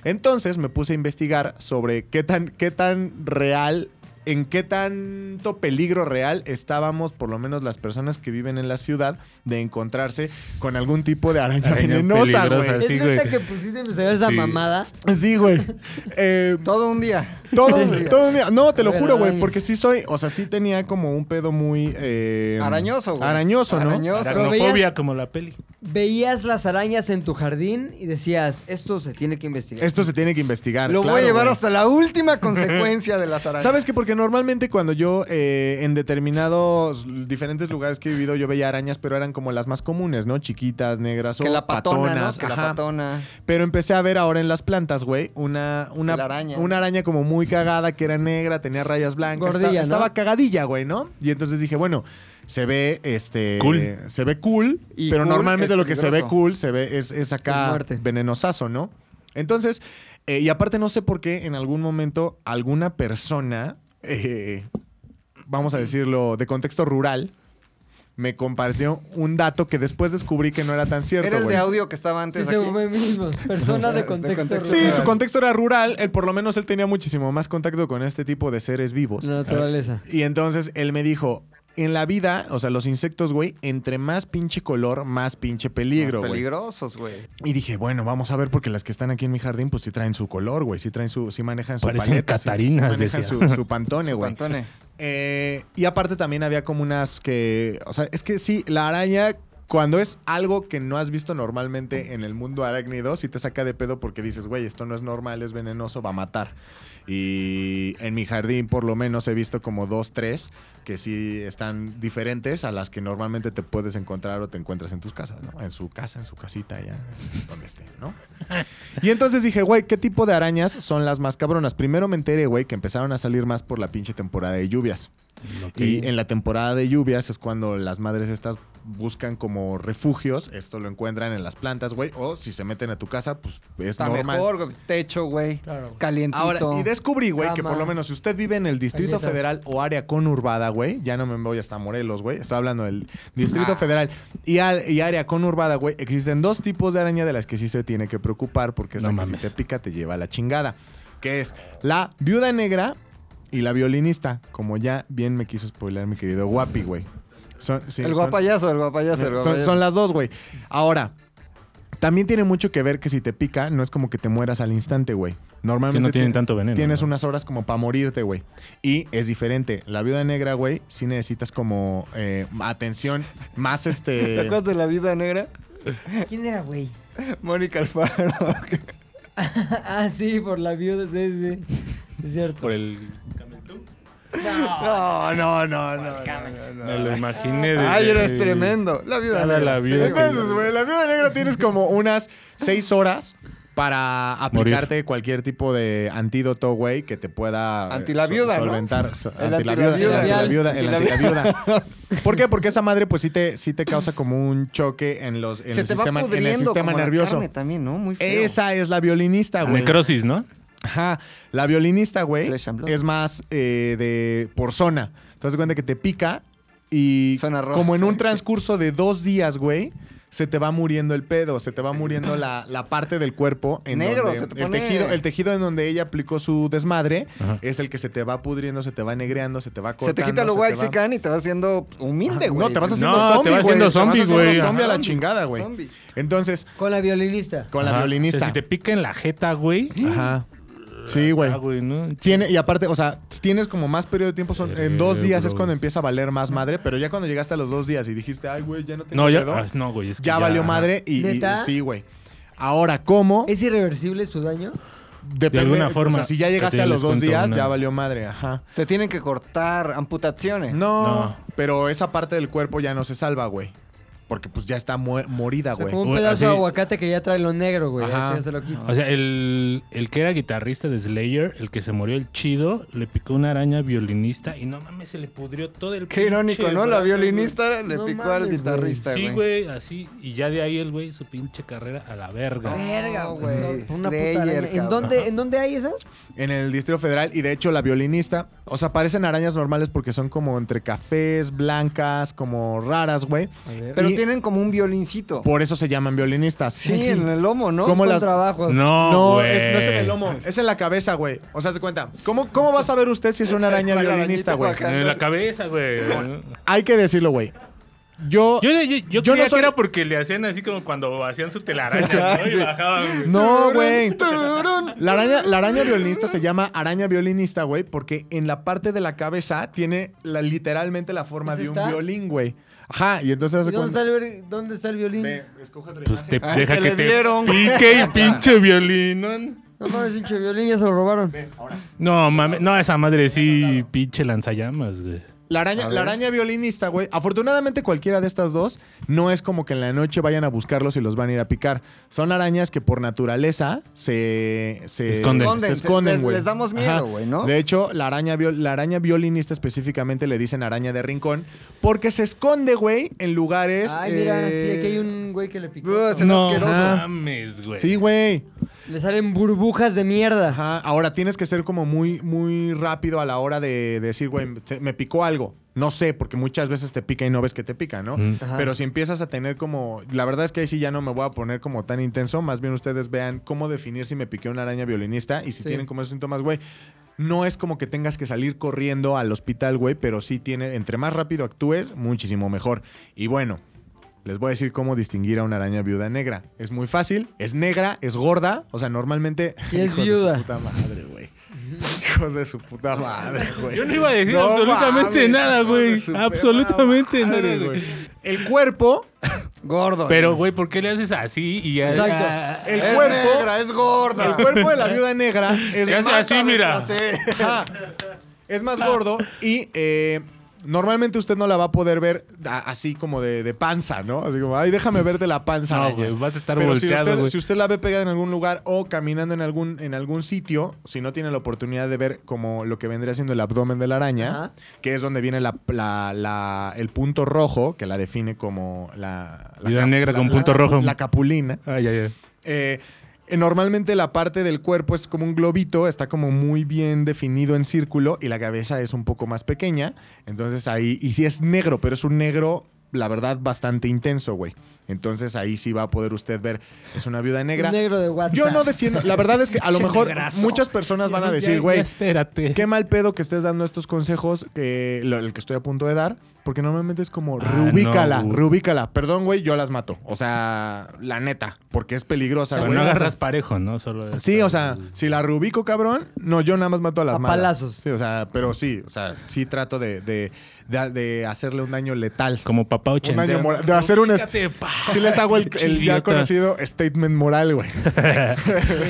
[SPEAKER 3] Entonces me puse a investigar sobre qué tan, qué tan real, en qué tanto peligro real estábamos, por lo menos las personas que viven en la ciudad, de encontrarse con algún tipo de araña,
[SPEAKER 2] Araña
[SPEAKER 3] venenosa,
[SPEAKER 2] peligrosa.
[SPEAKER 3] güey.
[SPEAKER 1] ¿Es
[SPEAKER 2] Sí,
[SPEAKER 1] neta
[SPEAKER 2] güey.
[SPEAKER 1] que pusiste a ver esa
[SPEAKER 2] Sí.
[SPEAKER 1] mamada?
[SPEAKER 3] Sí, güey. Eh,
[SPEAKER 4] Todo un día.
[SPEAKER 3] todo, todo un día- No, te lo
[SPEAKER 1] Bueno,
[SPEAKER 3] juro, güey,
[SPEAKER 1] arañas.
[SPEAKER 3] porque sí soy, o sea, sí tenía como un pedo muy... eh,
[SPEAKER 4] Arañoso, güey.
[SPEAKER 3] Arañoso, ¿no?
[SPEAKER 4] Arañoso.
[SPEAKER 2] Aracnofobia como la peli.
[SPEAKER 1] Veías las arañas en tu jardín y decías, esto se tiene que investigar.
[SPEAKER 3] Esto se tiene que investigar.
[SPEAKER 4] Lo voy
[SPEAKER 3] claro,
[SPEAKER 4] a llevar
[SPEAKER 3] güey.
[SPEAKER 4] hasta la última consecuencia de las arañas.
[SPEAKER 3] ¿Sabes qué? Porque normalmente cuando yo eh, en determinados l- diferentes lugares que he vivido yo veía arañas, pero eran como las más comunes, ¿no? Chiquitas, negras o
[SPEAKER 4] Que la patona,
[SPEAKER 3] patonas.
[SPEAKER 4] ¿no? Que
[SPEAKER 3] ajá.
[SPEAKER 4] la patona.
[SPEAKER 3] Pero empecé a ver ahora en las plantas, güey, una, una,
[SPEAKER 4] La araña.
[SPEAKER 3] una araña como muy cagada, que era negra, tenía rayas blancas.
[SPEAKER 1] Gordilla,
[SPEAKER 3] esta-
[SPEAKER 1] ¿no?
[SPEAKER 3] Estaba cagadilla, güey, ¿no? Y entonces dije, bueno, se ve este.
[SPEAKER 2] Cool.
[SPEAKER 3] Se ve cool,
[SPEAKER 4] Y
[SPEAKER 3] pero
[SPEAKER 4] cool
[SPEAKER 3] normalmente
[SPEAKER 4] es
[SPEAKER 3] lo que se ve
[SPEAKER 4] peligroso.
[SPEAKER 3] cool se ve es, es
[SPEAKER 1] Es
[SPEAKER 3] acá
[SPEAKER 1] muerte.
[SPEAKER 3] venenosazo, ¿no? Entonces, eh, y aparte no sé por qué en algún momento alguna persona, eh, vamos a decirlo, de contexto rural, me compartió un dato que después descubrí que no era tan cierto.
[SPEAKER 4] Era el
[SPEAKER 3] güey.
[SPEAKER 4] de audio que estaba
[SPEAKER 1] Sí,
[SPEAKER 4] antes aquí.
[SPEAKER 1] según mismos. Persona de
[SPEAKER 4] De
[SPEAKER 1] contexto.
[SPEAKER 4] contexto.
[SPEAKER 3] Sí,
[SPEAKER 1] rural.
[SPEAKER 3] su contexto era rural. Él, por lo menos él tenía muchísimo más contacto con este tipo de seres vivos.
[SPEAKER 1] La naturaleza.
[SPEAKER 3] Y entonces él me dijo, en la vida, o sea, los insectos, güey, entre más pinche color, más pinche peligro,
[SPEAKER 4] Más
[SPEAKER 3] güey.
[SPEAKER 4] peligrosos, güey.
[SPEAKER 3] Y dije, bueno, vamos a ver porque las que están aquí en mi jardín, pues sí traen su color, güey. Sí traen su, sí manejan su
[SPEAKER 2] Parecen
[SPEAKER 3] paleta. sí- sí
[SPEAKER 2] Catarinas,
[SPEAKER 3] manejan
[SPEAKER 2] decía.
[SPEAKER 3] su, su pantone,
[SPEAKER 4] Su
[SPEAKER 3] güey.
[SPEAKER 4] pantone.
[SPEAKER 3] Eh, y aparte también había como unas que, o sea, es que sí, la araña... Cuando es algo que no has visto normalmente en el mundo arácnido, sí te saca de pedo porque dices, güey, esto no es normal, es venenoso, va a matar. Y en mi jardín por lo menos he visto como dos, tres que sí están diferentes a las que normalmente te puedes encontrar o te encuentras en tus casas, ¿no? En su casa, en su casita, ya, donde esté, ¿no? Y entonces dije, güey, ¿qué tipo de arañas son las más cabronas? Primero me enteré, güey, que empezaron a salir más por la pinche temporada de lluvias.
[SPEAKER 2] Ok.
[SPEAKER 3] Y en la temporada de lluvias es cuando las madres estas buscan como refugios. Esto lo encuentran en las plantas, güey. O si se meten a tu casa, pues es
[SPEAKER 4] Está
[SPEAKER 3] normal.
[SPEAKER 4] mejor, güey. Techo, güey.
[SPEAKER 1] Claro, güey.
[SPEAKER 4] Calientito.
[SPEAKER 3] Ahora, y descubrí, güey, que
[SPEAKER 1] Cama.
[SPEAKER 3] por lo menos si usted vive en el Distrito
[SPEAKER 1] Galletas.
[SPEAKER 3] Federal o área conurbada, güey, ya no me voy hasta Morelos, güey, estoy hablando del Distrito
[SPEAKER 4] Ah.
[SPEAKER 3] Federal y, al- y área conurbada, güey, existen dos tipos de araña de las que sí se tiene que preocupar porque es
[SPEAKER 2] No
[SPEAKER 3] la que
[SPEAKER 2] mames.
[SPEAKER 3] si te pica te lleva a la chingada, que es la viuda negra y la violinista, como ya bien me quiso spoiler mi querido guapi, güey. Son- sí,
[SPEAKER 4] el
[SPEAKER 3] son-
[SPEAKER 4] guapayazo, el guapayazo, el
[SPEAKER 3] son,
[SPEAKER 4] guapayazo.
[SPEAKER 3] son las dos, güey. Ahora, también tiene mucho que ver que si te pica, no es como que te mueras al instante, güey. Normalmente.
[SPEAKER 2] Sí, no tienen
[SPEAKER 3] ti-
[SPEAKER 2] tanto veneno,
[SPEAKER 3] Tienes
[SPEAKER 2] ¿no?
[SPEAKER 3] unas horas como para morirte, güey. Y es diferente. La viuda negra, güey, sí necesitas como eh, atención más
[SPEAKER 4] ¿Te
[SPEAKER 3] este.
[SPEAKER 4] acuerdas de la viuda negra?
[SPEAKER 1] ¿Quién era, güey?
[SPEAKER 4] Mónica Alfaro.
[SPEAKER 1] ah, sí, por la viuda. Sí, sí. Es
[SPEAKER 3] eh,
[SPEAKER 1] cierto.
[SPEAKER 2] Por el...
[SPEAKER 4] No, no, no, no. no,
[SPEAKER 3] Ah.
[SPEAKER 4] no,
[SPEAKER 2] Me
[SPEAKER 4] no.
[SPEAKER 2] lo imaginé. de-
[SPEAKER 4] Ay, eres tremendo. La viuda
[SPEAKER 2] Era
[SPEAKER 4] negra.
[SPEAKER 2] la viuda
[SPEAKER 4] Sí, güey.
[SPEAKER 3] Entonces, güey, la viuda negra tienes como unas seis horas para
[SPEAKER 2] Morir.
[SPEAKER 3] aplicarte cualquier tipo tipo de antídoto, güey, que te pueda eh,
[SPEAKER 4] Anti la viuda, ¿no?
[SPEAKER 3] solventar. so-
[SPEAKER 4] El
[SPEAKER 3] anti la viuda, el anti la
[SPEAKER 1] antilabial.
[SPEAKER 3] viuda, el anti la viuda. ¿Por qué? Porque esa madre, pues sí te, sí te causa como un choque en los en
[SPEAKER 4] Se
[SPEAKER 3] el
[SPEAKER 4] te
[SPEAKER 3] sistema,
[SPEAKER 4] va
[SPEAKER 3] en el
[SPEAKER 4] pudriendo
[SPEAKER 3] sistema
[SPEAKER 4] como la
[SPEAKER 3] nervioso.
[SPEAKER 4] carne también, ¿no? Muy feo.
[SPEAKER 3] Esa es la
[SPEAKER 2] Ah,
[SPEAKER 3] violinista, güey.
[SPEAKER 2] Necrosis, ¿no?
[SPEAKER 3] Ajá. La violinista, güey,
[SPEAKER 4] Flesh and blood.
[SPEAKER 3] es más eh, de por zona. Te das cuenta que te pica y
[SPEAKER 4] Zona roja,
[SPEAKER 3] como en
[SPEAKER 4] sí.
[SPEAKER 3] un transcurso de dos días, güey, se te va muriendo el pedo, se te va muriendo la, la parte del cuerpo en
[SPEAKER 4] Negro,
[SPEAKER 3] donde
[SPEAKER 4] se te
[SPEAKER 3] el
[SPEAKER 4] pone-
[SPEAKER 3] tejido, el tejido en donde ella aplicó su desmadre
[SPEAKER 2] Ajá.
[SPEAKER 3] es el que se te va pudriendo, se te va negreando, se te va
[SPEAKER 4] Se
[SPEAKER 3] cortando.
[SPEAKER 4] te quita lo
[SPEAKER 3] va- Ah,
[SPEAKER 4] white y te vas haciendo humilde, güey.
[SPEAKER 3] No, te vas haciendo
[SPEAKER 2] No, te
[SPEAKER 3] zombie,
[SPEAKER 2] vas
[SPEAKER 3] güey.
[SPEAKER 2] haciendo
[SPEAKER 3] Te vas
[SPEAKER 2] zombie,
[SPEAKER 3] haciendo
[SPEAKER 2] güey.
[SPEAKER 3] zombie a la chingada, güey.
[SPEAKER 4] Zombie.
[SPEAKER 3] Entonces,
[SPEAKER 1] Con la violinista.
[SPEAKER 3] con la
[SPEAKER 2] Ajá.
[SPEAKER 3] violinista.
[SPEAKER 2] O sea, si te pica en la jeta, güey.
[SPEAKER 3] Ajá. Sí, güey.
[SPEAKER 2] Ah, güey, ¿no?
[SPEAKER 3] Tiene, y aparte, o sea, tienes como más periodo de tiempo. Son, en dos días es
[SPEAKER 2] Cerebros.
[SPEAKER 3] cuando empieza a valer más madre, pero ya cuando llegaste a los dos días y dijiste, ay, güey, ya no tengo
[SPEAKER 2] No, ya,
[SPEAKER 3] pedo",
[SPEAKER 2] ah, no, güey. es que
[SPEAKER 3] ya valió
[SPEAKER 2] ajá.
[SPEAKER 3] madre y, y-
[SPEAKER 1] ¿Neta?
[SPEAKER 3] sí, güey. Ahora, ¿cómo?
[SPEAKER 1] ¿Es irreversible su daño?
[SPEAKER 3] Depende.
[SPEAKER 2] alguna
[SPEAKER 3] O
[SPEAKER 2] forma,
[SPEAKER 3] sea, si ya
[SPEAKER 2] te
[SPEAKER 3] llegaste a los
[SPEAKER 2] les
[SPEAKER 3] dos
[SPEAKER 2] cuento
[SPEAKER 3] días,
[SPEAKER 2] una.
[SPEAKER 3] ya valió madre, ajá.
[SPEAKER 4] Te tienen que cortar amputaciones.
[SPEAKER 3] No,
[SPEAKER 2] No.
[SPEAKER 3] pero esa parte del cuerpo ya no se salva, güey. Porque pues ya está mu- morida,
[SPEAKER 1] O sea,
[SPEAKER 3] güey.
[SPEAKER 1] como un
[SPEAKER 2] Güey,
[SPEAKER 1] pedazo de
[SPEAKER 2] así-
[SPEAKER 1] aguacate que ya trae lo negro, güey.
[SPEAKER 3] Ajá.
[SPEAKER 1] Así ya se lo quitas.
[SPEAKER 2] O sea, el, el que era guitarrista de Slayer, el que se murió el chido, le picó una araña violinista y no mames, se le pudrió todo el
[SPEAKER 4] Qué irónico,
[SPEAKER 2] pinche
[SPEAKER 4] ¿no? La
[SPEAKER 2] brazo,
[SPEAKER 4] violinista le
[SPEAKER 1] No
[SPEAKER 4] picó
[SPEAKER 1] mames,
[SPEAKER 4] al
[SPEAKER 1] güey.
[SPEAKER 4] guitarrista,
[SPEAKER 2] este, güey.
[SPEAKER 4] güey.
[SPEAKER 2] Sí, güey, así. Y ya de ahí el güey, su pinche carrera a la verga.
[SPEAKER 3] Ah,
[SPEAKER 4] Verga,
[SPEAKER 1] No,
[SPEAKER 4] güey.
[SPEAKER 1] Una
[SPEAKER 4] Slayer,
[SPEAKER 1] puta araña. ¿En
[SPEAKER 4] cabrón.
[SPEAKER 1] dónde, ¿En dónde hay esas?
[SPEAKER 3] En el Distrito Federal y de hecho la violinista, o sea, parecen arañas normales porque son como entre cafés, blancas, como raras, güey.
[SPEAKER 1] A ver.
[SPEAKER 4] Pero
[SPEAKER 3] Y-
[SPEAKER 4] tienen como un violincito.
[SPEAKER 3] Por eso se llaman violinistas.
[SPEAKER 4] Sí, en el lomo, ¿no?
[SPEAKER 3] ¿Cómo
[SPEAKER 1] Con
[SPEAKER 3] las-
[SPEAKER 1] trabajo.
[SPEAKER 2] No,
[SPEAKER 3] No,
[SPEAKER 2] güey.
[SPEAKER 3] es, no es en el lomo, es en la cabeza, güey. O sea, se cuenta. ¿Cómo, cómo va a saber usted si es una araña
[SPEAKER 4] Con la
[SPEAKER 3] violinista,
[SPEAKER 4] arañita
[SPEAKER 3] güey?
[SPEAKER 4] guaca.
[SPEAKER 2] En la cabeza, güey.
[SPEAKER 3] Hay que decirlo, güey. Yo.
[SPEAKER 2] Yo, yo, yo,
[SPEAKER 3] Yo
[SPEAKER 2] creía
[SPEAKER 3] no soy-
[SPEAKER 2] que era porque le hacían así como cuando hacían su telaraña, ¿no? Y bajaban, güey.
[SPEAKER 3] No, güey. La araña, la araña violinista se llama araña violinista, güey, porque en la parte de la cabeza tiene la- literalmente la forma
[SPEAKER 1] ¿Ese
[SPEAKER 3] de un
[SPEAKER 1] está?
[SPEAKER 3] violín, güey. Ajá, y entonces
[SPEAKER 1] ¿Y
[SPEAKER 3] hace
[SPEAKER 1] ¿Dónde está,
[SPEAKER 3] cuenta.
[SPEAKER 1] el, ver- ¿Dónde está el violín?
[SPEAKER 2] Pues te
[SPEAKER 4] Ay,
[SPEAKER 2] deja
[SPEAKER 4] que
[SPEAKER 2] que,
[SPEAKER 4] le
[SPEAKER 2] te
[SPEAKER 4] dieron, güey.
[SPEAKER 2] pique y pinche violín.
[SPEAKER 1] No mames, pinche violín, ya se lo robaron.
[SPEAKER 2] No, mames. No, esa madre sí, pinche lanzallamas, güey.
[SPEAKER 3] La araña, la araña violinista, güey. Afortunadamente cualquiera de estas dos no es como que en la noche vayan a buscarlos y los van a ir a picar. Son arañas que por naturaleza se, se
[SPEAKER 2] Esconden.
[SPEAKER 3] Se
[SPEAKER 4] Esconden,
[SPEAKER 3] esconden,
[SPEAKER 4] les-
[SPEAKER 3] güey.
[SPEAKER 4] les damos miedo,
[SPEAKER 3] Ajá.
[SPEAKER 4] güey, ¿no?
[SPEAKER 3] De hecho, la araña, viol- la araña violinista específicamente le dicen araña de rincón porque se esconde, güey, en lugares...
[SPEAKER 1] Ay, mira,
[SPEAKER 3] eh,
[SPEAKER 1] sí, aquí hay un güey que le picó.
[SPEAKER 4] Uh, se-
[SPEAKER 2] No
[SPEAKER 4] asqueroso.
[SPEAKER 2] mames, güey.
[SPEAKER 3] Ah. eh, Sí, güey.
[SPEAKER 1] Le salen burbujas de mierda.
[SPEAKER 3] Ajá. Ahora tienes que ser como muy, muy rápido a la hora de decir, güey, te- me picó algo. No sé, porque muchas veces te pica y no ves que te pica, ¿no?
[SPEAKER 2] Mm.
[SPEAKER 1] Ajá.
[SPEAKER 3] Pero si empiezas a tener como. La verdad es que ahí sí ya no me voy a poner como tan intenso. Más bien ustedes vean cómo definir si me piqué una araña violinista y si
[SPEAKER 1] Sí.
[SPEAKER 3] tienen como esos síntomas, güey. No es como que tengas que salir corriendo al hospital, güey, pero sí tiene. Entre más rápido actúes, muchísimo mejor. Y bueno. Les voy a decir cómo distinguir a una araña viuda negra. Es muy fácil, es negra, es gorda, o sea, normalmente
[SPEAKER 1] Y es
[SPEAKER 3] hijos
[SPEAKER 1] viuda.
[SPEAKER 3] de su puta madre, güey. Hijos de su puta madre, güey.
[SPEAKER 2] Yo no iba a decir
[SPEAKER 3] No
[SPEAKER 2] absolutamente
[SPEAKER 3] mames,
[SPEAKER 2] nada,
[SPEAKER 3] hijos de
[SPEAKER 2] güey.
[SPEAKER 3] su perra
[SPEAKER 2] Absolutamente
[SPEAKER 3] madre,
[SPEAKER 2] nada, güey.
[SPEAKER 3] El cuerpo
[SPEAKER 4] Gordo.
[SPEAKER 2] Pero, güey, ¿por qué le haces así y ya?
[SPEAKER 1] Exacto.
[SPEAKER 2] ya-
[SPEAKER 3] El
[SPEAKER 4] es
[SPEAKER 3] cuerpo-
[SPEAKER 4] negra, es gorda.
[SPEAKER 3] El cuerpo de la viuda negra es,
[SPEAKER 2] Se hace
[SPEAKER 3] más,
[SPEAKER 2] así, mira.
[SPEAKER 3] ajá, es más gordo y eh, normalmente usted no la va a poder ver a- así como de, de panza, ¿no? Así como, ay, déjame verte la panza.
[SPEAKER 2] No,
[SPEAKER 3] araña".
[SPEAKER 2] güey, vas a estar
[SPEAKER 3] Pero si
[SPEAKER 2] volteado,
[SPEAKER 3] usted,
[SPEAKER 2] güey.
[SPEAKER 3] si usted la ve pegada en algún lugar o caminando en algún, en algún sitio, si no tiene la oportunidad de ver como lo que vendría siendo el abdomen de la araña,
[SPEAKER 1] Ajá.
[SPEAKER 3] que es donde viene la- la- la- el punto rojo, que la define como la... la
[SPEAKER 2] Viuda
[SPEAKER 3] cap-
[SPEAKER 2] negra
[SPEAKER 3] la-
[SPEAKER 2] con
[SPEAKER 3] la-
[SPEAKER 2] punto rojo.
[SPEAKER 3] La capulina.
[SPEAKER 2] Ay, ay, ay.
[SPEAKER 3] Eh, eh, normalmente la parte del cuerpo es como un globito, está como muy bien definido en círculo y la cabeza es un poco más pequeña. Entonces ahí, y sí es negro, pero es un negro, la verdad, bastante intenso, güey. Entonces ahí sí va a poder usted ver, es una viuda negra.
[SPEAKER 1] Un negro de WhatsApp.
[SPEAKER 3] Yo no defiendo, la verdad es que a lo mejor muchas personas van a decir, güey,
[SPEAKER 2] Espérate.
[SPEAKER 3] qué mal pedo que estés dando estos consejos, que lo- el que estoy a punto de dar, porque normalmente es como,
[SPEAKER 2] Ah,
[SPEAKER 3] reubícala,
[SPEAKER 2] no, güey.
[SPEAKER 3] reubícala. Perdón, güey, yo las mato. O sea, la neta, porque es peligrosa,
[SPEAKER 2] Pero
[SPEAKER 3] güey.
[SPEAKER 2] no agarras parejo, ¿no? Solo es-
[SPEAKER 3] Sí, o sea, si la reubico, cabrón, no, yo nada más mato a las
[SPEAKER 1] A
[SPEAKER 3] malas.
[SPEAKER 1] palazos.
[SPEAKER 3] Sí, o sea, pero sí, o sea, sí trato de, de, de- de hacerle un daño letal.
[SPEAKER 2] Como papá
[SPEAKER 3] Un
[SPEAKER 2] ochentero.
[SPEAKER 3] daño moral. De hacer un. est-
[SPEAKER 2] Ubícate, pa.
[SPEAKER 3] Sí les hago el,
[SPEAKER 2] Pinche
[SPEAKER 3] el ya
[SPEAKER 2] idiota.
[SPEAKER 3] conocido statement moral, güey.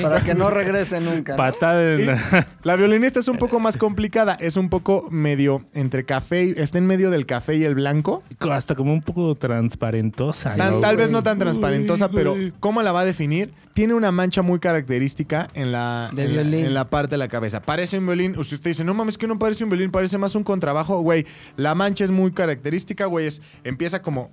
[SPEAKER 4] Para que no regrese nunca. ¿no?
[SPEAKER 2] Patada en la...
[SPEAKER 3] La violinista es un poco más complicada. Es un poco medio entre café y. Está en medio del café y el blanco.
[SPEAKER 2] Hasta como un poco transparentosa.
[SPEAKER 3] Tan-
[SPEAKER 2] ¿no,
[SPEAKER 3] tal
[SPEAKER 2] güey?
[SPEAKER 3] vez no tan transparentosa,
[SPEAKER 2] Uy,
[SPEAKER 3] pero
[SPEAKER 2] güey.
[SPEAKER 3] ¿cómo la va a definir? Tiene una mancha muy característica en la,
[SPEAKER 1] De
[SPEAKER 3] en la-
[SPEAKER 1] violín.
[SPEAKER 3] en la parte de la cabeza. Parece un violín. Usted usted dice, no mames, que no parece un violín, parece más un contrabajo. Güey, la mancha es muy característica, güey. es- empieza como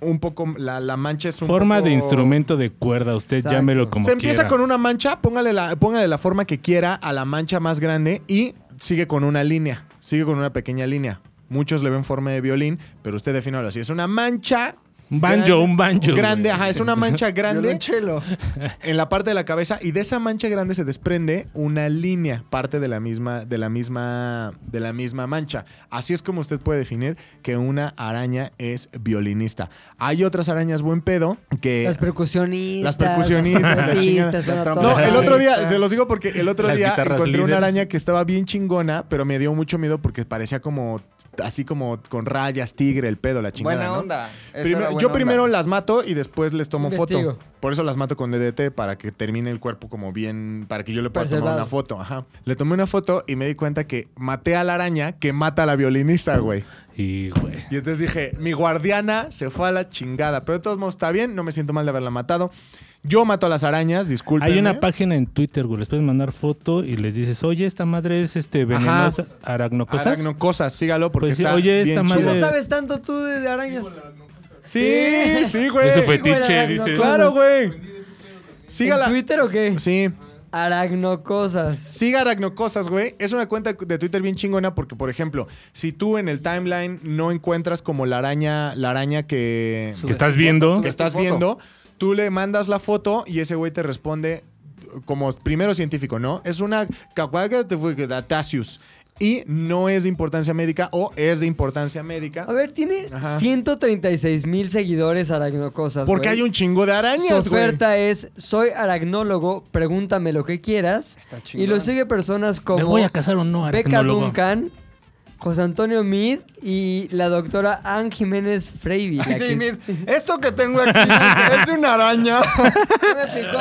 [SPEAKER 3] un poco. La, la mancha es un
[SPEAKER 2] Forma de
[SPEAKER 3] poco-
[SPEAKER 2] instrumento de cuerda, usted
[SPEAKER 1] Exacto.
[SPEAKER 2] llámelo como
[SPEAKER 3] se empieza
[SPEAKER 2] quiera.
[SPEAKER 3] con una mancha, póngale la, póngale la forma que quiera a la mancha más grande y sigue con una línea, sigue con una pequeña línea. Muchos le ven forma de violín, pero usted defínalo así. Es una mancha
[SPEAKER 2] Un banjo, un banjo.
[SPEAKER 3] Grande,
[SPEAKER 2] güey.
[SPEAKER 3] ajá, es una mancha grande
[SPEAKER 4] Violonchelo.
[SPEAKER 3] en la parte de la cabeza y de esa mancha grande se desprende una línea, parte de la misma, de la misma, de la misma mancha. Así es como usted puede definir que una araña es violinista. Hay otras arañas buen pedo que
[SPEAKER 1] Las percusionistas.
[SPEAKER 3] Las percusionistas, la chingada.
[SPEAKER 1] son
[SPEAKER 4] No,
[SPEAKER 3] No, el otro día,
[SPEAKER 4] Ahí
[SPEAKER 3] se los digo porque el otro
[SPEAKER 2] Las
[SPEAKER 3] día
[SPEAKER 2] guitarras
[SPEAKER 3] encontré
[SPEAKER 2] líder.
[SPEAKER 3] una araña que estaba bien chingona, pero me dio mucho miedo porque parecía como, así como con rayas, tigre, el pedo, la chingada.
[SPEAKER 4] Buena
[SPEAKER 3] ¿no?
[SPEAKER 4] onda. Esa
[SPEAKER 3] Primero-
[SPEAKER 4] era buena
[SPEAKER 3] yo primero
[SPEAKER 4] onda.
[SPEAKER 3] las mato y después les tomo
[SPEAKER 1] Investigo.
[SPEAKER 3] foto. Por eso las mato con DDT, para que termine el cuerpo como bien, para que yo le pueda
[SPEAKER 1] Preservado.
[SPEAKER 3] tomar una foto. Ajá. Le tomé una foto y me di cuenta que maté a la araña que mata a la violinista, güey.
[SPEAKER 2] Y, güey.
[SPEAKER 3] Y entonces dije, mi guardiana se fue a la chingada. Pero de todos modos está bien, no me siento mal de haberla matado. Yo mato a las arañas, disculpen.
[SPEAKER 2] Hay una página en Twitter, güey. Les puedes mandar foto y les dices, oye, esta madre es este venenosa aracnocosas.
[SPEAKER 3] Aracnocosas, sígalo porque
[SPEAKER 2] Pues sí,
[SPEAKER 3] está
[SPEAKER 2] oye,
[SPEAKER 3] bien
[SPEAKER 2] esta
[SPEAKER 3] chido.
[SPEAKER 1] ¿Cómo
[SPEAKER 2] madre-
[SPEAKER 1] sabes tanto tú de arañas?
[SPEAKER 3] Sí, sí, güey.
[SPEAKER 2] Es su
[SPEAKER 1] güey,
[SPEAKER 2] fetiche,
[SPEAKER 1] aracnocosas.
[SPEAKER 2] dice.
[SPEAKER 3] Claro, güey. Sígala.
[SPEAKER 1] ¿En Twitter o qué?
[SPEAKER 3] Sí.
[SPEAKER 1] Aracnocosas.
[SPEAKER 3] Siga Aracnocosas, güey. Es una cuenta de Twitter bien chingona porque, por ejemplo, si tú en el timeline no encuentras como la araña, la araña que,
[SPEAKER 2] Que estás viendo.
[SPEAKER 3] que estás
[SPEAKER 4] Foto.
[SPEAKER 3] viendo, tú le mandas la foto y ese güey te responde como primero científico, ¿no? Es una Cacatasius. Y no es de importancia médica o es de importancia médica.
[SPEAKER 1] A ver, tiene
[SPEAKER 3] Ajá.
[SPEAKER 1] 136 mil seguidores aracnocosas.
[SPEAKER 3] Porque
[SPEAKER 1] güey.
[SPEAKER 3] hay un chingo de
[SPEAKER 1] Su
[SPEAKER 3] arañas, güey.
[SPEAKER 1] oferta es, soy aracnólogo, pregúntame lo que quieras.
[SPEAKER 4] Está chingón.
[SPEAKER 1] Y lo sigue personas
[SPEAKER 2] Me
[SPEAKER 1] como
[SPEAKER 2] voy a casar o no,
[SPEAKER 1] Becca
[SPEAKER 2] aracnólogo.
[SPEAKER 1] Duncan, José Antonio Mid y la doctora Ann Jiménez Freiby.
[SPEAKER 4] Ay,
[SPEAKER 1] La
[SPEAKER 4] sí,
[SPEAKER 1] que-
[SPEAKER 4] mid, esto que tengo aquí es de una araña.
[SPEAKER 1] Me picó.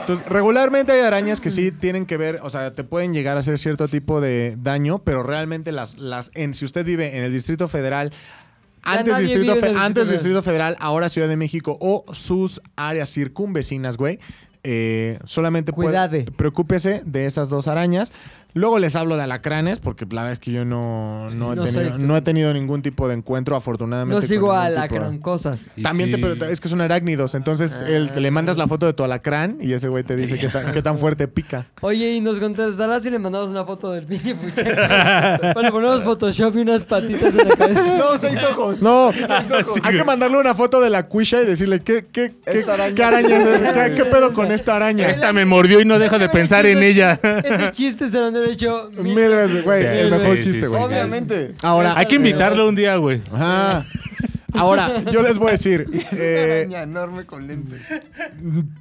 [SPEAKER 3] Entonces, regularmente hay arañas que sí tienen que ver, o sea, te pueden llegar a hacer cierto tipo de daño, pero realmente las, las en, si usted vive en el Distrito Federal,
[SPEAKER 1] Ya
[SPEAKER 3] antes,
[SPEAKER 1] nadie vive en
[SPEAKER 3] Distrito, Fe-
[SPEAKER 1] el Distrito
[SPEAKER 3] antes
[SPEAKER 1] Federal.
[SPEAKER 3] Distrito Federal, ahora Ciudad de México o sus áreas circunvecinas, güey, eh, solamente puede-
[SPEAKER 1] Cuidade.
[SPEAKER 3] preocúpese de esas dos arañas. Luego les hablo de alacranes, porque la verdad es que yo no, no, he,
[SPEAKER 1] no soy
[SPEAKER 3] tenido,
[SPEAKER 1] experto.
[SPEAKER 3] no he tenido ningún tipo de encuentro, afortunadamente.
[SPEAKER 1] No
[SPEAKER 3] con
[SPEAKER 1] sigo a
[SPEAKER 3] ningún tipo de-
[SPEAKER 1] aracnocosas.
[SPEAKER 2] Y
[SPEAKER 3] también
[SPEAKER 2] sí.
[SPEAKER 3] te, pero es que son arácnidos, entonces
[SPEAKER 4] Ah.
[SPEAKER 3] él- te le mandas la foto de tu alacrán y ese güey te dice qué tan, qué tan fuerte pica.
[SPEAKER 1] Oye, y nos contestarás si le mandamos una foto del pinche puchero. Bueno, ponemos Photoshop y unas patitas en la cabeza.
[SPEAKER 4] No, seis ojos.
[SPEAKER 3] No, hay que mandarle una foto de la cuisha y decirle qué, qué, qué,
[SPEAKER 4] Esta araña.
[SPEAKER 3] qué araña es esa? ¿Qué, qué pedo con esta araña.
[SPEAKER 2] Esta me mordió y no deja de pensar en ella.
[SPEAKER 1] Ese chiste se lo han hecho mil
[SPEAKER 3] Mil veces, güey,
[SPEAKER 2] Sí,
[SPEAKER 3] el
[SPEAKER 2] sí,
[SPEAKER 3] mejor
[SPEAKER 2] sí,
[SPEAKER 3] chiste,
[SPEAKER 2] sí,
[SPEAKER 3] güey.
[SPEAKER 2] sí.
[SPEAKER 4] Obviamente.
[SPEAKER 3] Ahora,
[SPEAKER 2] Hay que invitarlo un día, güey.
[SPEAKER 3] ajá. ahora yo les voy a decir,
[SPEAKER 4] Una
[SPEAKER 3] eh,
[SPEAKER 4] araña enorme con lentes.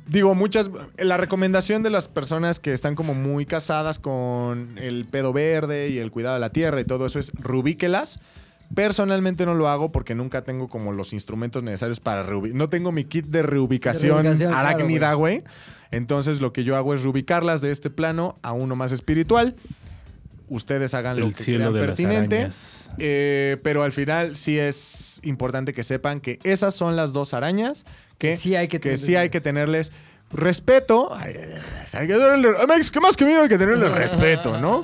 [SPEAKER 3] digo, muchas. La recomendación de las personas que están como muy casadas con el pedo verde y el cuidado de la tierra y todo eso es rubíquelas. Personalmente no lo hago porque nunca tengo como los instrumentos necesarios para reubicar. No tengo mi kit de reubicación,
[SPEAKER 1] De reubicación, claro,
[SPEAKER 3] arácnida, güey. Entonces lo que yo hago es reubicarlas de este plano a uno más espiritual. Ustedes hagan lo
[SPEAKER 2] El
[SPEAKER 3] que
[SPEAKER 2] cielo
[SPEAKER 3] crean
[SPEAKER 2] de las
[SPEAKER 3] pertinente.
[SPEAKER 2] arañas.
[SPEAKER 3] Eh, pero al final sí es importante que sepan que esas son las dos arañas que,
[SPEAKER 1] Que sí hay que tenerles
[SPEAKER 3] sí hay que tenerles respeto. Ay, ay, ay, hay que tenerle- Amigos, que más que miedo hay que tenerles respeto, ¿no?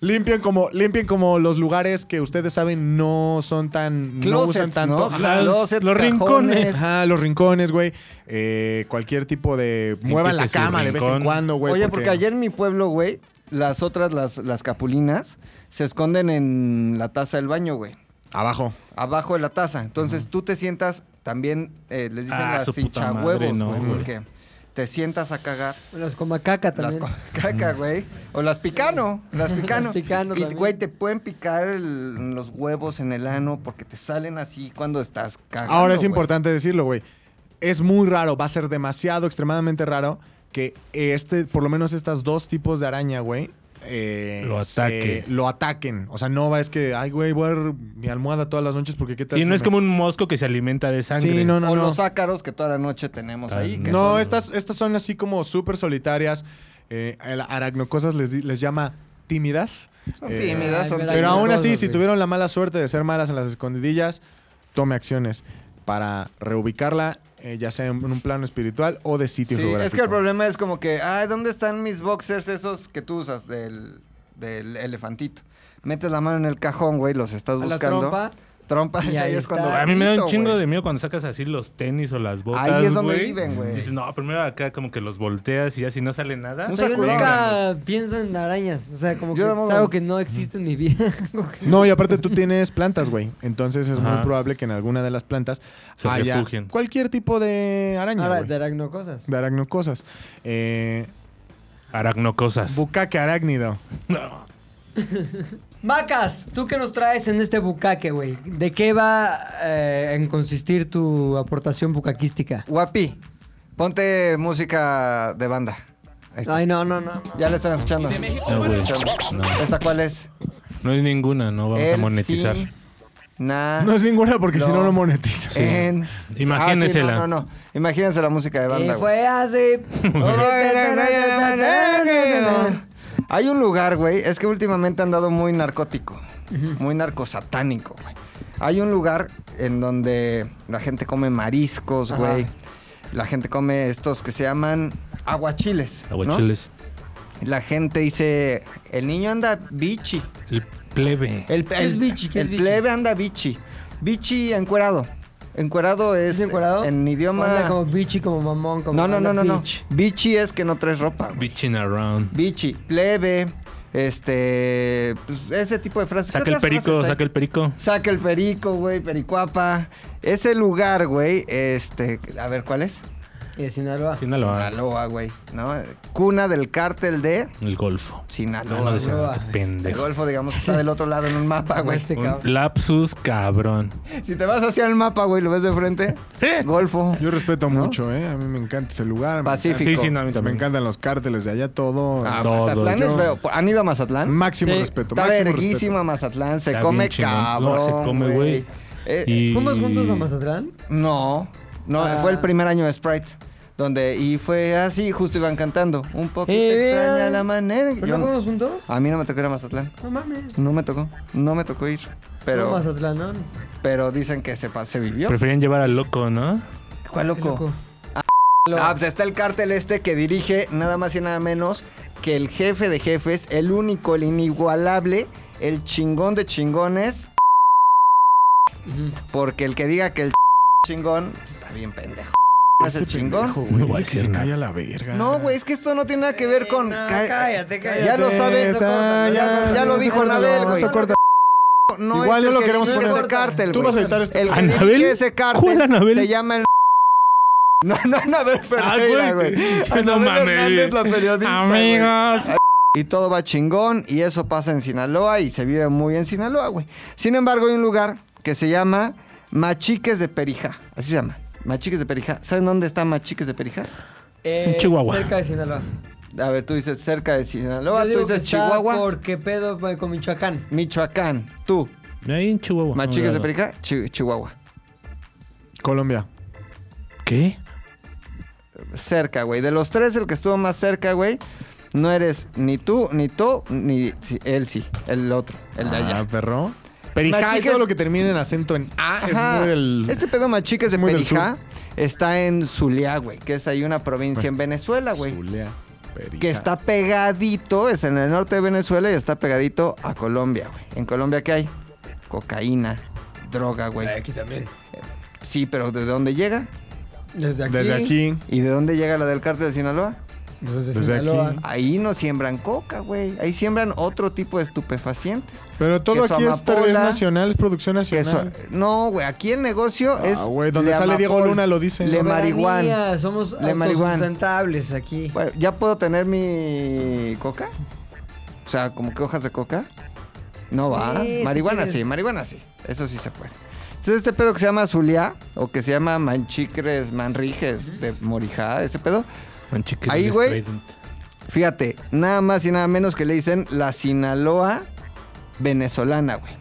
[SPEAKER 3] Limpien como, limpien como los lugares que ustedes saben no son tan. no usan
[SPEAKER 4] Closets,
[SPEAKER 3] tanto.
[SPEAKER 4] ¿no?
[SPEAKER 3] Ajá,
[SPEAKER 2] Las-
[SPEAKER 4] Closets,
[SPEAKER 2] los
[SPEAKER 4] cajones.
[SPEAKER 2] rincones.
[SPEAKER 3] Ajá, los rincones, güey. Eh, cualquier tipo de. Muevan la
[SPEAKER 2] su
[SPEAKER 3] cama de vez en
[SPEAKER 2] rincón.
[SPEAKER 3] cuando, güey.
[SPEAKER 4] Oye, porque ayer en mi pueblo, güey, las otras, las, las capulinas, se esconden en la taza del baño, güey.
[SPEAKER 3] Abajo.
[SPEAKER 4] Abajo de la taza. Entonces tú te sientas, también eh, les dicen
[SPEAKER 2] Ah, su
[SPEAKER 4] las
[SPEAKER 2] puta
[SPEAKER 4] hinchahuevos,
[SPEAKER 2] madre, no,
[SPEAKER 4] güey.
[SPEAKER 2] güey.
[SPEAKER 4] porque te sientas a cagar.
[SPEAKER 1] Las comacaca
[SPEAKER 4] Las
[SPEAKER 1] también.
[SPEAKER 4] co- caca, güey. O las picano. Las picano.
[SPEAKER 1] Las picano
[SPEAKER 4] y,
[SPEAKER 1] también.
[SPEAKER 4] güey, te pueden picar el- los huevos en el ano porque te salen así cuando estás cagando.
[SPEAKER 3] Ahora es
[SPEAKER 4] güey.
[SPEAKER 3] importante decirlo, güey. Es muy raro, va a ser demasiado, extremadamente raro que este, por lo menos estas dos tipos de araña, güey, eh,
[SPEAKER 2] Lo
[SPEAKER 3] se-
[SPEAKER 2] ataque.
[SPEAKER 3] lo ataquen. O sea, no va es que, ay, güey, voy a ver mi almohada todas las noches porque qué tal.
[SPEAKER 2] Sí,
[SPEAKER 3] si
[SPEAKER 2] no es
[SPEAKER 3] me-
[SPEAKER 2] como un mosco que se alimenta de sangre.
[SPEAKER 3] Sí, no, no,
[SPEAKER 4] o
[SPEAKER 3] no.
[SPEAKER 4] los ácaros que toda la noche tenemos
[SPEAKER 2] Tan-
[SPEAKER 4] ahí. que
[SPEAKER 3] No,
[SPEAKER 4] son-
[SPEAKER 3] estas, estas son así como súper solitarias. Eh, el aracnocosas les, di- les llama tímidas.
[SPEAKER 4] Son
[SPEAKER 3] Eh,
[SPEAKER 4] tímidas,
[SPEAKER 1] Ay,
[SPEAKER 4] son
[SPEAKER 1] mira,
[SPEAKER 3] Pero
[SPEAKER 1] Aracnocosas,
[SPEAKER 3] aún así, si
[SPEAKER 1] güey.
[SPEAKER 3] tuvieron la mala suerte de ser malas en las escondidillas, tome acciones para reubicarla, eh, ya sea en un plano espiritual o de sitio
[SPEAKER 4] Sí,
[SPEAKER 3] geográfico.
[SPEAKER 4] es que el problema es como que, ay, ¿dónde están mis boxers esos que tú usas del, del elefantito? Metes la mano en el cajón, güey, los estás
[SPEAKER 1] A la
[SPEAKER 4] buscando.
[SPEAKER 1] trompa.
[SPEAKER 4] Trompa,
[SPEAKER 1] Y
[SPEAKER 4] y ahí
[SPEAKER 1] ahí
[SPEAKER 4] es cuando.
[SPEAKER 1] está.
[SPEAKER 2] A mí me da un
[SPEAKER 4] grito,
[SPEAKER 2] chingo
[SPEAKER 4] güey.
[SPEAKER 2] de miedo cuando sacas así los tenis o las botas.
[SPEAKER 4] Ahí es donde
[SPEAKER 2] güey.
[SPEAKER 4] viven, güey.
[SPEAKER 2] Dices, no, primero acá como que los volteas y ya si no sale nada.
[SPEAKER 4] Un
[SPEAKER 1] O sea, yo
[SPEAKER 4] sacudón.
[SPEAKER 1] nunca pienso en arañas. O sea, como que
[SPEAKER 4] Yo
[SPEAKER 1] es
[SPEAKER 4] tampoco.
[SPEAKER 1] algo que no existe en mi vida. Como que-
[SPEAKER 3] No, y aparte tú tienes plantas, güey. Entonces es muy
[SPEAKER 2] Ajá.
[SPEAKER 3] probable que en alguna de las plantas
[SPEAKER 2] Se
[SPEAKER 3] haya
[SPEAKER 2] refugien.
[SPEAKER 3] cualquier tipo de araña,
[SPEAKER 1] Ahora,
[SPEAKER 3] güey.
[SPEAKER 1] de aracnocosas.
[SPEAKER 3] De aracnocosas. Eh,
[SPEAKER 2] Aracnocosas.
[SPEAKER 3] bucaque arácnido.
[SPEAKER 2] No.
[SPEAKER 1] Macas, ¿tú qué nos traes en este bucaque, güey? ¿De qué va eh, en consistir tu aportación bucaquística?
[SPEAKER 4] Guapi, ponte música de banda. Ahí está.
[SPEAKER 1] Ay, no, no, no. no.
[SPEAKER 4] Ya la están escuchando.
[SPEAKER 2] No, güey. No.
[SPEAKER 4] ¿Esta cuál es?
[SPEAKER 2] No es ninguna, no vamos a
[SPEAKER 4] El
[SPEAKER 2] monetizar.
[SPEAKER 4] sin- na-
[SPEAKER 3] No es ninguna porque si no,
[SPEAKER 4] Ah. No. Eh.
[SPEAKER 3] no monetiza.
[SPEAKER 4] en-
[SPEAKER 2] Imagínensela.
[SPEAKER 4] Ah, sí, no, no, no. Imagínense la música de banda.
[SPEAKER 1] y
[SPEAKER 4] güey.
[SPEAKER 1] fue así.
[SPEAKER 4] Hay un lugar, güey. Es que últimamente han dado muy narcótico. Muy narcosatánico, güey. Hay un lugar en donde la gente come mariscos,
[SPEAKER 1] Ajá.
[SPEAKER 4] güey. La gente come estos que se llaman aguachiles. ¿no?
[SPEAKER 2] Aguachiles.
[SPEAKER 4] La gente dice, el niño anda bichi.
[SPEAKER 2] El plebe.
[SPEAKER 4] El,
[SPEAKER 1] ¿Qué es bichi? ¿Qué
[SPEAKER 4] el
[SPEAKER 1] es bichi?
[SPEAKER 4] plebe anda bichi. Bichi encuerado. Encuerado es,
[SPEAKER 1] ¿Es encuerado?
[SPEAKER 4] en idioma...
[SPEAKER 1] Anda como bichi, como mamón, como
[SPEAKER 4] no, no, no,
[SPEAKER 1] anda
[SPEAKER 4] no, no.
[SPEAKER 1] bitch.
[SPEAKER 4] Bichi es que no traes ropa. güey.
[SPEAKER 2] Bitching around.
[SPEAKER 4] Bichi, plebe, este, pues, ese tipo de frases.
[SPEAKER 2] Saca
[SPEAKER 4] ¿Qué
[SPEAKER 2] el
[SPEAKER 4] otras
[SPEAKER 2] perico,
[SPEAKER 4] frases hay?
[SPEAKER 2] saca el perico.
[SPEAKER 4] Saca el perico, güey, pericuapa. Ese lugar, güey, este, a ver, ¿cuál es?
[SPEAKER 1] Y de Sinaloa.
[SPEAKER 2] Sinaloa.
[SPEAKER 4] Sinaloa, güey, ¿no? Cuna del cártel de
[SPEAKER 2] El golfo.
[SPEAKER 4] Sinaloa.
[SPEAKER 2] Ah, no, de
[SPEAKER 4] güey.
[SPEAKER 2] Sinaloa,
[SPEAKER 1] Sinaloa.
[SPEAKER 2] qué
[SPEAKER 4] el
[SPEAKER 2] pendejo.
[SPEAKER 4] Golfo, digamos, está del otro lado en un mapa,
[SPEAKER 1] Como
[SPEAKER 4] güey.
[SPEAKER 1] este
[SPEAKER 2] Un
[SPEAKER 1] cabrón.
[SPEAKER 2] lapsus cabrón.
[SPEAKER 4] Si te vas hacia el mapa, güey, lo ves de frente. Golfo.
[SPEAKER 3] Yo respeto
[SPEAKER 4] ¿No?
[SPEAKER 3] mucho, ¿eh? A mí me encanta ese lugar. me
[SPEAKER 4] Pacífico.
[SPEAKER 2] Sí, sí, no, a mí
[SPEAKER 3] encanta- Me
[SPEAKER 2] también.
[SPEAKER 3] encantan los cárteles de allá, todo.
[SPEAKER 4] Ah,
[SPEAKER 2] Todo,
[SPEAKER 4] Mazatlán
[SPEAKER 2] yo-
[SPEAKER 4] es veo. ¿Han ido a Mazatlán?
[SPEAKER 3] Máximo
[SPEAKER 1] Sí,
[SPEAKER 3] respeto,
[SPEAKER 4] Está
[SPEAKER 3] máximo
[SPEAKER 4] verguísima
[SPEAKER 3] respeto.
[SPEAKER 4] Mazatlán. Se
[SPEAKER 2] Está
[SPEAKER 4] come
[SPEAKER 2] bien chingón.
[SPEAKER 4] cabrón.
[SPEAKER 2] No, se come, güey.
[SPEAKER 4] Eh,
[SPEAKER 2] Y-
[SPEAKER 1] ¿Fuimos juntos a Mazatlán?
[SPEAKER 4] No, no,
[SPEAKER 1] Ah.
[SPEAKER 4] fue el primer año de Sprite. Donde, y fue así, justo iban cantando. Un poquito
[SPEAKER 1] Eh,
[SPEAKER 4] extraña
[SPEAKER 1] eh,
[SPEAKER 4] la manera. en que-
[SPEAKER 1] ¿Pero
[SPEAKER 4] yo
[SPEAKER 1] no
[SPEAKER 4] no-
[SPEAKER 1] fuimos juntos?
[SPEAKER 4] a mí no me tocó ir a Mazatlán.
[SPEAKER 1] No mames.
[SPEAKER 4] No me tocó. No me tocó ir.
[SPEAKER 1] No,
[SPEAKER 4] Pero,
[SPEAKER 1] Mazatlán, ¿no?
[SPEAKER 4] pero dicen que se, pa- se vivió.
[SPEAKER 2] Preferían llevar al loco, ¿no?
[SPEAKER 4] ¿Cuál
[SPEAKER 1] Qué
[SPEAKER 4] loco?
[SPEAKER 1] loco.
[SPEAKER 4] Ah, pues está el cártel este que dirige nada más y nada menos que el jefe de jefes, el único, el inigualable, el chingón de chingones.
[SPEAKER 1] Ujú.
[SPEAKER 4] Porque el que diga que el chingón pues, está bien pendejo. es el
[SPEAKER 3] Este
[SPEAKER 4] chingón.
[SPEAKER 3] pendejo,
[SPEAKER 2] No
[SPEAKER 3] güey,
[SPEAKER 2] voy a
[SPEAKER 3] dice que
[SPEAKER 2] decir
[SPEAKER 3] se
[SPEAKER 2] nada.
[SPEAKER 3] calla la verga.
[SPEAKER 4] No, güey, es que esto no tiene nada que ver con.
[SPEAKER 1] Eh, no,
[SPEAKER 4] ca-
[SPEAKER 1] cállate, cállate.
[SPEAKER 4] Ya lo sabes.
[SPEAKER 1] Cállate.
[SPEAKER 3] Esa,
[SPEAKER 1] ya-
[SPEAKER 4] ya lo dijo Anabel, güey.
[SPEAKER 3] eso corta.
[SPEAKER 4] No
[SPEAKER 3] Igual
[SPEAKER 4] es
[SPEAKER 3] no
[SPEAKER 4] el
[SPEAKER 3] lo
[SPEAKER 4] que
[SPEAKER 3] queremos
[SPEAKER 4] dirige
[SPEAKER 1] poner.
[SPEAKER 4] ese cártel,
[SPEAKER 3] Tú
[SPEAKER 4] güey.
[SPEAKER 3] vas a editar este esto.
[SPEAKER 4] El que
[SPEAKER 2] ¿Anabel?
[SPEAKER 4] dirige ese cártel
[SPEAKER 2] ¿Cuál Anabel?
[SPEAKER 4] se llama el. No, no, Anabel
[SPEAKER 3] Ah,
[SPEAKER 4] Ferreira, güey.
[SPEAKER 2] Yo No
[SPEAKER 4] Anabel
[SPEAKER 2] mames.
[SPEAKER 4] Hernández, la periodista, güey.
[SPEAKER 2] Amigos.
[SPEAKER 4] Y todo va chingón, y eso pasa en Sinaloa, y se vive muy en Sinaloa, güey. Sin embargo, hay un lugar que se llama Machiques de Perija. Así se llama. Machiques de Perija. ¿Saben dónde está Machiques de Perija?
[SPEAKER 1] Eh,
[SPEAKER 2] Chihuahua.
[SPEAKER 1] Cerca de Sinaloa.
[SPEAKER 4] A ver, tú dices cerca de
[SPEAKER 1] Yo
[SPEAKER 4] Sinaloa, tú
[SPEAKER 1] digo que
[SPEAKER 4] dices
[SPEAKER 1] está
[SPEAKER 4] Chihuahua,
[SPEAKER 1] Porque pedo güey, con Michoacán.
[SPEAKER 4] Michoacán, tú.
[SPEAKER 2] Ahí en Chihuahua.
[SPEAKER 4] Machiques de
[SPEAKER 2] Ahora,
[SPEAKER 4] Perica, Chi- Chihuahua.
[SPEAKER 3] Colombia.
[SPEAKER 2] ¿Qué?
[SPEAKER 4] Cerca, güey. De los tres, el que estuvo más cerca, güey, no eres ni tú, ni tú, ni sí, él sí, el otro, el de allá.
[SPEAKER 3] Ah, perro.
[SPEAKER 4] Machiques-
[SPEAKER 3] Perijá y todo lo que termine en acento en A
[SPEAKER 4] Ajá.
[SPEAKER 3] es muy del...
[SPEAKER 4] Este pedo Machiques de
[SPEAKER 3] muy del
[SPEAKER 4] Perijá
[SPEAKER 3] sur.
[SPEAKER 4] está en Zulia, güey, que es ahí una provincia en Venezuela, güey.
[SPEAKER 3] Zulea, Perijá.
[SPEAKER 4] Que está pegadito, es en el norte de Venezuela y está pegadito a Colombia, güey. ¿En Colombia qué hay? Cocaína, droga, güey.
[SPEAKER 3] Eh.
[SPEAKER 1] Aquí también.
[SPEAKER 4] Sí, pero ¿de dónde llega?
[SPEAKER 1] Desde aquí.
[SPEAKER 3] Desde aquí.
[SPEAKER 4] ¿Y de dónde llega la del cártel de Sinaloa?
[SPEAKER 1] Pues desde,
[SPEAKER 3] Desde
[SPEAKER 1] Sinaloa.
[SPEAKER 3] aquí.
[SPEAKER 4] Ahí no siembran coca, güey. Ahí siembran otro tipo de estupefacientes.
[SPEAKER 3] Pero todo
[SPEAKER 4] Queso
[SPEAKER 3] aquí es,
[SPEAKER 4] amapola.
[SPEAKER 3] es nacional, es producción
[SPEAKER 4] Que eso-
[SPEAKER 3] nacional.
[SPEAKER 4] no, güey. Aquí el negocio es.
[SPEAKER 3] Ah, güey, donde
[SPEAKER 4] le
[SPEAKER 3] sale Diego
[SPEAKER 4] amapol.
[SPEAKER 3] Luna lo dice.
[SPEAKER 4] Le- de marihuana.
[SPEAKER 1] Soberanía, Somos
[SPEAKER 4] De marihuana.
[SPEAKER 1] autosustentables aquí.
[SPEAKER 4] Bueno, ¿ya puedo tener mi coca? O sea, como que hojas de coca. No va.
[SPEAKER 1] Sí, si
[SPEAKER 4] marihuana
[SPEAKER 1] quieres.
[SPEAKER 4] sí, marihuana sí. Eso sí se puede. Entonces, este pedo que se llama Zulia, o que se llama Manchicres, Manrijes, de Morijá, ese pedo,
[SPEAKER 2] Manchiques
[SPEAKER 4] Ahí,
[SPEAKER 2] del
[SPEAKER 4] güey.
[SPEAKER 2] Strident.
[SPEAKER 4] Fíjate, nada más y nada menos que le dicen la Sinaloa venezolana, güey.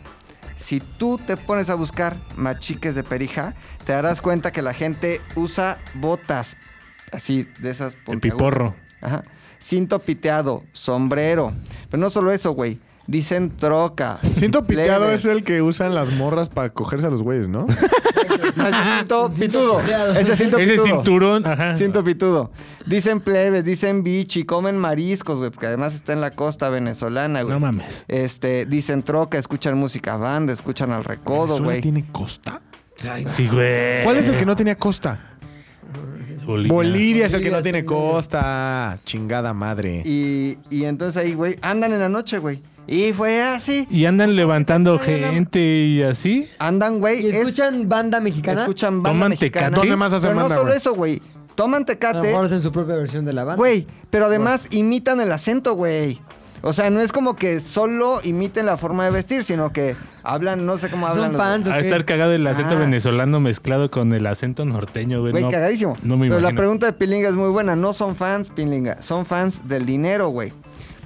[SPEAKER 4] Si tú te pones a buscar machiques de perija, te darás cuenta que la gente usa botas así, de esas
[SPEAKER 2] El
[SPEAKER 4] puntiagudas.
[SPEAKER 2] piporro.
[SPEAKER 4] Ajá. Cinto piteado, sombrero. Pero no solo eso, güey. Dicen troca.
[SPEAKER 3] Cinto piteado
[SPEAKER 4] plebes.
[SPEAKER 3] es el que usan las morras para cogerse a los güeyes, ¿no?
[SPEAKER 4] No, ese es cinto pitudo.
[SPEAKER 1] piteado.
[SPEAKER 4] Ese es cinto
[SPEAKER 2] Ese
[SPEAKER 4] pitudo.
[SPEAKER 2] cinturón, ajá.
[SPEAKER 4] Cinto pitudo. Dicen plebes, dicen bichi, comen mariscos, güey, porque además está en la costa venezolana, güey.
[SPEAKER 2] No mames.
[SPEAKER 4] Este, dicen troca, escuchan música banda, escuchan al recodo,
[SPEAKER 3] ¿Venezuela
[SPEAKER 4] güey. Eh.
[SPEAKER 3] tiene costa?
[SPEAKER 2] Sí, güey.
[SPEAKER 3] ¿Cuál es el que no tenía costa?
[SPEAKER 2] Bolivia.
[SPEAKER 3] Bolivia, es el que
[SPEAKER 1] Bolivia
[SPEAKER 3] no tiene
[SPEAKER 1] está en
[SPEAKER 3] costa. Chingada madre.
[SPEAKER 4] Y, y entonces ahí, güey, andan en la noche, güey. Y fue así.
[SPEAKER 2] Y andan levantando gente y así.
[SPEAKER 4] Andan, güey.
[SPEAKER 1] ¿Y
[SPEAKER 4] es-
[SPEAKER 1] escuchan banda mexicana?
[SPEAKER 4] escuchan banda
[SPEAKER 2] Toman
[SPEAKER 4] mexicana.
[SPEAKER 2] tecate.
[SPEAKER 3] ¿Dónde más hacen
[SPEAKER 4] Pero no
[SPEAKER 3] banda,
[SPEAKER 4] solo
[SPEAKER 3] güey?
[SPEAKER 4] eso, güey. Toman
[SPEAKER 1] A lo
[SPEAKER 4] tecate.
[SPEAKER 1] mejor hacen su propia versión de la banda.
[SPEAKER 4] Güey, pero además imitan el acento, güey. O sea, no es como que solo imiten la forma de vestir, sino que hablan, no sé cómo hablan.
[SPEAKER 1] son
[SPEAKER 4] los-
[SPEAKER 1] fans. ¿o
[SPEAKER 2] A
[SPEAKER 1] qué?
[SPEAKER 2] estar cagado el acento
[SPEAKER 4] Ah.
[SPEAKER 2] venezolano mezclado con el acento norteño, güey.
[SPEAKER 4] Güey,
[SPEAKER 2] no,
[SPEAKER 4] cagadísimo.
[SPEAKER 2] No me
[SPEAKER 4] Pero la
[SPEAKER 2] imagino.
[SPEAKER 4] pregunta de Pilinga es muy buena. No son fans, Pilinga. Son fans del dinero, güey.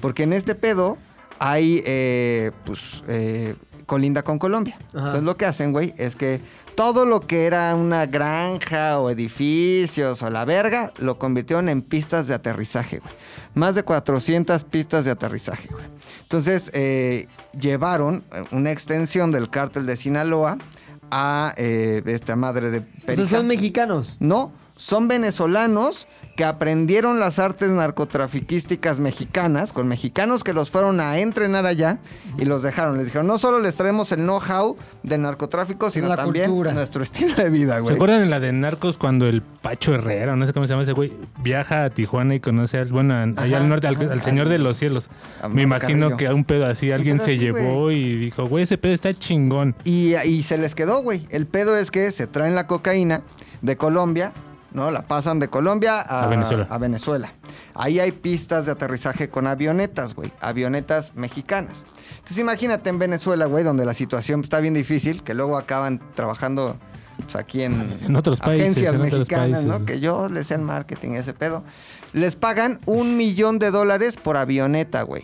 [SPEAKER 4] Porque en este pedo hay, eh, pues, eh, colinda con Colombia.
[SPEAKER 1] Ajá.
[SPEAKER 4] Entonces lo que hacen, güey, es que todo lo que era una granja o edificios o la verga, lo convirtieron en pistas de aterrizaje, güey. Más de 400 pistas de aterrizaje, güey. Entonces eh, llevaron eh, una extensión del cártel de Sinaloa a eh, esta madre de
[SPEAKER 1] O sea,
[SPEAKER 4] Perija.
[SPEAKER 1] son mexicanos.
[SPEAKER 4] No, son venezolanos que aprendieron las artes narcotrafiquísticas mexicanas, con mexicanos que los fueron a entrenar allá y los dejaron. Les dijeron, no solo les traemos el know-how del narcotráfico, sino
[SPEAKER 1] La
[SPEAKER 4] también
[SPEAKER 1] cultura.
[SPEAKER 4] nuestro estilo de vida,
[SPEAKER 2] ¿Se
[SPEAKER 4] güey.
[SPEAKER 2] acuerdan de la de Narcos cuando el Pacho Herrera, o no sé cómo se llama ese güey, viaja a Tijuana y conoce al, bueno, a- allá al norte, al,
[SPEAKER 4] ajá,
[SPEAKER 2] al Señor
[SPEAKER 4] al-
[SPEAKER 2] de los Cielos?
[SPEAKER 4] a
[SPEAKER 2] Me
[SPEAKER 4] Mario
[SPEAKER 2] imagino
[SPEAKER 4] Carrillo. Pues
[SPEAKER 2] que a un pedo así alguien
[SPEAKER 4] pedo
[SPEAKER 2] se
[SPEAKER 4] así,
[SPEAKER 2] llevó y dijo, güey, ese pedo está chingón.
[SPEAKER 4] Y, y se les quedó, güey. El pedo es que se traen la cocaína de Colombia, ¿no? La pasan de Colombia a,
[SPEAKER 2] A Venezuela.
[SPEAKER 4] a Venezuela. Ahí hay pistas de aterrizaje con avionetas, güey. Avionetas mexicanas. Entonces imagínate en Venezuela, güey, donde la situación está bien difícil, que luego acaban trabajando pues, aquí en,
[SPEAKER 2] En otros países,
[SPEAKER 4] agencias
[SPEAKER 2] en otros
[SPEAKER 4] mexicanas,
[SPEAKER 2] países.
[SPEAKER 4] ¿no? Que yo les sé en marketing ese pedo. Les pagan un millón de dólares por avioneta, güey.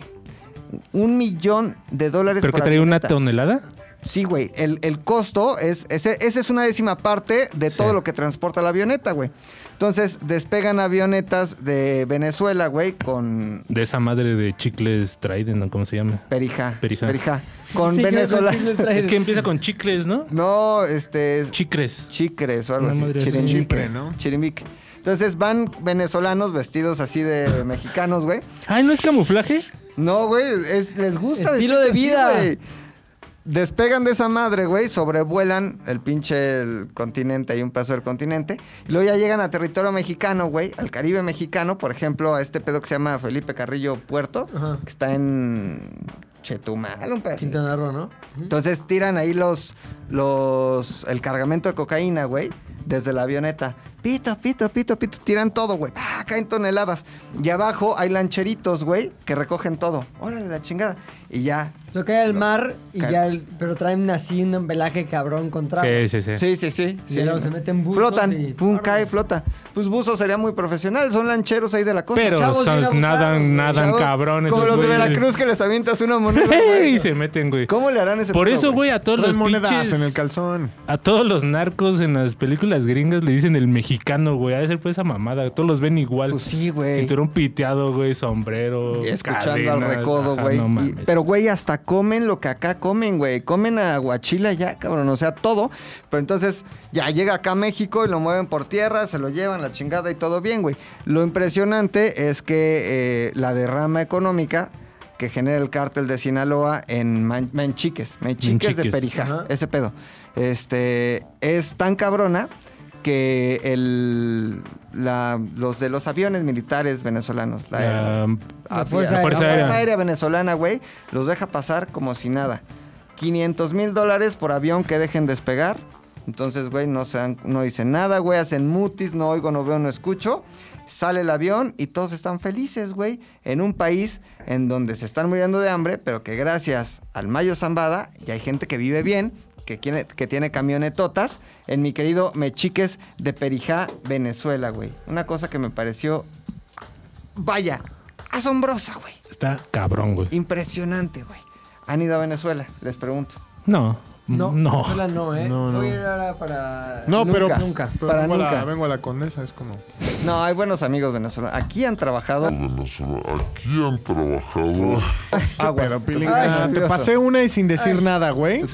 [SPEAKER 4] Un millón de dólares
[SPEAKER 2] ¿Pero
[SPEAKER 4] por
[SPEAKER 2] que traía una
[SPEAKER 4] avioneta.
[SPEAKER 2] tonelada?
[SPEAKER 4] Sí, güey. El, el costo es. Ese, esa es una décima parte de todo
[SPEAKER 2] Sí.
[SPEAKER 4] lo que transporta la avioneta, güey. Entonces, despegan avionetas de Venezuela, güey, con.
[SPEAKER 2] De esa madre de chicles Trident, ¿no? ¿Cómo se llama?
[SPEAKER 4] Perija.
[SPEAKER 2] Perija.
[SPEAKER 4] Con
[SPEAKER 1] Sí, yo
[SPEAKER 4] Venezuela.
[SPEAKER 1] creo les trae-
[SPEAKER 2] Es que empieza con chicles, ¿no?
[SPEAKER 4] No, este. es
[SPEAKER 2] Chicres.
[SPEAKER 4] chicres o algo
[SPEAKER 2] Una
[SPEAKER 4] así.
[SPEAKER 2] madre así.
[SPEAKER 4] Chirimbique.
[SPEAKER 3] Chipre, ¿no?
[SPEAKER 4] Chirimbique. Entonces van venezolanos vestidos así de mexicanos, güey.
[SPEAKER 2] Ay, ¿no es camuflaje?
[SPEAKER 4] No, güey, es- les gusta.
[SPEAKER 1] Estilo
[SPEAKER 4] vestirse
[SPEAKER 1] de
[SPEAKER 4] así,
[SPEAKER 1] vida.
[SPEAKER 4] güey. Despegan de esa madre, güey, sobrevuelan el pinche el continente, hay un paso del continente. Y luego ya llegan a territorio mexicano, güey, al Caribe mexicano, por ejemplo, a este pedo que se llama Felipe Carrillo Puerto,
[SPEAKER 1] Ajá.
[SPEAKER 4] que está en Chetumal, un pedazo.
[SPEAKER 1] Quintana Roo, ¿no?
[SPEAKER 4] Entonces tiran ahí los, los, el cargamento de cocaína, güey, desde la avioneta. Pito, pito, pito, pito, tiran todo, güey. Ah, caen toneladas. Y abajo hay lancheritos, güey, que recogen todo. Órale, la chingada. Y ya.
[SPEAKER 1] O sea, cae al mar y
[SPEAKER 4] Cae.
[SPEAKER 1] ya... el- pero traen así un embelaje cabrón contra...
[SPEAKER 2] Sí, sí, sí.
[SPEAKER 4] Sí, sí, sí.
[SPEAKER 1] Y
[SPEAKER 4] sí.
[SPEAKER 1] luego se meten buzos
[SPEAKER 4] Flotan,
[SPEAKER 1] y-
[SPEAKER 4] pum,
[SPEAKER 1] Órale.
[SPEAKER 4] cae, flota. Pues buzo sería muy profesional, son lancheros ahí de la costa.
[SPEAKER 2] Pero
[SPEAKER 1] chavos
[SPEAKER 2] son-
[SPEAKER 1] bien abusados, güey.
[SPEAKER 2] nadan, nadan
[SPEAKER 4] Chavos,
[SPEAKER 2] cabrones.
[SPEAKER 4] Como los de
[SPEAKER 2] güeyes.
[SPEAKER 4] Veracruz que les avientas una moneda.
[SPEAKER 2] y
[SPEAKER 4] güey.
[SPEAKER 2] se meten, güey.
[SPEAKER 4] ¿Cómo le harán ese
[SPEAKER 2] Por
[SPEAKER 4] pedo,
[SPEAKER 2] eso, güey, a todos los
[SPEAKER 3] Tres monedas
[SPEAKER 2] pinches-
[SPEAKER 3] en el calzón.
[SPEAKER 2] A todos los narcos en las películas gringas le dicen el mexicano, güey. Ha de ser pues esa mamada. Todos los ven igual.
[SPEAKER 4] Pues sí, güey.
[SPEAKER 2] Cinturón piteado, güey, sombrero.
[SPEAKER 4] Y escuchando al
[SPEAKER 2] cadenas,
[SPEAKER 4] recodo,
[SPEAKER 2] ajá,
[SPEAKER 4] güey.
[SPEAKER 2] no
[SPEAKER 4] Y-
[SPEAKER 2] mames.
[SPEAKER 4] pero, güey, hasta comen lo que acá comen, güey. Comen a guachila ya, cabrón. O sea, todo. Pero entonces ya llega acá a México y lo mueven por tierra, se lo llevan la chingada y todo bien, güey. Lo impresionante es que eh, la derrama económica que genera el cártel de Sinaloa en Man- Manchiques, Manchiques, de
[SPEAKER 2] Manchiques.
[SPEAKER 4] Perijá,
[SPEAKER 1] Ajá.
[SPEAKER 4] ese pedo. Este, es tan cabrona que el, la- los de los aviones militares venezolanos, la,
[SPEAKER 2] Ah,
[SPEAKER 1] La
[SPEAKER 4] Ah,
[SPEAKER 1] Fuerza
[SPEAKER 4] mira,
[SPEAKER 2] Aérea. Fuerza
[SPEAKER 4] la Fuerza Aérea venezolana, güey, los deja pasar como si nada. 500 mil dólares por avión que dejen despegar. Entonces, güey, no, se dan- no dicen nada, güey, hacen mutis, no oigo, no veo, no escucho. Sale el avión y todos están felices, güey, en un país en donde se están muriendo de hambre, pero que gracias al Mayo Zambada ya hay gente que vive bien, que tiene, que tiene camionetotas, en mi querido Mechiques de Perijá, Venezuela, güey. Una cosa que me pareció, vaya, asombrosa, güey.
[SPEAKER 2] Está cabrón, güey.
[SPEAKER 4] Impresionante, güey. ¿Han ido a Venezuela? Les pregunto.
[SPEAKER 2] No,
[SPEAKER 1] No,
[SPEAKER 2] No.
[SPEAKER 1] Venezuela no, ¿eh?
[SPEAKER 3] No, no.
[SPEAKER 1] Voy a ir ahora para.
[SPEAKER 3] No, pero-
[SPEAKER 1] Nunca, Nunca.
[SPEAKER 3] Pero
[SPEAKER 4] Para
[SPEAKER 3] vengo, A la,
[SPEAKER 4] nunca.
[SPEAKER 3] vengo a la condesa, es como.
[SPEAKER 4] No, hay buenos amigos venezolanos. Aquí han trabajado
[SPEAKER 5] Venezuela. Aquí han trabajado.
[SPEAKER 4] aguas.
[SPEAKER 3] Pero,
[SPEAKER 4] Ay,
[SPEAKER 3] Pilinga, "Ah, te
[SPEAKER 4] nervioso.
[SPEAKER 3] pasé una y sin decir
[SPEAKER 1] Ay.
[SPEAKER 3] nada, güey.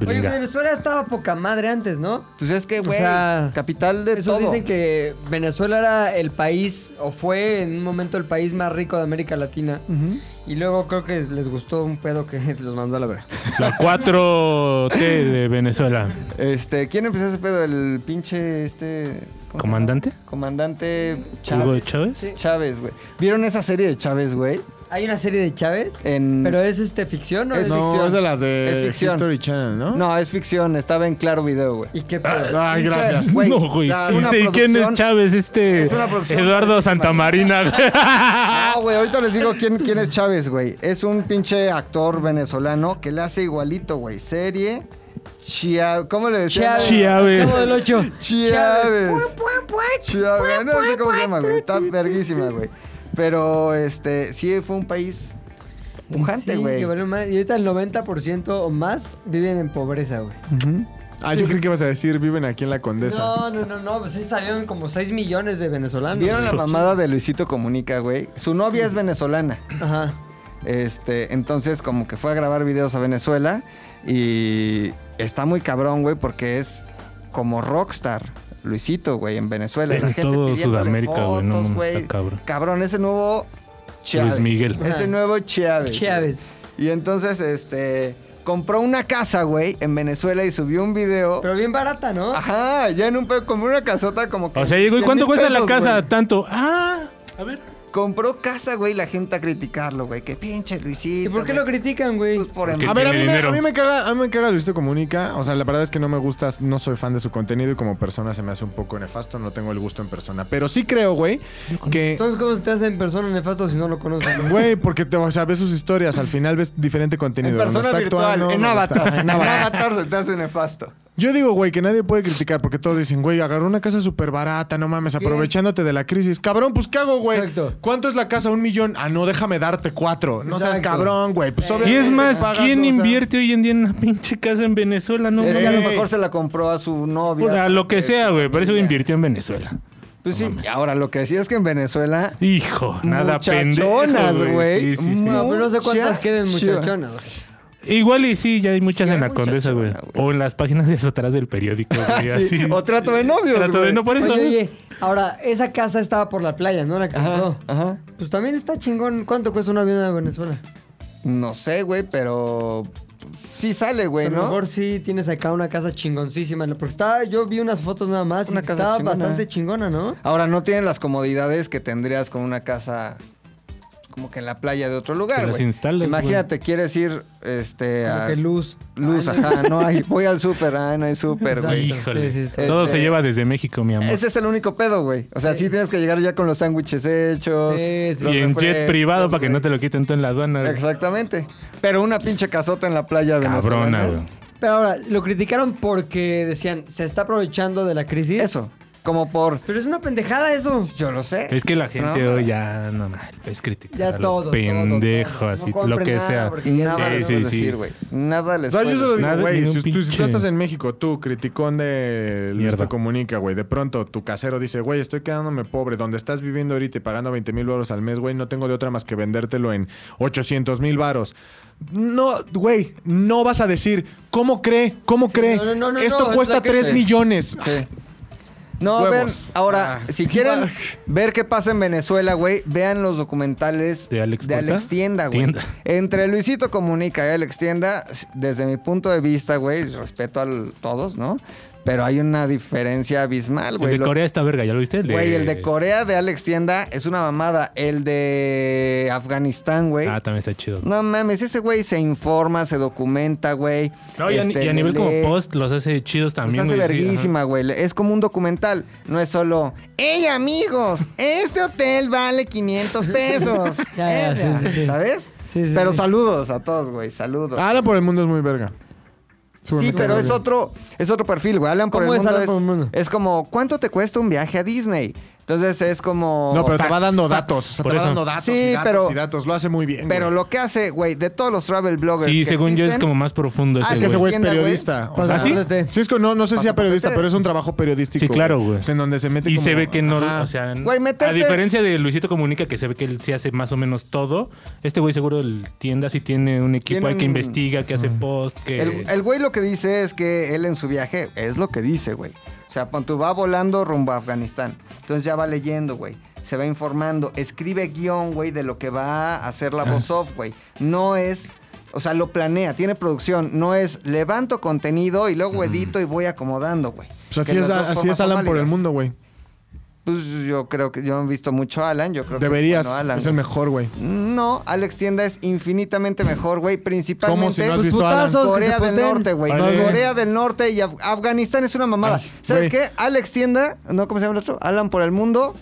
[SPEAKER 1] Oye,
[SPEAKER 2] Venga.
[SPEAKER 1] Venezuela estaba poca madre antes, ¿no?
[SPEAKER 4] Pues es que,
[SPEAKER 1] O
[SPEAKER 4] güey,
[SPEAKER 1] sea,
[SPEAKER 4] capital de
[SPEAKER 1] Eso
[SPEAKER 4] todo.
[SPEAKER 1] dicen que Venezuela era el país, o fue en un momento el país más rico de América Latina.
[SPEAKER 4] Ujú.
[SPEAKER 1] Y luego creo que les gustó un pedo que los mandó a la verga.
[SPEAKER 2] La 4T de Venezuela.
[SPEAKER 4] Este, ¿quién empezó ese pedo? El pinche este ¿cómo se
[SPEAKER 2] ¿Comandante?
[SPEAKER 4] llama? Comandante
[SPEAKER 2] ¿Hugo
[SPEAKER 4] Chávez.
[SPEAKER 2] Chávez?
[SPEAKER 4] Sí. Chávez, güey. ¿Vieron esa serie de Chávez, güey?
[SPEAKER 1] Hay una serie de Chávez,
[SPEAKER 4] En
[SPEAKER 1] pero es este ficción, ¿no? Es-
[SPEAKER 4] Es- ficción.
[SPEAKER 3] No, es de las
[SPEAKER 4] Es
[SPEAKER 3] de
[SPEAKER 4] ficción.
[SPEAKER 3] History Channel, ¿no?
[SPEAKER 4] No, es ficción, estaba en Claro Video, güey.
[SPEAKER 1] ¿Y qué pedo?
[SPEAKER 4] Ah,
[SPEAKER 3] Ay, gracias.
[SPEAKER 4] Güey,
[SPEAKER 2] no, güey.
[SPEAKER 4] ya,
[SPEAKER 2] Y
[SPEAKER 4] una
[SPEAKER 2] sé quién es
[SPEAKER 4] producción-
[SPEAKER 2] Chávez, este
[SPEAKER 4] Es una producción
[SPEAKER 2] Eduardo
[SPEAKER 4] de-
[SPEAKER 2] Santamarina. güey.
[SPEAKER 1] Ah.
[SPEAKER 4] No, güey, ahorita les digo quién, quién es Chávez, güey. Es un pinche actor venezolano que le hace igualito, güey. Serie Chia... ¿Cómo le decían?
[SPEAKER 1] Chávez.
[SPEAKER 2] Chiaves.
[SPEAKER 1] Chavo del Ocho.
[SPEAKER 4] Chiaves.
[SPEAKER 1] Pue, pue, pue.
[SPEAKER 4] Chiaves. No sé cómo se llama, güey. Está verguísima, güey. Pero, este, sí fue un país pujante,
[SPEAKER 1] Sí,
[SPEAKER 4] güey.
[SPEAKER 1] que valió madre. Y ahorita el 90% o más viven en pobreza, güey.
[SPEAKER 4] Ujú.
[SPEAKER 3] Ah, yo creí que ibas a decir, viven aquí en la condesa.
[SPEAKER 1] No, no, no, no. Pues sí salieron como 6 millones de venezolanos.
[SPEAKER 4] ¿Vieron la
[SPEAKER 1] güey.
[SPEAKER 4] mamada de Luisito Comunica, güey? Su novia es venezolana.
[SPEAKER 1] Ajá.
[SPEAKER 4] Este, entonces como que fue a grabar videos a Venezuela y está muy cabrón, güey, porque es como rockstar. Luisito, güey, en Venezuela.
[SPEAKER 2] En todo
[SPEAKER 4] pidiéndole
[SPEAKER 2] Sudamérica, güey, no,
[SPEAKER 4] fotos,
[SPEAKER 2] no, está cabrón.
[SPEAKER 4] Cabrón, ese nuevo Chávez.
[SPEAKER 2] Luis Miguel.
[SPEAKER 4] Ese nuevo Chávez.
[SPEAKER 1] Chávez.
[SPEAKER 4] Y entonces, este, compró una casa, güey, en Venezuela y subió un video.
[SPEAKER 1] Pero bien barata, ¿no?
[SPEAKER 4] Ajá, ya en un pe- compró una casota como que...
[SPEAKER 2] O sea, llegó, ¿y
[SPEAKER 4] 100
[SPEAKER 2] cuánto
[SPEAKER 4] mil
[SPEAKER 2] cuesta la
[SPEAKER 4] pesos,
[SPEAKER 2] casa?
[SPEAKER 4] güey.
[SPEAKER 2] Tanto. Ah, a ver.
[SPEAKER 4] Compró casa, güey, y la gente a criticarlo, güey. Que pinche
[SPEAKER 1] ¿Y
[SPEAKER 4] Luisito.
[SPEAKER 1] por qué lo
[SPEAKER 4] güey.
[SPEAKER 1] critican, güey?
[SPEAKER 4] Pues por
[SPEAKER 2] Porque-
[SPEAKER 4] emo-
[SPEAKER 3] A ver, a
[SPEAKER 2] tiene
[SPEAKER 3] mí, me,
[SPEAKER 2] dinero.
[SPEAKER 3] a mí me caga, a mí me caga Luisito Comunica. O sea, la verdad es que no me gusta, no soy fan de su contenido y como persona se me hace un poco nefasto, no tengo el gusto en persona. Pero sí creo, güey, que...
[SPEAKER 1] Entonces, ¿cómo se te hace en persona nefasto si no lo conoces? güey?
[SPEAKER 3] Güey, porque te, o sea, ves sus historias, al final ves diferente contenido.
[SPEAKER 4] En
[SPEAKER 3] donde
[SPEAKER 4] persona
[SPEAKER 3] está
[SPEAKER 4] virtual,
[SPEAKER 3] actuando,
[SPEAKER 4] en
[SPEAKER 3] donde
[SPEAKER 4] avatar.
[SPEAKER 3] está-
[SPEAKER 4] En avatar se te hace nefasto.
[SPEAKER 3] Yo digo, güey, que nadie puede criticar porque todos dicen, güey, agarró una casa súper barata, no mames,
[SPEAKER 1] ¿Qué?
[SPEAKER 3] aprovechándote de la crisis. Cabrón, pues ¿qué hago, güey?
[SPEAKER 1] Exacto.
[SPEAKER 3] ¿Cuánto es la casa? ¿Un millón? Ah, no, déjame darte cuatro. No seas
[SPEAKER 1] Exacto.
[SPEAKER 3] cabrón, güey. Pues,
[SPEAKER 2] Y
[SPEAKER 3] obviamente
[SPEAKER 2] es más,
[SPEAKER 3] pagas,
[SPEAKER 2] ¿quién
[SPEAKER 3] o sea-
[SPEAKER 2] invierte hoy en día en una pinche casa en Venezuela? No,
[SPEAKER 4] es que a lo
[SPEAKER 3] güey.
[SPEAKER 4] mejor se la compró a su novia.
[SPEAKER 2] O sea, lo que
[SPEAKER 4] porque
[SPEAKER 2] sea,
[SPEAKER 4] su
[SPEAKER 2] güey. Por eso
[SPEAKER 4] familia.
[SPEAKER 2] invirtió en Venezuela.
[SPEAKER 4] Pues sí. Ahora, lo que sí es que en Venezuela.
[SPEAKER 2] Hijo, nada pendejo.
[SPEAKER 4] Muchachonas, güey.
[SPEAKER 2] Sí, sí, sí.
[SPEAKER 1] No, pero no sé cuántas
[SPEAKER 4] Muchacha.
[SPEAKER 1] queden muchachonas. güey.
[SPEAKER 2] Igual y sí, ya hay muchas
[SPEAKER 4] Sí,
[SPEAKER 2] en
[SPEAKER 4] hay
[SPEAKER 2] la Condesa, güey.
[SPEAKER 4] muchachona, güey.
[SPEAKER 2] O en las páginas de atrás del periódico, güey.
[SPEAKER 4] Sí,
[SPEAKER 2] así.
[SPEAKER 4] O trato de novios.
[SPEAKER 2] Trato de
[SPEAKER 4] güey.
[SPEAKER 2] no por eso.
[SPEAKER 1] Oye, oye, ahora, esa casa estaba por la playa, ¿no? La que
[SPEAKER 4] Ajá,
[SPEAKER 1] compró.
[SPEAKER 4] ajá.
[SPEAKER 1] Pues también está chingón. ¿Cuánto cuesta un avión de Venezuela?
[SPEAKER 4] No sé, güey, pero. Sí sale, güey,
[SPEAKER 1] A lo
[SPEAKER 4] ¿no?
[SPEAKER 1] mejor sí tienes acá una casa chingoncísima. ¿no? Porque estaba, yo vi unas fotos nada más
[SPEAKER 4] Una
[SPEAKER 1] y
[SPEAKER 4] casa
[SPEAKER 1] estaba
[SPEAKER 4] chingona. ¿eh?
[SPEAKER 1] bastante chingona, ¿no?
[SPEAKER 4] Ahora, no tienen las comodidades que tendrías con una casa pues, como que en la playa de otro lugar,
[SPEAKER 2] Se las
[SPEAKER 4] güey.
[SPEAKER 2] instalas,
[SPEAKER 4] Imagínate, quieres ir este,
[SPEAKER 1] Como
[SPEAKER 4] a
[SPEAKER 1] que luz.
[SPEAKER 4] luz,
[SPEAKER 1] Ay,
[SPEAKER 4] ajá, no hay. Voy al súper, ah, no hay súper, güey.
[SPEAKER 1] Exacto.
[SPEAKER 2] Híjole.
[SPEAKER 1] Sí, sí, sí.
[SPEAKER 2] Todo
[SPEAKER 4] Este-
[SPEAKER 2] se lleva desde México, mi amor.
[SPEAKER 4] Ese es el único pedo, güey. O sea, sí. tienes que llegar ya con los sándwiches hechos.
[SPEAKER 1] Sí, sí.
[SPEAKER 4] los
[SPEAKER 2] y en jet
[SPEAKER 4] refrescos,
[SPEAKER 2] privado para que
[SPEAKER 4] güey.
[SPEAKER 2] no te lo quiten tú en la aduana.
[SPEAKER 4] Exactamente. Pero una pinche casota en la playa
[SPEAKER 2] Cabrona,
[SPEAKER 4] venezolana.
[SPEAKER 2] güey.
[SPEAKER 1] Pero ahora, lo criticaron porque decían, se está aprovechando de la crisis.
[SPEAKER 4] Eso, como por...
[SPEAKER 1] Pero es una pendejada eso.
[SPEAKER 4] Yo lo sé.
[SPEAKER 2] Es que la gente
[SPEAKER 4] No.
[SPEAKER 2] hoy ya, no mal, es crítica.
[SPEAKER 1] Ya todo, todo,
[SPEAKER 2] Pendejo,
[SPEAKER 1] todo.
[SPEAKER 2] así,
[SPEAKER 1] No compren
[SPEAKER 2] lo que
[SPEAKER 1] nada,
[SPEAKER 2] sea.
[SPEAKER 1] porque ya
[SPEAKER 4] Nada
[SPEAKER 1] es-
[SPEAKER 4] les
[SPEAKER 2] Sí,
[SPEAKER 4] puedo
[SPEAKER 2] sí, sí.
[SPEAKER 4] decir, güey. Nada
[SPEAKER 3] O
[SPEAKER 4] les
[SPEAKER 3] sea,
[SPEAKER 4] puedo
[SPEAKER 3] yo solo
[SPEAKER 4] decir.
[SPEAKER 3] digo,
[SPEAKER 2] Nada,
[SPEAKER 3] güey,
[SPEAKER 2] ni un
[SPEAKER 3] si tú si tú
[SPEAKER 2] pinche-
[SPEAKER 3] estás en México, tú, criticón de Luis
[SPEAKER 2] Mierda.
[SPEAKER 3] te comunica, güey, de pronto tu casero dice, güey, estoy quedándome pobre, donde estás viviendo ahorita y pagando 20 mil baros al mes, güey, no tengo de otra más que vendértelo en 800 mil baros. No, güey, no vas a decir, ¿cómo cree? ¿Cómo cree?
[SPEAKER 1] no, no, no, no,
[SPEAKER 3] Esto
[SPEAKER 1] no,
[SPEAKER 3] cuesta
[SPEAKER 1] la que-
[SPEAKER 3] 3
[SPEAKER 1] Sí.
[SPEAKER 3] millones.
[SPEAKER 4] Sí. No,
[SPEAKER 3] Huevos.
[SPEAKER 4] ver, ahora,
[SPEAKER 3] Ah.
[SPEAKER 4] si quieren ver qué pasa en Venezuela, güey, vean los documentales
[SPEAKER 2] ¿De Alex Porta?
[SPEAKER 4] Tienda, güey.
[SPEAKER 2] Tienda.
[SPEAKER 4] Entre Luisito Comunica y Alex Tienda, s- desde mi punto de vista, güey, respeto a todos, ¿no? Pero hay una diferencia abismal,
[SPEAKER 2] el
[SPEAKER 4] güey.
[SPEAKER 2] de
[SPEAKER 4] Lo-
[SPEAKER 2] Corea está verga, ¿ya lo viste?
[SPEAKER 4] Güey, el de Corea de Alex Tienda es una mamada. El de Afganistán, güey.
[SPEAKER 2] Ah, también está chido.
[SPEAKER 4] no mames, ese güey se informa, se documenta, güey.
[SPEAKER 2] No, y, a,
[SPEAKER 4] Este,
[SPEAKER 2] y a nivel
[SPEAKER 4] le
[SPEAKER 2] como
[SPEAKER 4] lee.
[SPEAKER 2] post los hace chidos
[SPEAKER 4] Pues
[SPEAKER 2] también,
[SPEAKER 4] hace
[SPEAKER 2] güey. sí, ajá.
[SPEAKER 4] verguísima, güey. Es como un documental. No es solo, ¡Ey, amigos! Este hotel vale 500 pesos. Eh,
[SPEAKER 1] Ya, ya, sí, sí, sí.
[SPEAKER 4] ¿Sabes?
[SPEAKER 1] Sí, sí, Ah,
[SPEAKER 4] pero
[SPEAKER 1] sí.
[SPEAKER 4] saludos a todos, güey. Saludos.
[SPEAKER 3] Alan por el mundo es muy verga.
[SPEAKER 4] Sí,
[SPEAKER 3] Súbeme
[SPEAKER 4] pero
[SPEAKER 3] todo
[SPEAKER 4] es
[SPEAKER 3] bien.
[SPEAKER 4] otro, es otro perfil, güey. Alan por
[SPEAKER 1] ¿Cómo
[SPEAKER 4] el
[SPEAKER 1] es
[SPEAKER 4] mundo
[SPEAKER 1] Alan
[SPEAKER 4] es,
[SPEAKER 1] por el mundo?
[SPEAKER 4] es como, ¿cuánto te cuesta un viaje a Disney? Entonces es como.
[SPEAKER 3] No, pero te
[SPEAKER 4] facts,
[SPEAKER 3] va dando
[SPEAKER 4] facts.
[SPEAKER 3] datos. o sea,
[SPEAKER 2] Por
[SPEAKER 3] te va
[SPEAKER 2] eso.
[SPEAKER 3] dando datos,
[SPEAKER 4] Sí,
[SPEAKER 3] y datos
[SPEAKER 4] pero-
[SPEAKER 3] y datos. Lo hace muy bien.
[SPEAKER 4] Pero
[SPEAKER 3] güey.
[SPEAKER 4] lo que hace, güey, de todos los travel bloggers.
[SPEAKER 2] Sí,
[SPEAKER 4] que
[SPEAKER 2] según yo es
[SPEAKER 4] existen,
[SPEAKER 2] como más profundo
[SPEAKER 4] Ah,
[SPEAKER 2] ese
[SPEAKER 4] que
[SPEAKER 2] güey.
[SPEAKER 3] Ese güey es
[SPEAKER 4] Tienda, güey.
[SPEAKER 3] periodista. O
[SPEAKER 1] Pasa,
[SPEAKER 3] sea,
[SPEAKER 2] ¿Ah, ¿sí?
[SPEAKER 1] ándate.
[SPEAKER 3] Sí, es que no, no sé si sea
[SPEAKER 4] Pasa,
[SPEAKER 3] periodista,
[SPEAKER 4] pasa.
[SPEAKER 3] pero es un trabajo periodístico.
[SPEAKER 2] Sí, claro, güey.
[SPEAKER 3] O sea, En donde se mete
[SPEAKER 2] Y
[SPEAKER 3] como-
[SPEAKER 2] se ve que no,
[SPEAKER 3] Ajá.
[SPEAKER 2] o sea,
[SPEAKER 4] Güey, métete-
[SPEAKER 2] a diferencia de Luisito Comunica, que se ve que él sí hace más o menos todo, este güey seguro el tienda sí tiene un equipo
[SPEAKER 4] Tiene
[SPEAKER 2] ahí que
[SPEAKER 4] un-
[SPEAKER 2] investiga, que hace post, que...
[SPEAKER 4] El, el güey lo que dice es que él en su viaje es lo que dice, güey. O sea, pon tú va volando rumbo a Afganistán. Entonces ya va leyendo, güey. Se va informando. Escribe guión, güey, de lo que va a hacer
[SPEAKER 3] Ah.
[SPEAKER 4] la voz off, güey. No es. O sea, lo planea, tiene producción. No es levanto contenido y luego edito y voy acomodando, güey.
[SPEAKER 3] Pues así
[SPEAKER 4] Que
[SPEAKER 3] es,
[SPEAKER 4] las dos
[SPEAKER 3] así
[SPEAKER 4] formas
[SPEAKER 3] es
[SPEAKER 4] son
[SPEAKER 3] Alan por el
[SPEAKER 4] válidas.
[SPEAKER 3] mundo, güey.
[SPEAKER 4] Pues yo creo que yo no he visto mucho a Alan. Yo creo
[SPEAKER 3] Deberías.
[SPEAKER 4] que pues, bueno, Alan,
[SPEAKER 3] es el
[SPEAKER 4] güey.
[SPEAKER 3] mejor, güey.
[SPEAKER 4] No, Alex Tienda es infinitamente mejor, güey. Principalmente.
[SPEAKER 3] ¿Cómo si no has
[SPEAKER 1] Los
[SPEAKER 3] visto a Alan?
[SPEAKER 1] Pues putazos que
[SPEAKER 4] Corea
[SPEAKER 1] se
[SPEAKER 4] del
[SPEAKER 1] ponen.
[SPEAKER 4] Norte, güey.
[SPEAKER 2] Vale.
[SPEAKER 4] Corea del Norte y Af- Afganistán es una mamada.
[SPEAKER 3] Ay, güey.
[SPEAKER 4] ¿Sabes qué? Alex Tienda, no, ¿cómo se llama el otro? Alan por el mundo,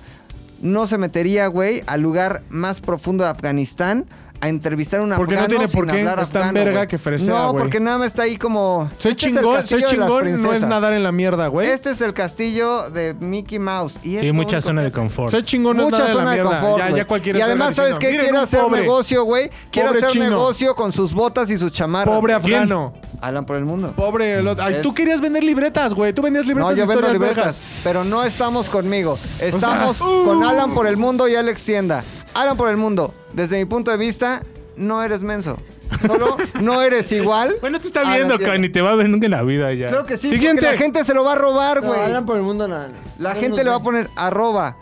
[SPEAKER 4] no se metería, güey, al lugar más profundo de Afganistán a entrevistar a un
[SPEAKER 3] Porque no
[SPEAKER 4] afgano
[SPEAKER 3] tiene por
[SPEAKER 4] sin
[SPEAKER 3] qué,
[SPEAKER 4] hablar
[SPEAKER 3] es tan
[SPEAKER 4] afgano,
[SPEAKER 3] verga
[SPEAKER 4] güey.
[SPEAKER 3] que fresea,
[SPEAKER 4] No,
[SPEAKER 3] güey.
[SPEAKER 4] porque nada más está ahí como...
[SPEAKER 3] Soy
[SPEAKER 4] "Este es el
[SPEAKER 3] chingón, soy
[SPEAKER 4] castillo de las
[SPEAKER 3] chingón no es
[SPEAKER 4] princesas.
[SPEAKER 3] nadar en la mierda, güey.
[SPEAKER 4] Este es el castillo de Mickey Mouse. Y es
[SPEAKER 2] sí,
[SPEAKER 4] lo
[SPEAKER 2] mucha
[SPEAKER 4] único
[SPEAKER 2] zona
[SPEAKER 4] que
[SPEAKER 2] de
[SPEAKER 4] hace.
[SPEAKER 2] confort.
[SPEAKER 3] Soy chingón, no es
[SPEAKER 4] Mucha
[SPEAKER 3] nada de la
[SPEAKER 4] zona de
[SPEAKER 3] mierda.
[SPEAKER 4] confort.
[SPEAKER 3] ya,
[SPEAKER 4] güey.
[SPEAKER 3] ya cualquiera
[SPEAKER 4] y
[SPEAKER 3] verga
[SPEAKER 4] además,
[SPEAKER 3] diciendo,
[SPEAKER 4] ¿sabes qué?
[SPEAKER 3] "Miren,
[SPEAKER 4] Quiere
[SPEAKER 3] un
[SPEAKER 4] hacer
[SPEAKER 3] pobre,
[SPEAKER 4] negocio, güey. Quiere
[SPEAKER 3] Pobre
[SPEAKER 4] hacer
[SPEAKER 3] chino.
[SPEAKER 4] negocio con sus botas y sus chamarras.
[SPEAKER 3] Pobre
[SPEAKER 4] güey.
[SPEAKER 3] afgano.
[SPEAKER 4] Alan por el mundo.
[SPEAKER 3] Pobre el otro. Ay,
[SPEAKER 4] Es-
[SPEAKER 3] tú querías vender libretas, güey. Tú vendías libretas
[SPEAKER 4] No,
[SPEAKER 3] de
[SPEAKER 4] yo vendo
[SPEAKER 3] historias
[SPEAKER 4] libretas,
[SPEAKER 3] vergas. uh.
[SPEAKER 4] pero no estamos conmigo. Estamos con Alan por el mundo y Alex Tienda. Alan por el mundo, desde mi punto de vista, no eres menso. Solo no eres igual.
[SPEAKER 2] Bueno, te está
[SPEAKER 4] Alan
[SPEAKER 2] viendo,
[SPEAKER 4] Tienda.
[SPEAKER 2] Can, y te va a ver nunca en la vida ya.
[SPEAKER 4] Claro que sí,
[SPEAKER 2] Siguiente.
[SPEAKER 4] porque la gente se lo va a robar,
[SPEAKER 1] No,
[SPEAKER 4] güey.
[SPEAKER 1] Alan por el mundo nada. no.
[SPEAKER 4] la
[SPEAKER 1] No
[SPEAKER 4] gente
[SPEAKER 1] nos
[SPEAKER 4] le va
[SPEAKER 1] ve.
[SPEAKER 4] a poner arroba.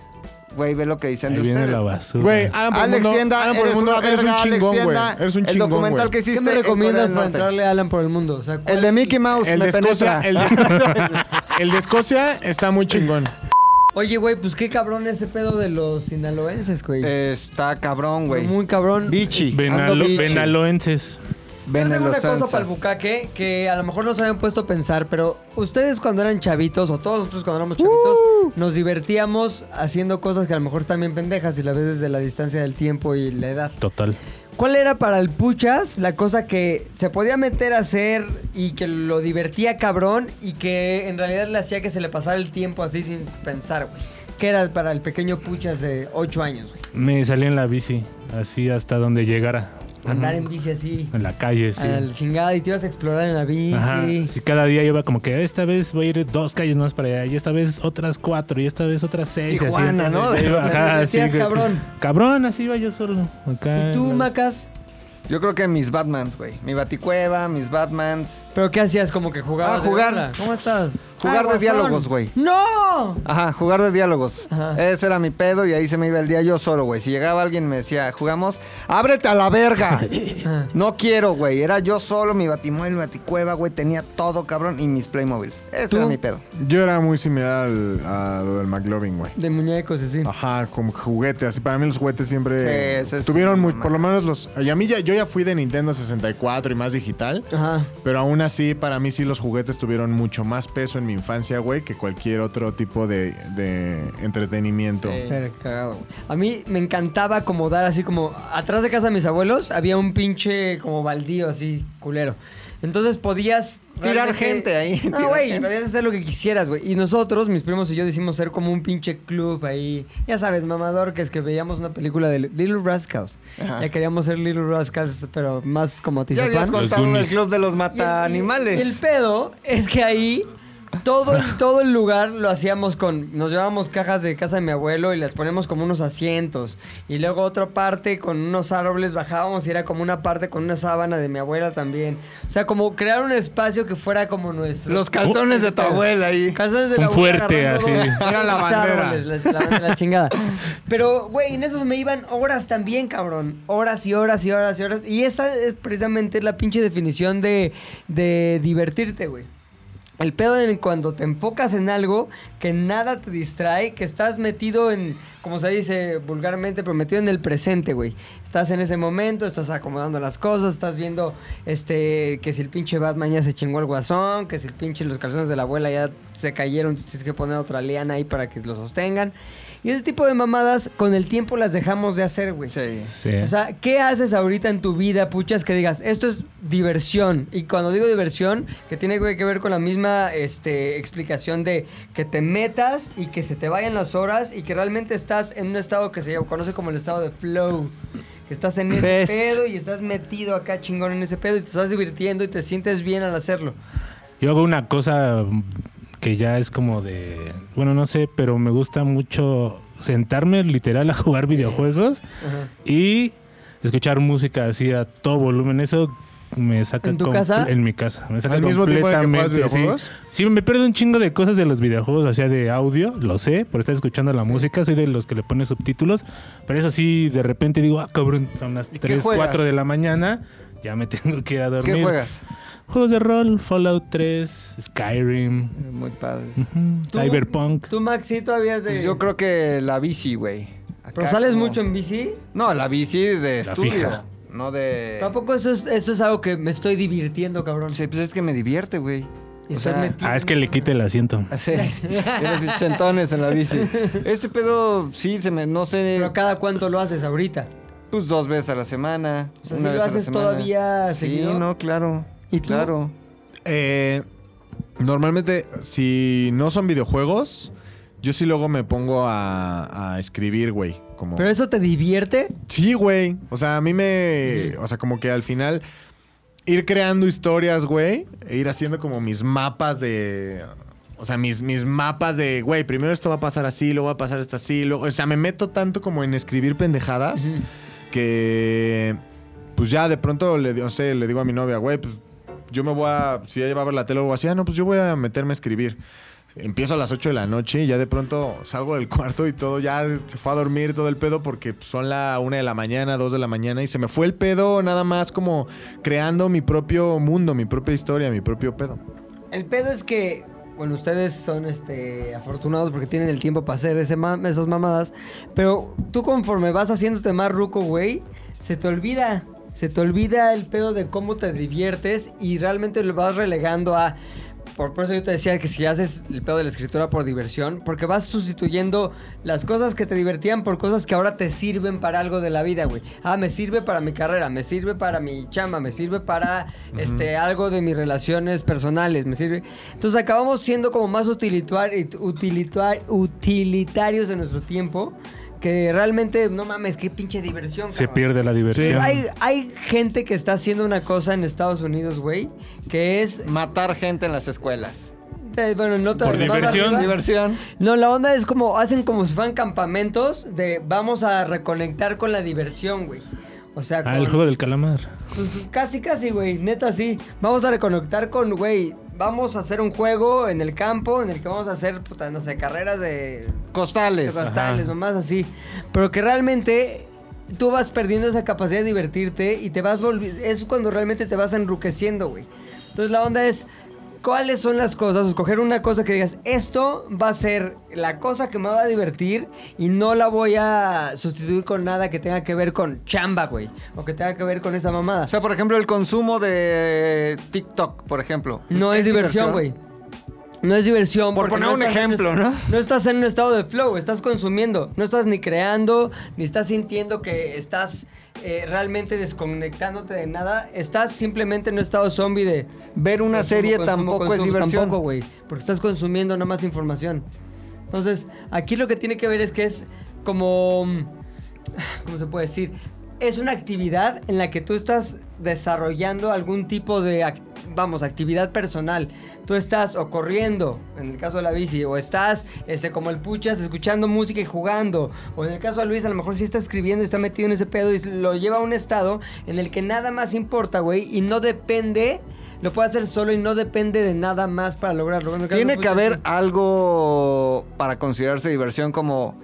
[SPEAKER 4] Güey, ve lo que dicen
[SPEAKER 2] Ahí
[SPEAKER 4] de
[SPEAKER 2] viene
[SPEAKER 4] ustedes.
[SPEAKER 2] la
[SPEAKER 4] güey.
[SPEAKER 2] basura.
[SPEAKER 3] Güey, Alan por el
[SPEAKER 4] Alex
[SPEAKER 3] mundo,
[SPEAKER 4] Tienda,
[SPEAKER 3] Alan por el
[SPEAKER 4] eres,
[SPEAKER 3] mundo,
[SPEAKER 4] una
[SPEAKER 3] eres un
[SPEAKER 4] verga, Alex
[SPEAKER 3] chingón, güey.
[SPEAKER 4] Tienda.
[SPEAKER 3] Eres un
[SPEAKER 4] El
[SPEAKER 3] chingón,
[SPEAKER 4] documental
[SPEAKER 3] güey.
[SPEAKER 4] que hiciste
[SPEAKER 1] ¿Qué me
[SPEAKER 4] en Corea
[SPEAKER 1] recomiendas
[SPEAKER 4] del
[SPEAKER 1] para
[SPEAKER 4] Norte?
[SPEAKER 1] entrarle a Alan por el mundo? O sea, ¿cuál-
[SPEAKER 4] El de Mickey Mouse,
[SPEAKER 3] El
[SPEAKER 4] me
[SPEAKER 3] de, Escocia,
[SPEAKER 4] penetra.
[SPEAKER 3] el, de, el de Escocia está muy chingón.
[SPEAKER 1] Oye, güey, pues qué cabrón ese pedo de los sinaloenses, güey.
[SPEAKER 4] Está cabrón, Eh, güey.
[SPEAKER 1] Muy cabrón.
[SPEAKER 4] Bichi. Ando
[SPEAKER 2] Venalo-
[SPEAKER 4] bichi.
[SPEAKER 2] venaloenses.
[SPEAKER 1] Yo tengo una
[SPEAKER 4] Venelosenses.
[SPEAKER 1] cosa para el bucaque que a lo mejor no se habían puesto a pensar, pero ustedes cuando eran chavitos, o todos nosotros cuando éramos chavitos,
[SPEAKER 4] ¡Uh!
[SPEAKER 1] nos divertíamos haciendo cosas que a lo mejor están bien pendejas y las veces de la distancia del tiempo y la edad.
[SPEAKER 2] Total.
[SPEAKER 1] ¿Cuál era para el Puchas la cosa que se podía meter a hacer y que lo divertía cabrón y que en realidad le hacía que se le pasara el tiempo así sin pensar, güey? ¿Qué era para el pequeño Puchas de 8 años, güey?
[SPEAKER 2] Me salí en la bici, así hasta donde llegara.
[SPEAKER 1] Andar en bici así,
[SPEAKER 2] En la calle, sí.
[SPEAKER 1] a la chingada, y te ibas a explorar en la bici.
[SPEAKER 2] Ajá. Sí, cada día iba como que esta vez voy a ir dos calles más para allá, y esta vez otras cuatro, y esta vez otras seis. y así.
[SPEAKER 4] Tijuana, ¿no?
[SPEAKER 2] Entonces, iba, ajá,
[SPEAKER 1] Decías,
[SPEAKER 2] así,
[SPEAKER 1] cabrón.
[SPEAKER 2] Cabrón, así iba yo solo.
[SPEAKER 1] ¿Y
[SPEAKER 2] Acá
[SPEAKER 1] tú,
[SPEAKER 2] en la-
[SPEAKER 1] Macas?
[SPEAKER 4] Yo creo que mis Batmans, güey. Mi Baticueva, mis Batmans.
[SPEAKER 1] ¿Pero qué hacías? Como que jugabas.
[SPEAKER 4] Ah,
[SPEAKER 1] de
[SPEAKER 4] jugar.
[SPEAKER 1] verga. ¿Cómo estás?
[SPEAKER 4] Jugar
[SPEAKER 1] Ah,
[SPEAKER 4] de
[SPEAKER 1] guasón.
[SPEAKER 4] diálogos, güey.
[SPEAKER 1] ¡No!
[SPEAKER 4] Ajá, jugar de diálogos.
[SPEAKER 1] Ajá.
[SPEAKER 4] Ese era mi pedo y ahí se me iba el día yo solo, güey. Si llegaba alguien y me decía, jugamos, ábrete a la verga.
[SPEAKER 1] Ah.
[SPEAKER 4] no quiero, güey. Era yo solo, mi Batimuel, mi Baticueva, güey. Tenía todo, cabrón, y mis Playmobiles. Ese
[SPEAKER 1] ¿Tú?
[SPEAKER 4] era mi pedo.
[SPEAKER 3] Yo era muy similar al, a lo del McLovin, güey.
[SPEAKER 1] De muñecos, así.
[SPEAKER 4] Ah.
[SPEAKER 3] Ajá, como que juguete. Así para mí los juguetes siempre
[SPEAKER 4] Sí, sí, sí,
[SPEAKER 3] tuvieron
[SPEAKER 4] no
[SPEAKER 3] muy,
[SPEAKER 4] mames.
[SPEAKER 3] por lo menos los. Y a mí ya, yo ya fui de Nintendo 64 y más digital.
[SPEAKER 1] Ajá.
[SPEAKER 3] Pero aún así, para mí sí los juguetes tuvieron mucho más peso en mi infancia, güey, que cualquier otro tipo de, de entretenimiento.
[SPEAKER 4] Sí.
[SPEAKER 1] Pero cagado, güey. A mí me encantaba acomodar así como atrás de casa de mis abuelos había un pinche como baldío así culero. Entonces podías
[SPEAKER 4] Tirar
[SPEAKER 1] realmente-
[SPEAKER 4] gente ahí,
[SPEAKER 1] No,
[SPEAKER 4] tirar
[SPEAKER 1] güey,
[SPEAKER 4] gente.
[SPEAKER 1] podías hacer lo que quisieras, güey. Y nosotros, mis primos y yo decimos ser como un pinche club ahí. Ya sabes, mamador, que es que veíamos una película de Little Rascals.
[SPEAKER 4] Ajá.
[SPEAKER 1] Ya queríamos ser Little Rascals, pero más como
[SPEAKER 4] Ya habías
[SPEAKER 1] Tizapan.
[SPEAKER 4] contado en el
[SPEAKER 2] Goonies.
[SPEAKER 4] club de los
[SPEAKER 1] Y el-
[SPEAKER 4] mata animales.
[SPEAKER 1] y El pedo es que ahí todo, el- todo el lugar lo hacíamos con. Nos llevábamos cajas de casa de mi abuelo y las poníamos como unos asientos. Y luego otra parte con unos árboles bajábamos y era como una parte con una sábana de mi abuela también. O sea, como crear un espacio que fuera como nuestro.
[SPEAKER 4] Los calzones de tu abuela ahí.
[SPEAKER 1] Casas de
[SPEAKER 2] Un
[SPEAKER 1] la abuela
[SPEAKER 2] fuerte,
[SPEAKER 1] agarrando
[SPEAKER 2] así.
[SPEAKER 1] los-
[SPEAKER 3] Era la
[SPEAKER 1] los
[SPEAKER 3] bandera.
[SPEAKER 1] árboles, la, la- la chingada. Pero, güey, en esos me iban horas también, cabrón. Horas y horas y horas y horas. Y esa es precisamente la pinche definición de, de divertirte, güey. El pedo en cuando te enfocas en algo que nada te distrae, que estás metido en, como se dice vulgarmente, pero metido en el presente, güey. Estás en ese momento, estás acomodando las cosas, estás viendo este que si el pinche Batman ya se chingó el guasón, que si el pinche los calzones de la abuela ya se cayeron, tienes que poner otra liana ahí para que lo sostengan. Y ese tipo de mamadas con el tiempo las dejamos de hacer, güey.
[SPEAKER 4] Sí.
[SPEAKER 2] Sí.
[SPEAKER 1] O sea, ¿qué haces ahorita en tu vida, puchas, que digas, esto es diversión? Y cuando digo diversión, que tiene güey, que ver con la misma misma este, explicación de que te metas y que se te vayan las horas y que realmente estás en un estado que se conoce como el estado de flow. Que estás en ese
[SPEAKER 4] Best.
[SPEAKER 1] pedo y estás metido acá chingón en ese pedo y te estás divirtiendo y te sientes bien al hacerlo.
[SPEAKER 2] Yo hago una cosa que ya es como de. Bueno, no sé, pero me gusta mucho sentarme literal a jugar videojuegos
[SPEAKER 1] Ajá.
[SPEAKER 2] y escuchar música así a todo volumen. Eso me saca.
[SPEAKER 1] ¿En tu
[SPEAKER 2] com-
[SPEAKER 1] casa?
[SPEAKER 2] En mi casa. Me saca
[SPEAKER 3] ¿Al mismo tiempo en el que
[SPEAKER 2] completamente.
[SPEAKER 3] juegas
[SPEAKER 2] sí.
[SPEAKER 3] videojuegos?
[SPEAKER 2] Sí, me pierdo un chingo de cosas de los videojuegos, o sea, de audio, lo sé, por estar escuchando la música, soy de los que le pone subtítulos, pero eso sí, de repente digo, ah, cabrón, son las
[SPEAKER 4] qué
[SPEAKER 2] 3,
[SPEAKER 4] juegas?
[SPEAKER 2] 4 de la mañana, ya me tengo que ir a dormir.
[SPEAKER 4] ¿Qué juegas?
[SPEAKER 2] Juegos de rol, Fallout 3, Skyrim,
[SPEAKER 4] Muy padre.
[SPEAKER 2] ujú,
[SPEAKER 1] ¿Tú?
[SPEAKER 2] Cyberpunk.
[SPEAKER 1] Tú, Max, sí, todavía te...
[SPEAKER 4] Pues yo creo que la bici, güey. Acá
[SPEAKER 1] Pero sales
[SPEAKER 4] como-
[SPEAKER 1] mucho en bici.
[SPEAKER 4] No, la bici de
[SPEAKER 2] La
[SPEAKER 4] estudio.
[SPEAKER 2] fija.
[SPEAKER 4] No de.
[SPEAKER 1] Tampoco eso es, eso es algo que me estoy divirtiendo, cabrón.
[SPEAKER 4] Sí, pues es que me divierte, güey.
[SPEAKER 1] Y
[SPEAKER 4] O
[SPEAKER 1] estás
[SPEAKER 4] sea,
[SPEAKER 1] metido
[SPEAKER 2] Ah, es
[SPEAKER 1] en-
[SPEAKER 2] que le quite el asiento.
[SPEAKER 4] Así. Tienes sentones en la bici. Este pedo, sí, se me. No sé.
[SPEAKER 1] Pero cada cuánto lo haces ahorita.
[SPEAKER 4] Pues dos veces a la semana.
[SPEAKER 1] O sea, si
[SPEAKER 4] una vez
[SPEAKER 1] lo
[SPEAKER 4] a la
[SPEAKER 1] haces
[SPEAKER 4] semana.
[SPEAKER 1] todavía
[SPEAKER 4] Sí,
[SPEAKER 1] seguido.
[SPEAKER 4] no, claro.
[SPEAKER 1] ¿Y tú?
[SPEAKER 4] Claro.
[SPEAKER 3] Eh, normalmente, si no son videojuegos, yo sí luego me pongo a, a escribir, güey. Como...
[SPEAKER 1] Pero eso te divierte.
[SPEAKER 3] Sí, güey. O sea, a mí me. O sea, como que al final. Ir creando historias, güey. E ir haciendo como mis mapas de. O sea, mis, mis mapas de, güey, primero esto va a pasar así, luego va a pasar esto así. Luego, o sea, me meto tanto como en escribir pendejadas que. Pues ya de pronto le, di- no sé, le digo a mi novia, güey, pues yo me voy a. Si ya llevaba la tele o algo así, ah, no, pues yo voy a meterme a escribir. Empiezo a las 8 de la noche y ya de pronto salgo del cuarto y todo ya se fue a dormir todo el pedo porque pues, son la 1 de la mañana, 2 de la mañana y se me fue el pedo nada más como creando mi propio mundo, mi propia historia, mi propio pedo.
[SPEAKER 1] El pedo es que, bueno, ustedes son este afortunados porque tienen el tiempo para hacer ese ma- esas mamadas. Pero tú conforme vas haciéndote más ruco, güey, se te olvida. Se te olvida el pedo de cómo te diviertes y realmente lo vas relegando a... Por, por eso yo te decía que si haces el pedo de la escritura por diversión, porque vas sustituyendo las cosas que te divertían por cosas que ahora te sirven para algo de la vida, güey. Ah, me sirve para mi carrera, me sirve para mi chamba, me sirve para este algo de mis relaciones personales, me sirve. Entonces acabamos siendo como más utilitua- it- utilitua- utilitarios en nuestro tiempo, que realmente, no mames, qué pinche diversión.
[SPEAKER 2] Se
[SPEAKER 1] cabrón.
[SPEAKER 2] pierde la diversión.
[SPEAKER 1] Hay, hay gente que está haciendo una cosa en Estados Unidos, güey, que es
[SPEAKER 4] Matar gente en las escuelas.
[SPEAKER 1] eh, bueno, no te-
[SPEAKER 2] Por
[SPEAKER 1] no te
[SPEAKER 2] diversión.
[SPEAKER 1] arriba.
[SPEAKER 4] Diversión.
[SPEAKER 1] No, la onda es como hacen como si fueran campamentos de vamos a reconectar con la diversión, güey. O sea,
[SPEAKER 2] Ah, el
[SPEAKER 1] con-
[SPEAKER 2] juego del calamar.
[SPEAKER 1] pues, pues, casi, casi, güey. Neta, sí. Vamos a reconectar con, güey. Vamos a hacer un juego en el campo en el que vamos a hacer, puta, no sé, carreras de
[SPEAKER 4] Costales.
[SPEAKER 1] de costales, mamás así. Pero que realmente tú vas perdiendo esa capacidad de divertirte y te vas volvi- Es cuando realmente te vas enruqueciendo, güey. Entonces la onda es. ¿Cuáles son las cosas? Escoger una cosa que digas, esto va a ser la cosa que me va a divertir y no la voy a sustituir con nada que tenga que ver con chamba, güey. O que tenga que ver con esa mamada.
[SPEAKER 4] O sea, por ejemplo, el consumo de TikTok, por ejemplo.
[SPEAKER 1] No es diversión, güey. No es diversión.
[SPEAKER 4] Por
[SPEAKER 1] porque
[SPEAKER 4] poner
[SPEAKER 1] no
[SPEAKER 4] un
[SPEAKER 1] estás en
[SPEAKER 4] ejemplo,
[SPEAKER 1] un-
[SPEAKER 4] ¿no?
[SPEAKER 1] No estás en un estado de flow, estás consumiendo. No estás ni creando, ni estás sintiendo que estás eh, realmente desconectándote de nada. Estás simplemente en un estado zombie de...
[SPEAKER 4] Ver una
[SPEAKER 1] consumo,
[SPEAKER 4] serie
[SPEAKER 1] consumo,
[SPEAKER 4] tampoco es
[SPEAKER 1] consumo,
[SPEAKER 4] diversión.
[SPEAKER 1] Tampoco, güey. Porque estás consumiendo nada más información. Entonces, aquí lo que tiene que ver es que es como... mm, ¿Cómo se puede decir? Es una actividad en la que tú estás desarrollando algún tipo de, ac- vamos, actividad personal. Tú estás o corriendo, en el caso de la bici, o estás este, como el puchas escuchando música y jugando. O en el caso de Luis, a lo mejor sí está escribiendo y está metido en ese pedo y lo lleva a un estado en el que nada más importa, güey, y no depende, lo puede hacer solo y no depende de nada más para lograrlo. En el caso
[SPEAKER 4] Tiene
[SPEAKER 1] del
[SPEAKER 4] que
[SPEAKER 1] Puchas,
[SPEAKER 4] haber
[SPEAKER 1] sí.
[SPEAKER 4] algo para considerarse diversión como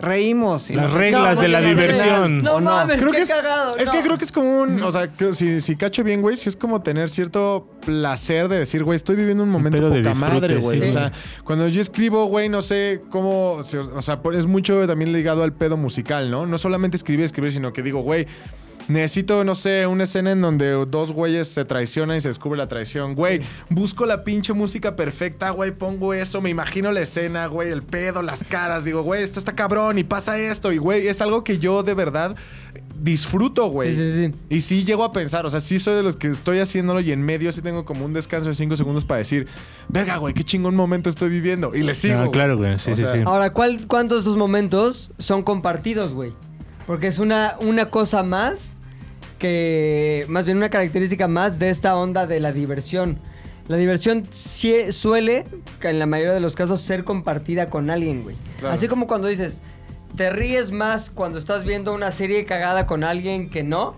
[SPEAKER 4] reímos. y
[SPEAKER 2] Las
[SPEAKER 4] nos-
[SPEAKER 2] reglas de la
[SPEAKER 1] no, no,
[SPEAKER 2] diversión.
[SPEAKER 1] No,
[SPEAKER 4] ¿o no?
[SPEAKER 1] mames,
[SPEAKER 3] creo
[SPEAKER 1] qué
[SPEAKER 3] que es,
[SPEAKER 1] cagado.
[SPEAKER 3] es que
[SPEAKER 1] no.
[SPEAKER 3] creo que es como un, o sea, que si, si cacho bien, güey, si es como tener cierto placer de decir, güey, estoy viviendo un momento
[SPEAKER 2] pedo de
[SPEAKER 3] poca
[SPEAKER 2] disfrute,
[SPEAKER 3] madre, güey.
[SPEAKER 2] sí.
[SPEAKER 3] O sea, cuando yo escribo, güey, no sé cómo, se- o sea, por- es mucho también ligado al pedo musical, ¿no? No solamente escribir, escribir, sino que digo, güey, Necesito, no sé, una escena en donde dos güeyes se traicionan y se descubre la traición. Güey, busco la pinche música perfecta, güey, pongo eso, me imagino la escena, güey, el pedo, las caras. Digo, güey, esto está cabrón y pasa esto. Y, güey, es algo que yo de verdad disfruto, güey.
[SPEAKER 1] Sí, sí, sí.
[SPEAKER 3] Y sí llego a pensar, o sea, sí soy de los que estoy haciéndolo y en medio sí tengo como un descanso de cinco segundos para decir, verga, güey, qué chingón momento estoy viviendo. Y le sigo.
[SPEAKER 2] Ah,
[SPEAKER 3] güey.
[SPEAKER 2] claro, güey. Sí,
[SPEAKER 3] O
[SPEAKER 2] sí,
[SPEAKER 3] sea,
[SPEAKER 2] sí.
[SPEAKER 1] Ahora, ¿cuál, ¿cuántos de esos momentos son compartidos, güey? Porque es una, una cosa más que, más bien una característica más de esta onda de la diversión. La diversión sie- suele, que en la mayoría de los casos, ser compartida con alguien, güey.
[SPEAKER 3] Claro.
[SPEAKER 1] Así como cuando dices, te ríes más cuando estás viendo una serie cagada con alguien que no.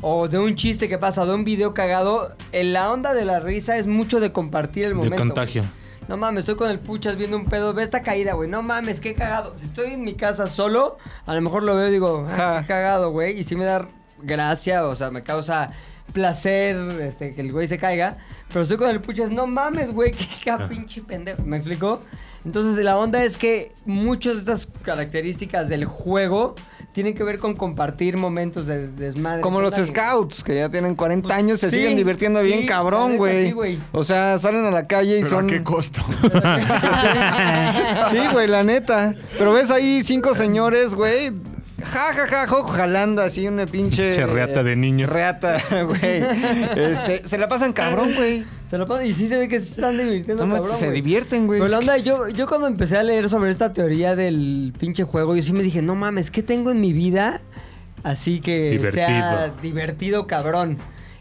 [SPEAKER 1] O de un chiste que pasa, de un video cagado. En la onda de la risa es mucho de compartir el momento.
[SPEAKER 2] De
[SPEAKER 1] güey.
[SPEAKER 2] contagio.
[SPEAKER 1] No mames, estoy con el puchas viendo un pedo. Ve esta caída, güey. No mames, qué cagado. Si estoy en mi casa solo, a lo mejor lo veo y digo, ah, qué cagado, güey. Y sí me da gracia, o sea, me causa placer este, que el güey se caiga. Pero estoy con el puchas, no mames, güey, qué, qué pinche pendejo. ¿Me explico? Entonces, la onda es que muchas de estas características del juego tienen que ver con compartir momentos de desmadre.
[SPEAKER 4] Como
[SPEAKER 1] con
[SPEAKER 4] los
[SPEAKER 1] alguien.
[SPEAKER 4] scouts, que ya tienen 40 años, se
[SPEAKER 1] Pues, sí,
[SPEAKER 4] siguen divirtiendo bien
[SPEAKER 1] sí, la
[SPEAKER 4] cabrón,
[SPEAKER 1] neta sí,
[SPEAKER 4] güey.
[SPEAKER 1] güey.
[SPEAKER 4] o sea, salen a la calle y
[SPEAKER 3] ¿Pero
[SPEAKER 4] son...
[SPEAKER 3] a qué costo?
[SPEAKER 4] Sí, güey, la neta. Pero ves ahí cinco señores, güey. Ja, ja, ja, jo, jalando así una pinche.
[SPEAKER 2] Pinche reata de niño.
[SPEAKER 4] Reata, güey. Este, se la pasan cabrón, güey.
[SPEAKER 1] Se lo pongo- y sí se ve que se están divirtiendo.
[SPEAKER 4] No mames,
[SPEAKER 1] cabrón,
[SPEAKER 4] se
[SPEAKER 1] güey.
[SPEAKER 4] divierten, güey.
[SPEAKER 1] Pero la onda, yo, yo cuando empecé a leer sobre esta teoría del pinche juego, yo sí me dije, no mames, ¿qué tengo en mi vida? Así que sea
[SPEAKER 2] Divertido.
[SPEAKER 1] divertido, cabrón.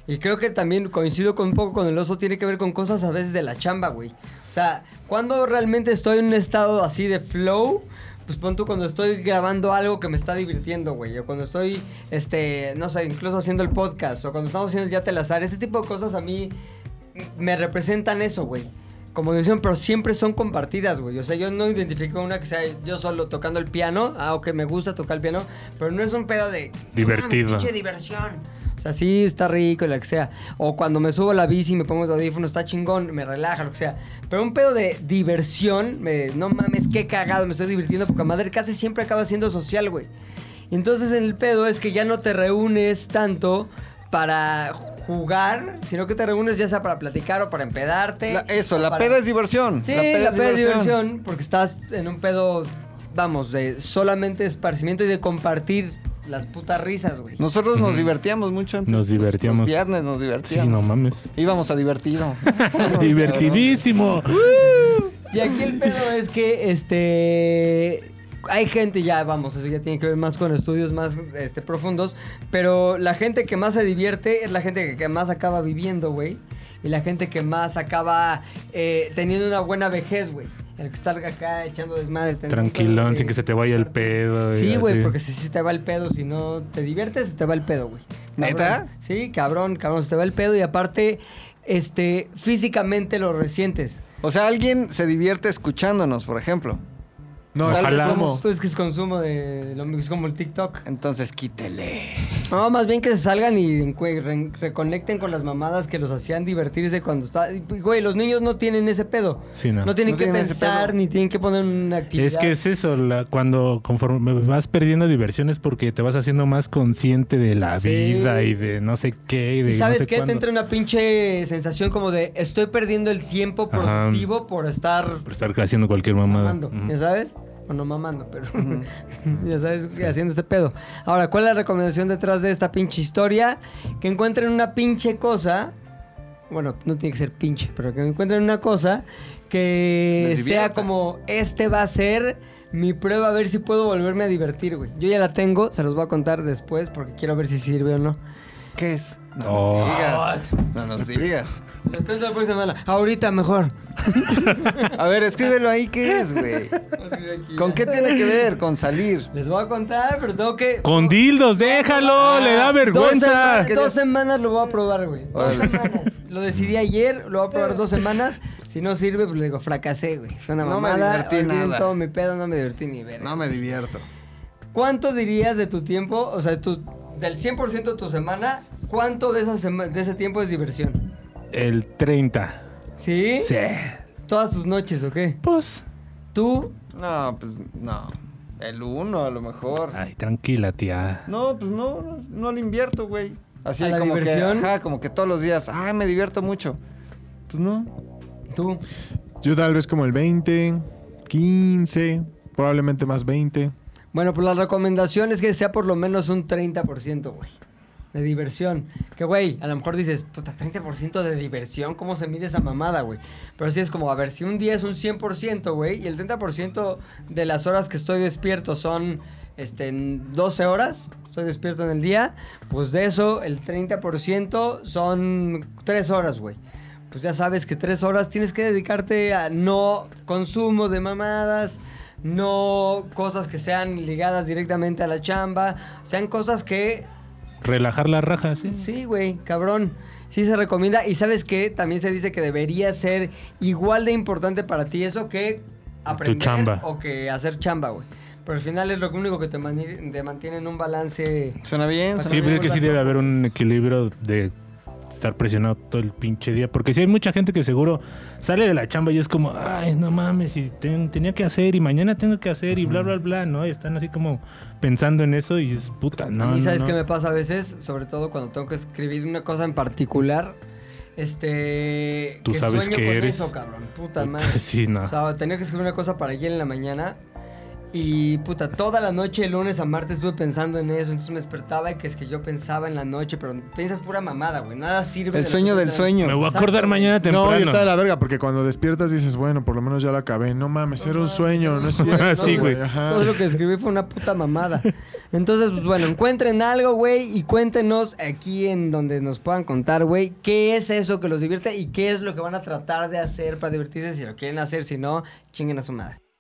[SPEAKER 1] Y creo que también coincido con un poco con el oso, tiene que ver con cosas a veces de la chamba, güey. O sea, cuando realmente estoy en un estado así de flow, pues pon tú cuando estoy grabando algo que me está divirtiendo, güey. O cuando estoy, este, no sé, incluso haciendo el podcast. O cuando estamos haciendo el Yate al Azar. Ese tipo de cosas a mí me representan eso, güey. Como dicen, pero siempre son compartidas, güey. O sea, yo no identifico una que sea yo solo tocando el piano. Ah, ok, me gusta tocar el piano. Pero no es un pedo de...
[SPEAKER 2] Divertido.
[SPEAKER 1] "Ah, pinche diversión. O sea, sí, está rico y la que sea. O cuando me subo a la bici y me pongo los audífonos, está chingón, me relaja, lo que sea. Pero un pedo de diversión, me- no mames, qué cagado, me estoy divirtiendo poca madre. Casi siempre acaba siendo social, güey. Entonces el pedo es que ya no te reúnes tanto para jugar, sino que te reúnes ya sea para platicar o para empedarte.
[SPEAKER 4] La- eso,
[SPEAKER 1] o
[SPEAKER 4] la
[SPEAKER 1] para-
[SPEAKER 4] peda es diversión.
[SPEAKER 1] Sí, la peda, es diversión, porque estás en un pedo, vamos, de solamente esparcimiento y de compartir las putas risas, güey.
[SPEAKER 4] Nosotros nos divertíamos mucho antes.
[SPEAKER 2] Nos divertíamos.
[SPEAKER 4] Los viernes nos
[SPEAKER 2] Sí,
[SPEAKER 4] divertíamos.
[SPEAKER 2] no mames.
[SPEAKER 4] Íbamos a divertido.
[SPEAKER 2] Divertidísimo.
[SPEAKER 1] Y aquí el pedo es que, este... Hay gente ya, vamos, eso ya tiene que ver más con estudios más este, profundos, pero la gente que más se divierte es la gente que, que más acaba viviendo, güey. Y la gente que más acaba eh, teniendo una buena vejez, güey. El que está acá echando desmadre. teniendo
[SPEAKER 2] Tranquilón,
[SPEAKER 1] pedo,
[SPEAKER 2] sin
[SPEAKER 1] güey.
[SPEAKER 2] que se te vaya el pedo. y
[SPEAKER 1] Sí, güey,
[SPEAKER 2] así.
[SPEAKER 1] porque si, si te va el pedo, si no te diviertes, se te va el pedo, güey. Cabrón.
[SPEAKER 4] ¿Neta?
[SPEAKER 1] Sí, cabrón, cabrón, se te va el pedo y aparte, este, físicamente lo resientes.
[SPEAKER 4] O sea, alguien se divierte escuchándonos, por ejemplo.
[SPEAKER 3] No,
[SPEAKER 4] Tal
[SPEAKER 2] Ojalá.
[SPEAKER 4] vez
[SPEAKER 2] ¿Cómo?
[SPEAKER 4] somos-
[SPEAKER 1] Pues que es consumo de lo mismo, es como el TikTok.
[SPEAKER 4] Entonces quítele.
[SPEAKER 1] No, más bien que se salgan y encu- re- reconecten con las mamadas que los hacían divertirse cuando está. y, Güey, los niños no tienen ese pedo.
[SPEAKER 2] Sí, no.
[SPEAKER 1] No tienen
[SPEAKER 4] No
[SPEAKER 1] que
[SPEAKER 4] tienen ese
[SPEAKER 1] pensar
[SPEAKER 4] pedo.
[SPEAKER 1] ni tienen que poner una actividad.
[SPEAKER 2] Es que es eso, la- cuando conforme vas perdiendo diversiones porque te vas haciendo más consciente de la
[SPEAKER 1] Sí.
[SPEAKER 2] vida y de no sé qué. Y, de
[SPEAKER 1] ¿Y sabes
[SPEAKER 2] no sé
[SPEAKER 1] qué? Te
[SPEAKER 2] cuándo.
[SPEAKER 1] entra una pinche sensación como de estoy perdiendo el tiempo
[SPEAKER 2] Ajá.
[SPEAKER 1] productivo por estar
[SPEAKER 2] Por estar haciendo cualquier mamada.
[SPEAKER 1] mamando,
[SPEAKER 2] Ujú.
[SPEAKER 1] ¿ya sabes? O no mamando, pero ya sabes, haciendo este pedo. Ahora, ¿cuál es la recomendación detrás de esta pinche historia? Que encuentren una pinche cosa. Bueno, no tiene que ser pinche, pero que encuentren una cosa que sea
[SPEAKER 4] Les divierta.
[SPEAKER 1] como este va a ser mi prueba a ver si puedo volverme a divertir, güey. Yo ya la tengo, se los voy a contar después porque quiero ver si sirve o no.
[SPEAKER 4] ¿Qué es? No
[SPEAKER 2] Oh.
[SPEAKER 4] nos digas. No nos digas.
[SPEAKER 1] Los cuento la próxima semana. Ahorita mejor.
[SPEAKER 4] A ver, escríbelo ahí, ¿qué es, güey? ¿Con qué tiene que ver? Con salir.
[SPEAKER 1] Les voy a contar, pero tengo que.
[SPEAKER 2] Con dildos, déjalo, le da
[SPEAKER 1] ah, Dos,
[SPEAKER 2] vergüenza.
[SPEAKER 1] sema- dos semanas lo voy a probar, güey. Dos
[SPEAKER 4] Órale.
[SPEAKER 1] semanas. Lo decidí ayer, lo voy a probar dos semanas. Si no sirve, pues le digo, fracasé, güey. Fue una
[SPEAKER 4] No me
[SPEAKER 1] mamada.
[SPEAKER 4] divertí
[SPEAKER 1] olviden
[SPEAKER 4] nada.
[SPEAKER 1] todo mi pedo, no me divertí ni ver.
[SPEAKER 4] No me divierto.
[SPEAKER 1] ¿Cuánto dirías de tu tiempo, o sea, de tu- del 100% de tu semana, cuánto de, esa sema- de ese tiempo es diversión?
[SPEAKER 2] El 30.
[SPEAKER 1] ¿Sí?
[SPEAKER 2] Sí.
[SPEAKER 1] ¿Todas tus noches o qué?
[SPEAKER 2] Pues,
[SPEAKER 1] Tú,
[SPEAKER 4] No, pues no. El uno, a lo mejor.
[SPEAKER 2] Ay, tranquila, tía.
[SPEAKER 4] No, pues no, no, no le invierto, güey. Así
[SPEAKER 1] ¿A la
[SPEAKER 4] como
[SPEAKER 1] diversión?
[SPEAKER 4] que, ajá, como que todos los días, ay, me divierto mucho. Pues no.
[SPEAKER 1] Tú.
[SPEAKER 3] Yo tal vez como el 20, 15, probablemente más 20.
[SPEAKER 1] Bueno, pues la recomendación es que sea por lo menos un 30%, güey. De diversión. Que, güey, a lo mejor dices, puta, 30% de diversión, ¿cómo se mide esa mamada, güey? Pero sí es como, a ver, si un día es un 100%, güey, y el 30% de las horas que estoy despierto son, este, en 12 horas, estoy despierto en el día, pues de eso el 30% son 3 horas, güey. Pues ya sabes que 3 horas tienes que dedicarte a no consumo de mamadas, no cosas que sean ligadas directamente a la chamba, sean cosas que
[SPEAKER 2] Relajar la raja, sí.
[SPEAKER 1] Sí, güey, cabrón. Sí se recomienda. Y sabes que también se dice que debería ser igual de importante para ti eso que aprender
[SPEAKER 2] chamba.
[SPEAKER 1] o que hacer chamba, güey. Pero al final es lo único que te, mani- te mantiene en un balance.
[SPEAKER 4] Suena bien, suena
[SPEAKER 2] Sí, pues
[SPEAKER 4] bien.
[SPEAKER 2] es que sí debe haber un equilibrio de estar presionado todo el pinche día. Porque sí hay mucha gente que seguro sale de la chamba y es como, ay, no mames, y ten- tenía que hacer y mañana tengo que hacer y bla, bla, bla, ¿no? Y están así como pensando en eso y es puta, no.
[SPEAKER 1] a mí,
[SPEAKER 2] no,
[SPEAKER 1] ¿sabes
[SPEAKER 2] no.
[SPEAKER 1] qué me pasa a veces? Sobre todo cuando tengo que escribir una cosa en particular. Este.
[SPEAKER 2] Tú
[SPEAKER 1] que
[SPEAKER 2] sabes
[SPEAKER 1] sueño
[SPEAKER 2] que
[SPEAKER 1] con
[SPEAKER 2] eres-
[SPEAKER 1] Eso, cabrón. Puta madre.
[SPEAKER 2] Sí, no.
[SPEAKER 1] O sea, tenía que escribir una cosa para ayer en la mañana. Y puta, toda la noche, de lunes a martes, estuve pensando en eso. Entonces me despertaba y que es que yo pensaba en la noche, pero piensas pura mamada, güey. Nada sirve. de lo
[SPEAKER 4] El
[SPEAKER 1] que
[SPEAKER 4] sueño del
[SPEAKER 1] piensas.
[SPEAKER 4] sueño.
[SPEAKER 2] me voy a acordar mañana temprano.
[SPEAKER 3] No, y está de la verga, porque cuando despiertas dices, bueno, por lo menos ya lo acabé. No mames, era un sueño, no es cierto.
[SPEAKER 2] Sí, güey.
[SPEAKER 3] Ajá.
[SPEAKER 1] Todo lo que escribí fue una puta mamada. Entonces, pues bueno, encuentren algo, güey, y cuéntenos aquí en donde nos puedan contar, güey, qué es eso que los divierte y qué es lo que van a tratar de hacer para divertirse si lo quieren hacer, si no, chinguen a su madre.